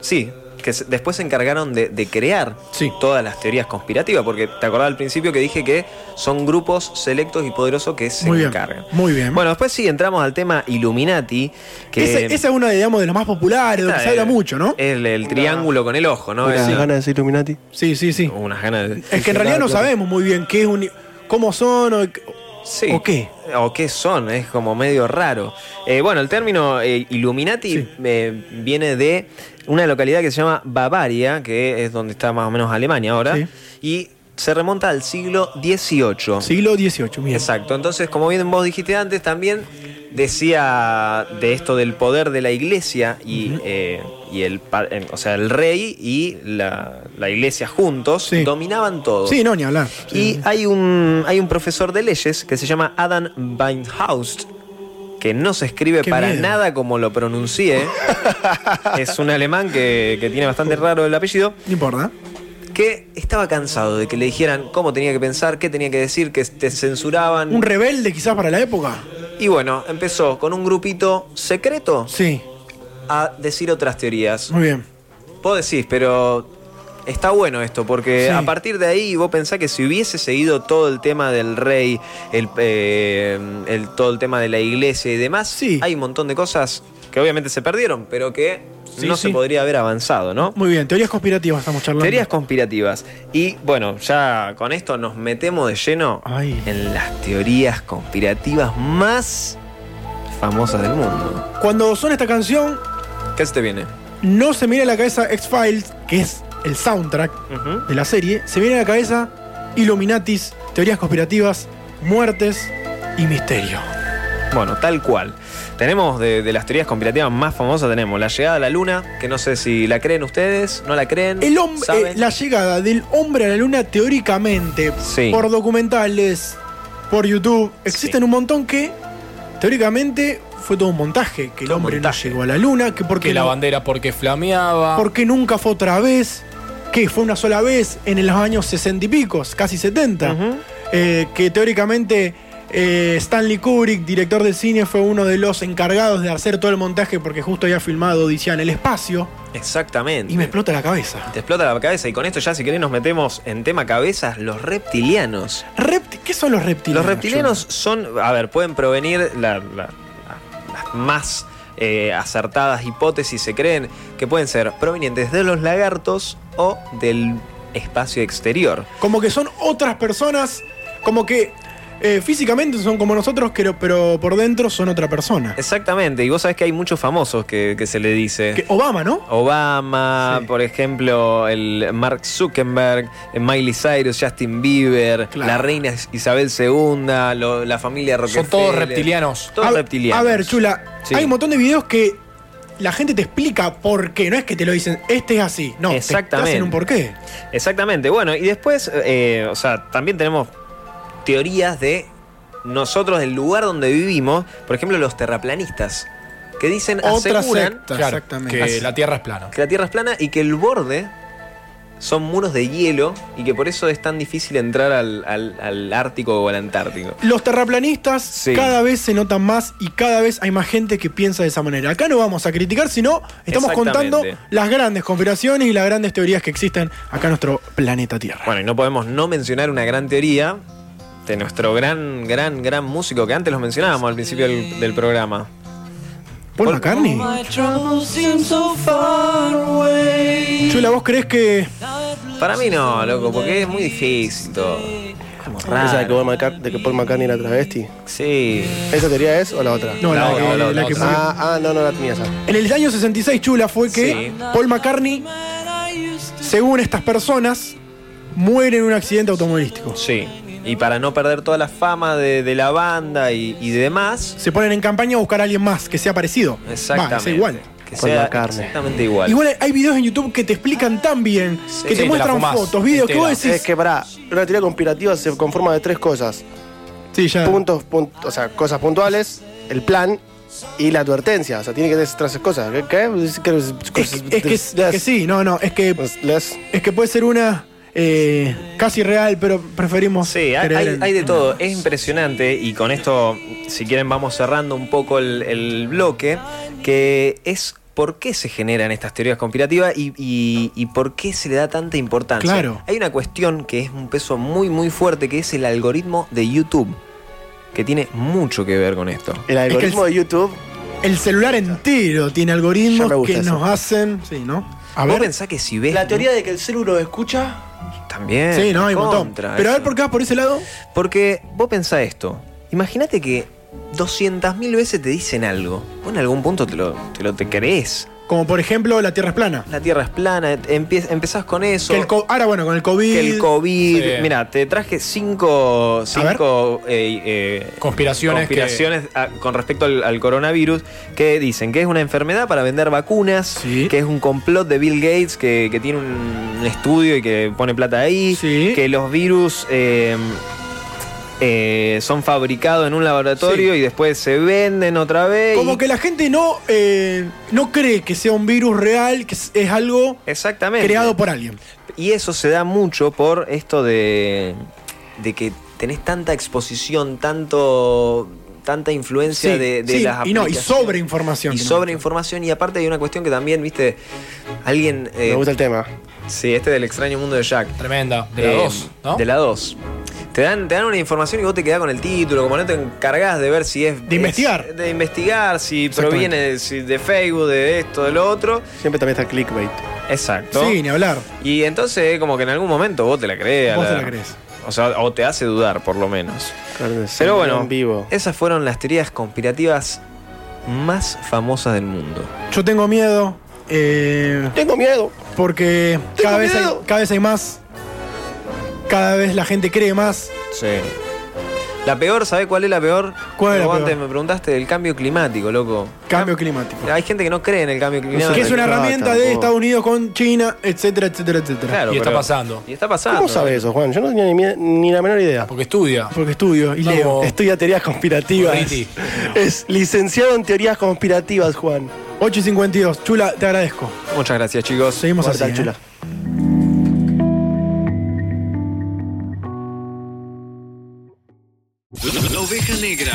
Speaker 1: Sí, que se- después se encargaron de, de crear todas las teorías conspirativas, porque te acordás al principio que dije que son grupos selectos y poderosos que se
Speaker 8: Muy bien.
Speaker 1: encargan.
Speaker 8: Muy bien.
Speaker 1: Bueno, después sí entramos al tema Illuminati, que
Speaker 8: Ese- esa es una digamos, de las más populares, de lo que se
Speaker 1: Ah,
Speaker 8: habla
Speaker 1: eh,
Speaker 8: mucho, ¿no?
Speaker 1: es el, el triángulo con el ojo, ¿no?
Speaker 10: ¿Unas
Speaker 1: Esa-
Speaker 10: ganas de ser Illuminati?
Speaker 8: Sí, sí, sí.
Speaker 1: Unas ganas de-
Speaker 8: Es que en realidad no sabemos muy bien qué es un. cómo son o,
Speaker 1: Sí.
Speaker 8: o qué.
Speaker 1: ¿O qué son? Es como medio raro. Eh, bueno, el término eh, Illuminati eh, viene de una localidad que se llama Bavaria, que es donde está más o menos Alemania ahora, y se remonta al siglo XVIII.
Speaker 8: Siglo XVIII, mira.
Speaker 1: Exacto. Entonces, como bien vos dijiste antes, también decía de esto del poder de la iglesia y, eh, y el, pa- eh, o sea, el rey y la, la iglesia juntos dominaban todo.
Speaker 8: Sí, no, ni hablar.
Speaker 1: Y hay un, hay un profesor de leyes que se llama Adam Beinhaust, que no se escribe
Speaker 8: Qué
Speaker 1: para
Speaker 8: miedo.
Speaker 1: nada como lo pronuncié. es un alemán que, que tiene bastante raro el apellido.
Speaker 8: No importa.
Speaker 1: que estaba cansado de que le dijeran cómo tenía que pensar, qué tenía que decir, que te censuraban.
Speaker 8: Un rebelde quizás para la época.
Speaker 1: Y bueno, empezó con un grupito secreto.
Speaker 8: Sí.
Speaker 1: A decir otras teorías.
Speaker 8: Muy bien.
Speaker 1: Vos decís, pero está bueno esto, porque
Speaker 8: Sí.
Speaker 1: a partir de ahí vos pensás que si hubiese seguido todo el tema del rey, el, eh, el- todo el tema de la iglesia y demás, hay un montón de cosas que obviamente se perdieron, pero que
Speaker 8: Sí,
Speaker 1: no se
Speaker 8: sí.
Speaker 1: podría haber avanzado, ¿no?
Speaker 8: Muy bien, teorías conspirativas estamos charlando.
Speaker 1: Teorías conspirativas. Y bueno, ya con esto nos metemos de lleno en las teorías conspirativas más famosas del mundo.
Speaker 8: Cuando suena esta canción,
Speaker 1: ¿Qué se te este viene?
Speaker 8: no se me viene a la cabeza X-Files, que es el soundtrack de la serie, se viene a la cabeza Illuminatis, teorías conspirativas, muertes y misterio.
Speaker 1: Bueno, tal cual. Tenemos de, de las teorías conspirativas más famosas, tenemos la llegada a la luna, que no sé si la creen ustedes, no la creen.
Speaker 8: El hom- eh,
Speaker 1: ¿saben?
Speaker 8: la llegada del hombre a la luna teóricamente,
Speaker 1: Sí.
Speaker 8: por documentales, por YouTube, existen un montón que teóricamente fue todo un montaje, que el hombre no llegó a la luna, que porque
Speaker 3: Que la bandera porque flameaba.
Speaker 8: ¿Por qué nunca fue otra vez? Que fue una sola vez en los años 60 y picos, casi 70. Eh, que teóricamente eh, Stanley Kubrick, director de cine, fue uno de los encargados de hacer todo el montaje porque justo había filmado Odisea en el espacio.
Speaker 1: Exactamente.
Speaker 8: Y me explota la cabeza.
Speaker 1: Te explota la cabeza y con esto ya si querés nos metemos en tema cabezas, los reptilianos.
Speaker 8: Repti- ¿Qué son los reptilianos?
Speaker 1: Los reptilianos son, a ver, pueden provenir la- la- las más eh, acertadas hipótesis, se creen, que pueden ser provenientes de los lagartos o del espacio exterior.
Speaker 8: Como que son otras personas, como que eh, físicamente son como nosotros, pero, pero por dentro son otra persona.
Speaker 1: Exactamente, y vos sabés que hay muchos famosos que, que se le dice.
Speaker 8: Que Obama, ¿no?
Speaker 1: Obama, por ejemplo, el Mark Zuckerberg, eh, Miley Cyrus, Justin Bieber, la reina Isabel II, lo- la familia Rockefeller.
Speaker 3: Son todos reptilianos.
Speaker 1: Todos
Speaker 8: a, ver-
Speaker 1: reptilianos.
Speaker 8: A ver, Chula,
Speaker 1: Sí.
Speaker 8: hay un montón de videos que la gente te explica por qué. No es que te lo dicen, este es así. No, te- Te,
Speaker 1: Exactamente.
Speaker 8: hacen un por qué.
Speaker 1: Exactamente. Bueno, y después, eh, o sea, también tenemos teorías de nosotros, del lugar donde vivimos. Por ejemplo, los terraplanistas, que dicen,
Speaker 3: Otra
Speaker 1: aseguran
Speaker 3: secta, Claro, exactamente. que la Tierra es plana.
Speaker 1: Que la Tierra es plana y que el borde son muros de hielo y que por eso es tan difícil entrar al, al- al Ártico o al Antártico.
Speaker 8: Los terraplanistas
Speaker 1: Sí.
Speaker 8: cada vez se notan más y cada vez hay más gente que piensa de esa manera. Acá no vamos a criticar, sino estamos
Speaker 1: Exactamente.
Speaker 8: contando las grandes conspiraciones y las grandes teorías que existen acá en nuestro planeta Tierra.
Speaker 1: Bueno, y no podemos no mencionar una gran teoría de nuestro gran, gran, gran músico que antes los mencionábamos al principio del, del programa.
Speaker 8: Paul McCartney. Chula, ¿vos crees que
Speaker 1: Para mí no, loco, porque es muy difícil todo. Como raro.
Speaker 10: Esa de que, Paul McCart- de que Paul McCartney era travesti.
Speaker 1: Sí.
Speaker 10: ¿Esa teoría es o la otra?
Speaker 8: No, la La otra, que- la la la que otra. murió.
Speaker 10: Ah, ah, no, no la tenía esa.
Speaker 8: En el año 66, Chula, fue que Paul McCartney, según estas personas, muere en un accidente automovilístico.
Speaker 1: Sí. Y para no perder toda la fama de, de la banda y, y demás.
Speaker 8: Se ponen en campaña a buscar a alguien más que sea parecido.
Speaker 1: Exactamente.
Speaker 8: Va, es igual.
Speaker 1: Que
Speaker 8: Paul
Speaker 1: sea
Speaker 8: McCartney.
Speaker 1: exactamente igual.
Speaker 8: Igual hay videos en YouTube que te explican tan bien, que
Speaker 10: Sí,
Speaker 8: te
Speaker 10: la
Speaker 8: muestran
Speaker 10: fumás,
Speaker 8: fotos, videos, que
Speaker 10: entera.
Speaker 8: vos decís.
Speaker 10: Es que pará, una teoría conspirativa se conforma de tres cosas.
Speaker 8: Sí, ya.
Speaker 10: Puntos, pun- o sea, cosas puntuales, el plan y la advertencia. O sea, tiene que decir tres cosas. ¿Qué? ¿Qué?
Speaker 8: Es que, es que- que sí, no, no, es que. Es que puede ser una eh, casi real, pero preferimos.
Speaker 1: Sí, hay,
Speaker 8: creer
Speaker 1: hay-
Speaker 8: en-
Speaker 1: hay de todo. Es impresionante y con esto, si quieren, vamos cerrando un poco el, el bloque, que es por qué se generan estas teorías conspirativas y, y- y por qué se le da tanta importancia.
Speaker 8: Claro.
Speaker 1: Hay una cuestión que es un peso muy, muy fuerte, que es el algoritmo de YouTube, que tiene mucho que ver con esto.
Speaker 10: El
Speaker 8: Es que el-
Speaker 10: algoritmo de YouTube.
Speaker 8: El celular entero tiene algoritmos
Speaker 1: Ya me gusta
Speaker 8: que
Speaker 1: eso.
Speaker 8: nos hacen. Sí, ¿no? A
Speaker 1: Vos
Speaker 8: ver.
Speaker 1: pensás que si ves...
Speaker 10: La teoría de que el celular escucha.
Speaker 1: También.
Speaker 8: Sí, no, hay un montón.
Speaker 1: contra
Speaker 8: Pero a
Speaker 1: eso.
Speaker 8: ver por qué vas por ese lado.
Speaker 1: Porque vos pensás esto. Imagínate que 200.000 veces te dicen algo. Vos en algún punto te lo, te lo te crees.
Speaker 8: Como por ejemplo, la Tierra es plana.
Speaker 1: La Tierra es plana, empie- empezás con eso.
Speaker 8: Que el co- ahora, bueno, con el COVID.
Speaker 1: que el COVID.
Speaker 8: Sí.
Speaker 1: Mira, te traje cinco, cinco, eh, eh,
Speaker 3: Conspiraciones que-
Speaker 1: conspiraciones a- con respecto al, al coronavirus que dicen que es una enfermedad para vender vacunas, que es un complot de Bill Gates que, que tiene un estudio y que pone plata ahí, que los virus eh, eh, son fabricados en un laboratorio y después se venden otra vez.
Speaker 8: Como que la gente no, eh, no cree que sea un virus real, que es, es algo
Speaker 1: Exactamente.
Speaker 8: creado por alguien.
Speaker 1: Y eso se da mucho por esto de, de que tenés tanta exposición, tanto tanta influencia
Speaker 8: Sí,
Speaker 1: de, de
Speaker 8: sí,
Speaker 1: las
Speaker 8: y no, y
Speaker 1: aplicaciones.
Speaker 8: sobre información.
Speaker 1: Y sobre información, y aparte hay una cuestión que también, viste, alguien. eh,
Speaker 10: Me gusta el tema.
Speaker 1: Sí, este del extraño mundo de Jack.
Speaker 3: Tremenda. De la
Speaker 1: Eh,
Speaker 3: dos, ¿no?
Speaker 1: De la 2. Te dan, te dan una información y vos te quedás con el título, como no te encargás de ver si es.
Speaker 10: De investigar.
Speaker 1: es- de investigar, si
Speaker 10: Exactamente.
Speaker 1: proviene de, si de Facebook, de esto, de lo otro.
Speaker 10: Siempre también está clickbait.
Speaker 1: Exacto.
Speaker 8: Sí, ni hablar.
Speaker 1: Y entonces, como que en algún momento vos te la creas.
Speaker 10: Vos te la crees.
Speaker 1: O sea, o te hace dudar, por lo menos. Pero bueno,
Speaker 10: en vivo.
Speaker 1: esas fueron las teorías conspirativas más famosas del mundo.
Speaker 8: Yo tengo miedo. eh,
Speaker 10: tengo miedo.
Speaker 8: Porque cada, vez hay, cada vez hay más. Cada vez la gente cree más.
Speaker 1: Sí. La peor, ¿sabés cuál es la peor?
Speaker 8: ¿Cuál es la
Speaker 1: Vos antes
Speaker 8: peor?
Speaker 1: me preguntaste del cambio climático, loco.
Speaker 8: Cambio climático.
Speaker 1: Hay gente que no cree en el cambio climático.
Speaker 8: que es una herramienta de Estados Unidos con China, etcétera, etcétera, etcétera.
Speaker 1: Claro, pero- Y está pasando.
Speaker 10: ¿Cómo sabes eso, Juan? Yo no tenía ni, mie- ni la menor idea.
Speaker 3: Porque estudia.
Speaker 8: Porque estudio y
Speaker 10: leo. Estudia teorías conspirativas.
Speaker 3: Riti.
Speaker 10: Es licenciado en teorías conspirativas, Juan.
Speaker 8: 8 y 52. Chula, te agradezco.
Speaker 1: Muchas gracias, chicos.
Speaker 8: Seguimos así, ¿eh?
Speaker 5: La oveja negra.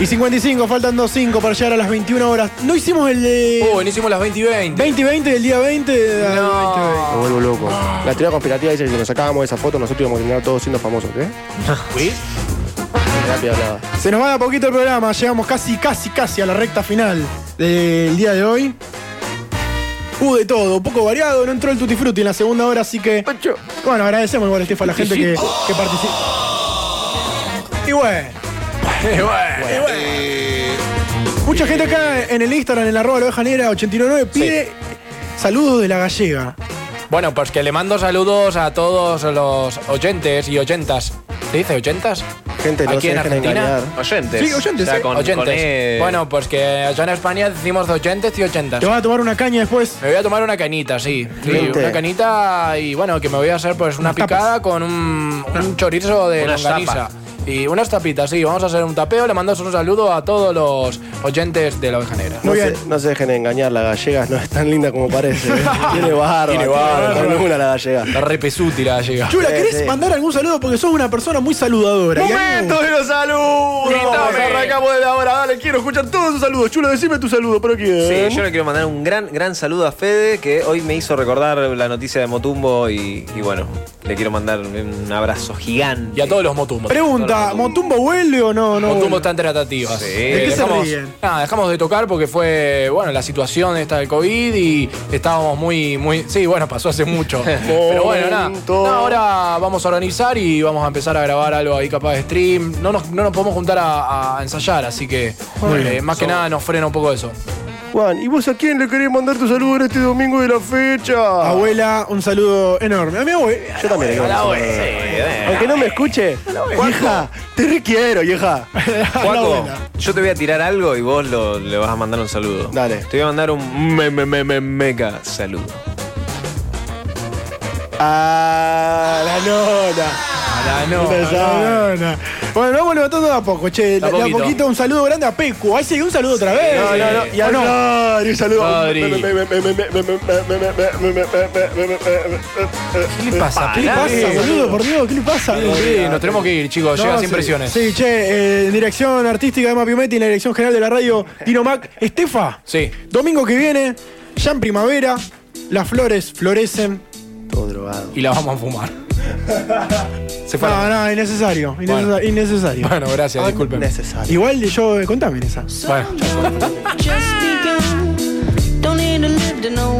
Speaker 8: Y 55, faltan 2.5 para llegar a las 21 horas. No hicimos el de.
Speaker 3: Oh, no hicimos las 20 y 20.
Speaker 8: 20 y 20 del día 20. de-
Speaker 10: Me vuelvo loco. La teoría conspirativa dice que si nos sacábamos esa foto, nosotros íbamos a terminar todos siendo famosos, ¿eh? ¿qué?
Speaker 3: ¿Sí?
Speaker 10: Rápido hablaba.
Speaker 8: Se nos va de a poquito el programa. Llegamos casi, casi, casi a la recta final del día de hoy. Hubo de todo, un poco variado. No entró el Tutti Frutti en la segunda hora, así que. Bueno, agradecemos igual, Estefa, a la gente que, que participó. Y bueno.
Speaker 3: Y Ah, bueno.
Speaker 8: Mucha gente acá en el Instagram, en la arroba la oveja negra 899, pide saludos de la gallega.
Speaker 3: Bueno, pues que le mando saludos a todos los oyentes y ochentas. ¿Se dice ochentas?
Speaker 10: Gente, no
Speaker 3: Aquí
Speaker 10: se
Speaker 3: en
Speaker 10: dejen
Speaker 3: Argentina.
Speaker 10: engañar.
Speaker 1: Oyentes.
Speaker 8: Sí, oyentes,
Speaker 1: O
Speaker 8: ¿eh?
Speaker 1: sea,
Speaker 8: sí.
Speaker 1: con-
Speaker 3: Oyentes.
Speaker 1: con E.
Speaker 3: Bueno, pues que allá en España decimos ochentes y ochentas.
Speaker 8: Te vas a tomar una caña después.
Speaker 3: Me voy a tomar una canita, sí. Sí,
Speaker 8: Gente.
Speaker 3: una canita y bueno, que me voy a hacer pues una picada con un, un chorizo de
Speaker 1: Unas
Speaker 3: longaniza.
Speaker 1: tapas.
Speaker 3: Y unas tapitas, sí. Vamos a hacer un tapeo. Le mando un saludo a todos los oyentes de La Oveja Negra.
Speaker 10: No se, no se dejen engañar, la gallega no es tan linda como parece. ¿eh? Tiene barba.
Speaker 3: Tiene barba.
Speaker 10: tiene ternura la gallega.
Speaker 3: La repesuti la llega.
Speaker 8: Chula, ¿querés
Speaker 10: sí.
Speaker 8: mandar algún saludo? Porque sos una persona muy saludadora. Y a mí me gusta.
Speaker 10: ¡Momento de los saludos!
Speaker 1: Grítame.
Speaker 10: Arrancamos de la hora, dale, quiero escuchar todos sus saludos. Chulo, decime tu saludo, ¿para quién?
Speaker 1: Sí, yo le quiero mandar un gran, gran saludo a Fede, que hoy me hizo recordar la noticia de Motumbo y, y bueno, le quiero mandar un abrazo gigante.
Speaker 3: Y a todos los motumbos.
Speaker 8: Pregunta, ¿Montumbo vuelve o no? no
Speaker 3: Motumbo
Speaker 8: vuelve?
Speaker 3: está en tratativas. Eh,
Speaker 8: ¿De qué se
Speaker 3: dejamos,
Speaker 8: ríen?
Speaker 3: nada, dejamos de tocar porque fue, bueno, la situación esta del COVID y estábamos muy, muy. Sí, bueno, pasó hace mucho. Pero bueno, nada.
Speaker 10: Momento.
Speaker 3: No, ahora vamos a organizar y vamos a empezar a grabar algo ahí capaz de stream. No nos, no nos podemos juntar a, a ensayar, así que
Speaker 10: Muy
Speaker 3: eh,
Speaker 10: bien.
Speaker 3: más que nada nos frena un poco eso.
Speaker 10: Juan, ¿y vos a quién le querés mandar tu saludo en este domingo de la fecha?
Speaker 8: Abuela, un saludo enorme. A mi abue-
Speaker 10: Yo también le quiero mandar un saludo. Aunque no me escuche, vieja, te requiero, vieja.
Speaker 1: Juaco, yo te voy a tirar algo y vos lo- le vas a mandar un saludo.
Speaker 10: Dale.
Speaker 1: Te voy a mandar un me, me, me, me- mega saludo.
Speaker 10: A la nona.
Speaker 3: Ah, no.
Speaker 8: Ah, no, no. Bueno, vamos levantando de a poco, che. De
Speaker 3: De a
Speaker 8: a poquito.
Speaker 3: poquito.
Speaker 8: un saludo grande a Pecu. Ahí sí, un saludo otra vez.
Speaker 10: No, no, no. Y a
Speaker 8: ¿O no?
Speaker 10: Nori, un saludo.
Speaker 3: Nori.
Speaker 10: ¿Qué
Speaker 3: ¿Qué le pasa?
Speaker 8: ¿Qué le pasa, boludo? Por Dios, ¿qué le pasa?
Speaker 3: Sí, nos tenemos que ir, chicos.
Speaker 8: No,
Speaker 3: Llega
Speaker 8: sí.
Speaker 3: sin presiones.
Speaker 8: Sí, che, eh, en dirección artística de Mapiometti, en la dirección general de la radio Dino Mac. Estefa,
Speaker 3: Sí.
Speaker 8: domingo que viene, ya en primavera, las flores florecen.
Speaker 10: Todo drogado.
Speaker 3: Y la vamos a fumar. Se fue.
Speaker 8: Ah, No, no, innecesario. innecesa-
Speaker 3: Bueno.
Speaker 8: Innecesario.
Speaker 3: Bueno, gracias, disculpen.
Speaker 10: Necesario.
Speaker 8: Igual yo, eh, contame, Nessa.
Speaker 3: Bueno.
Speaker 16: Just begun. Don't need to live to know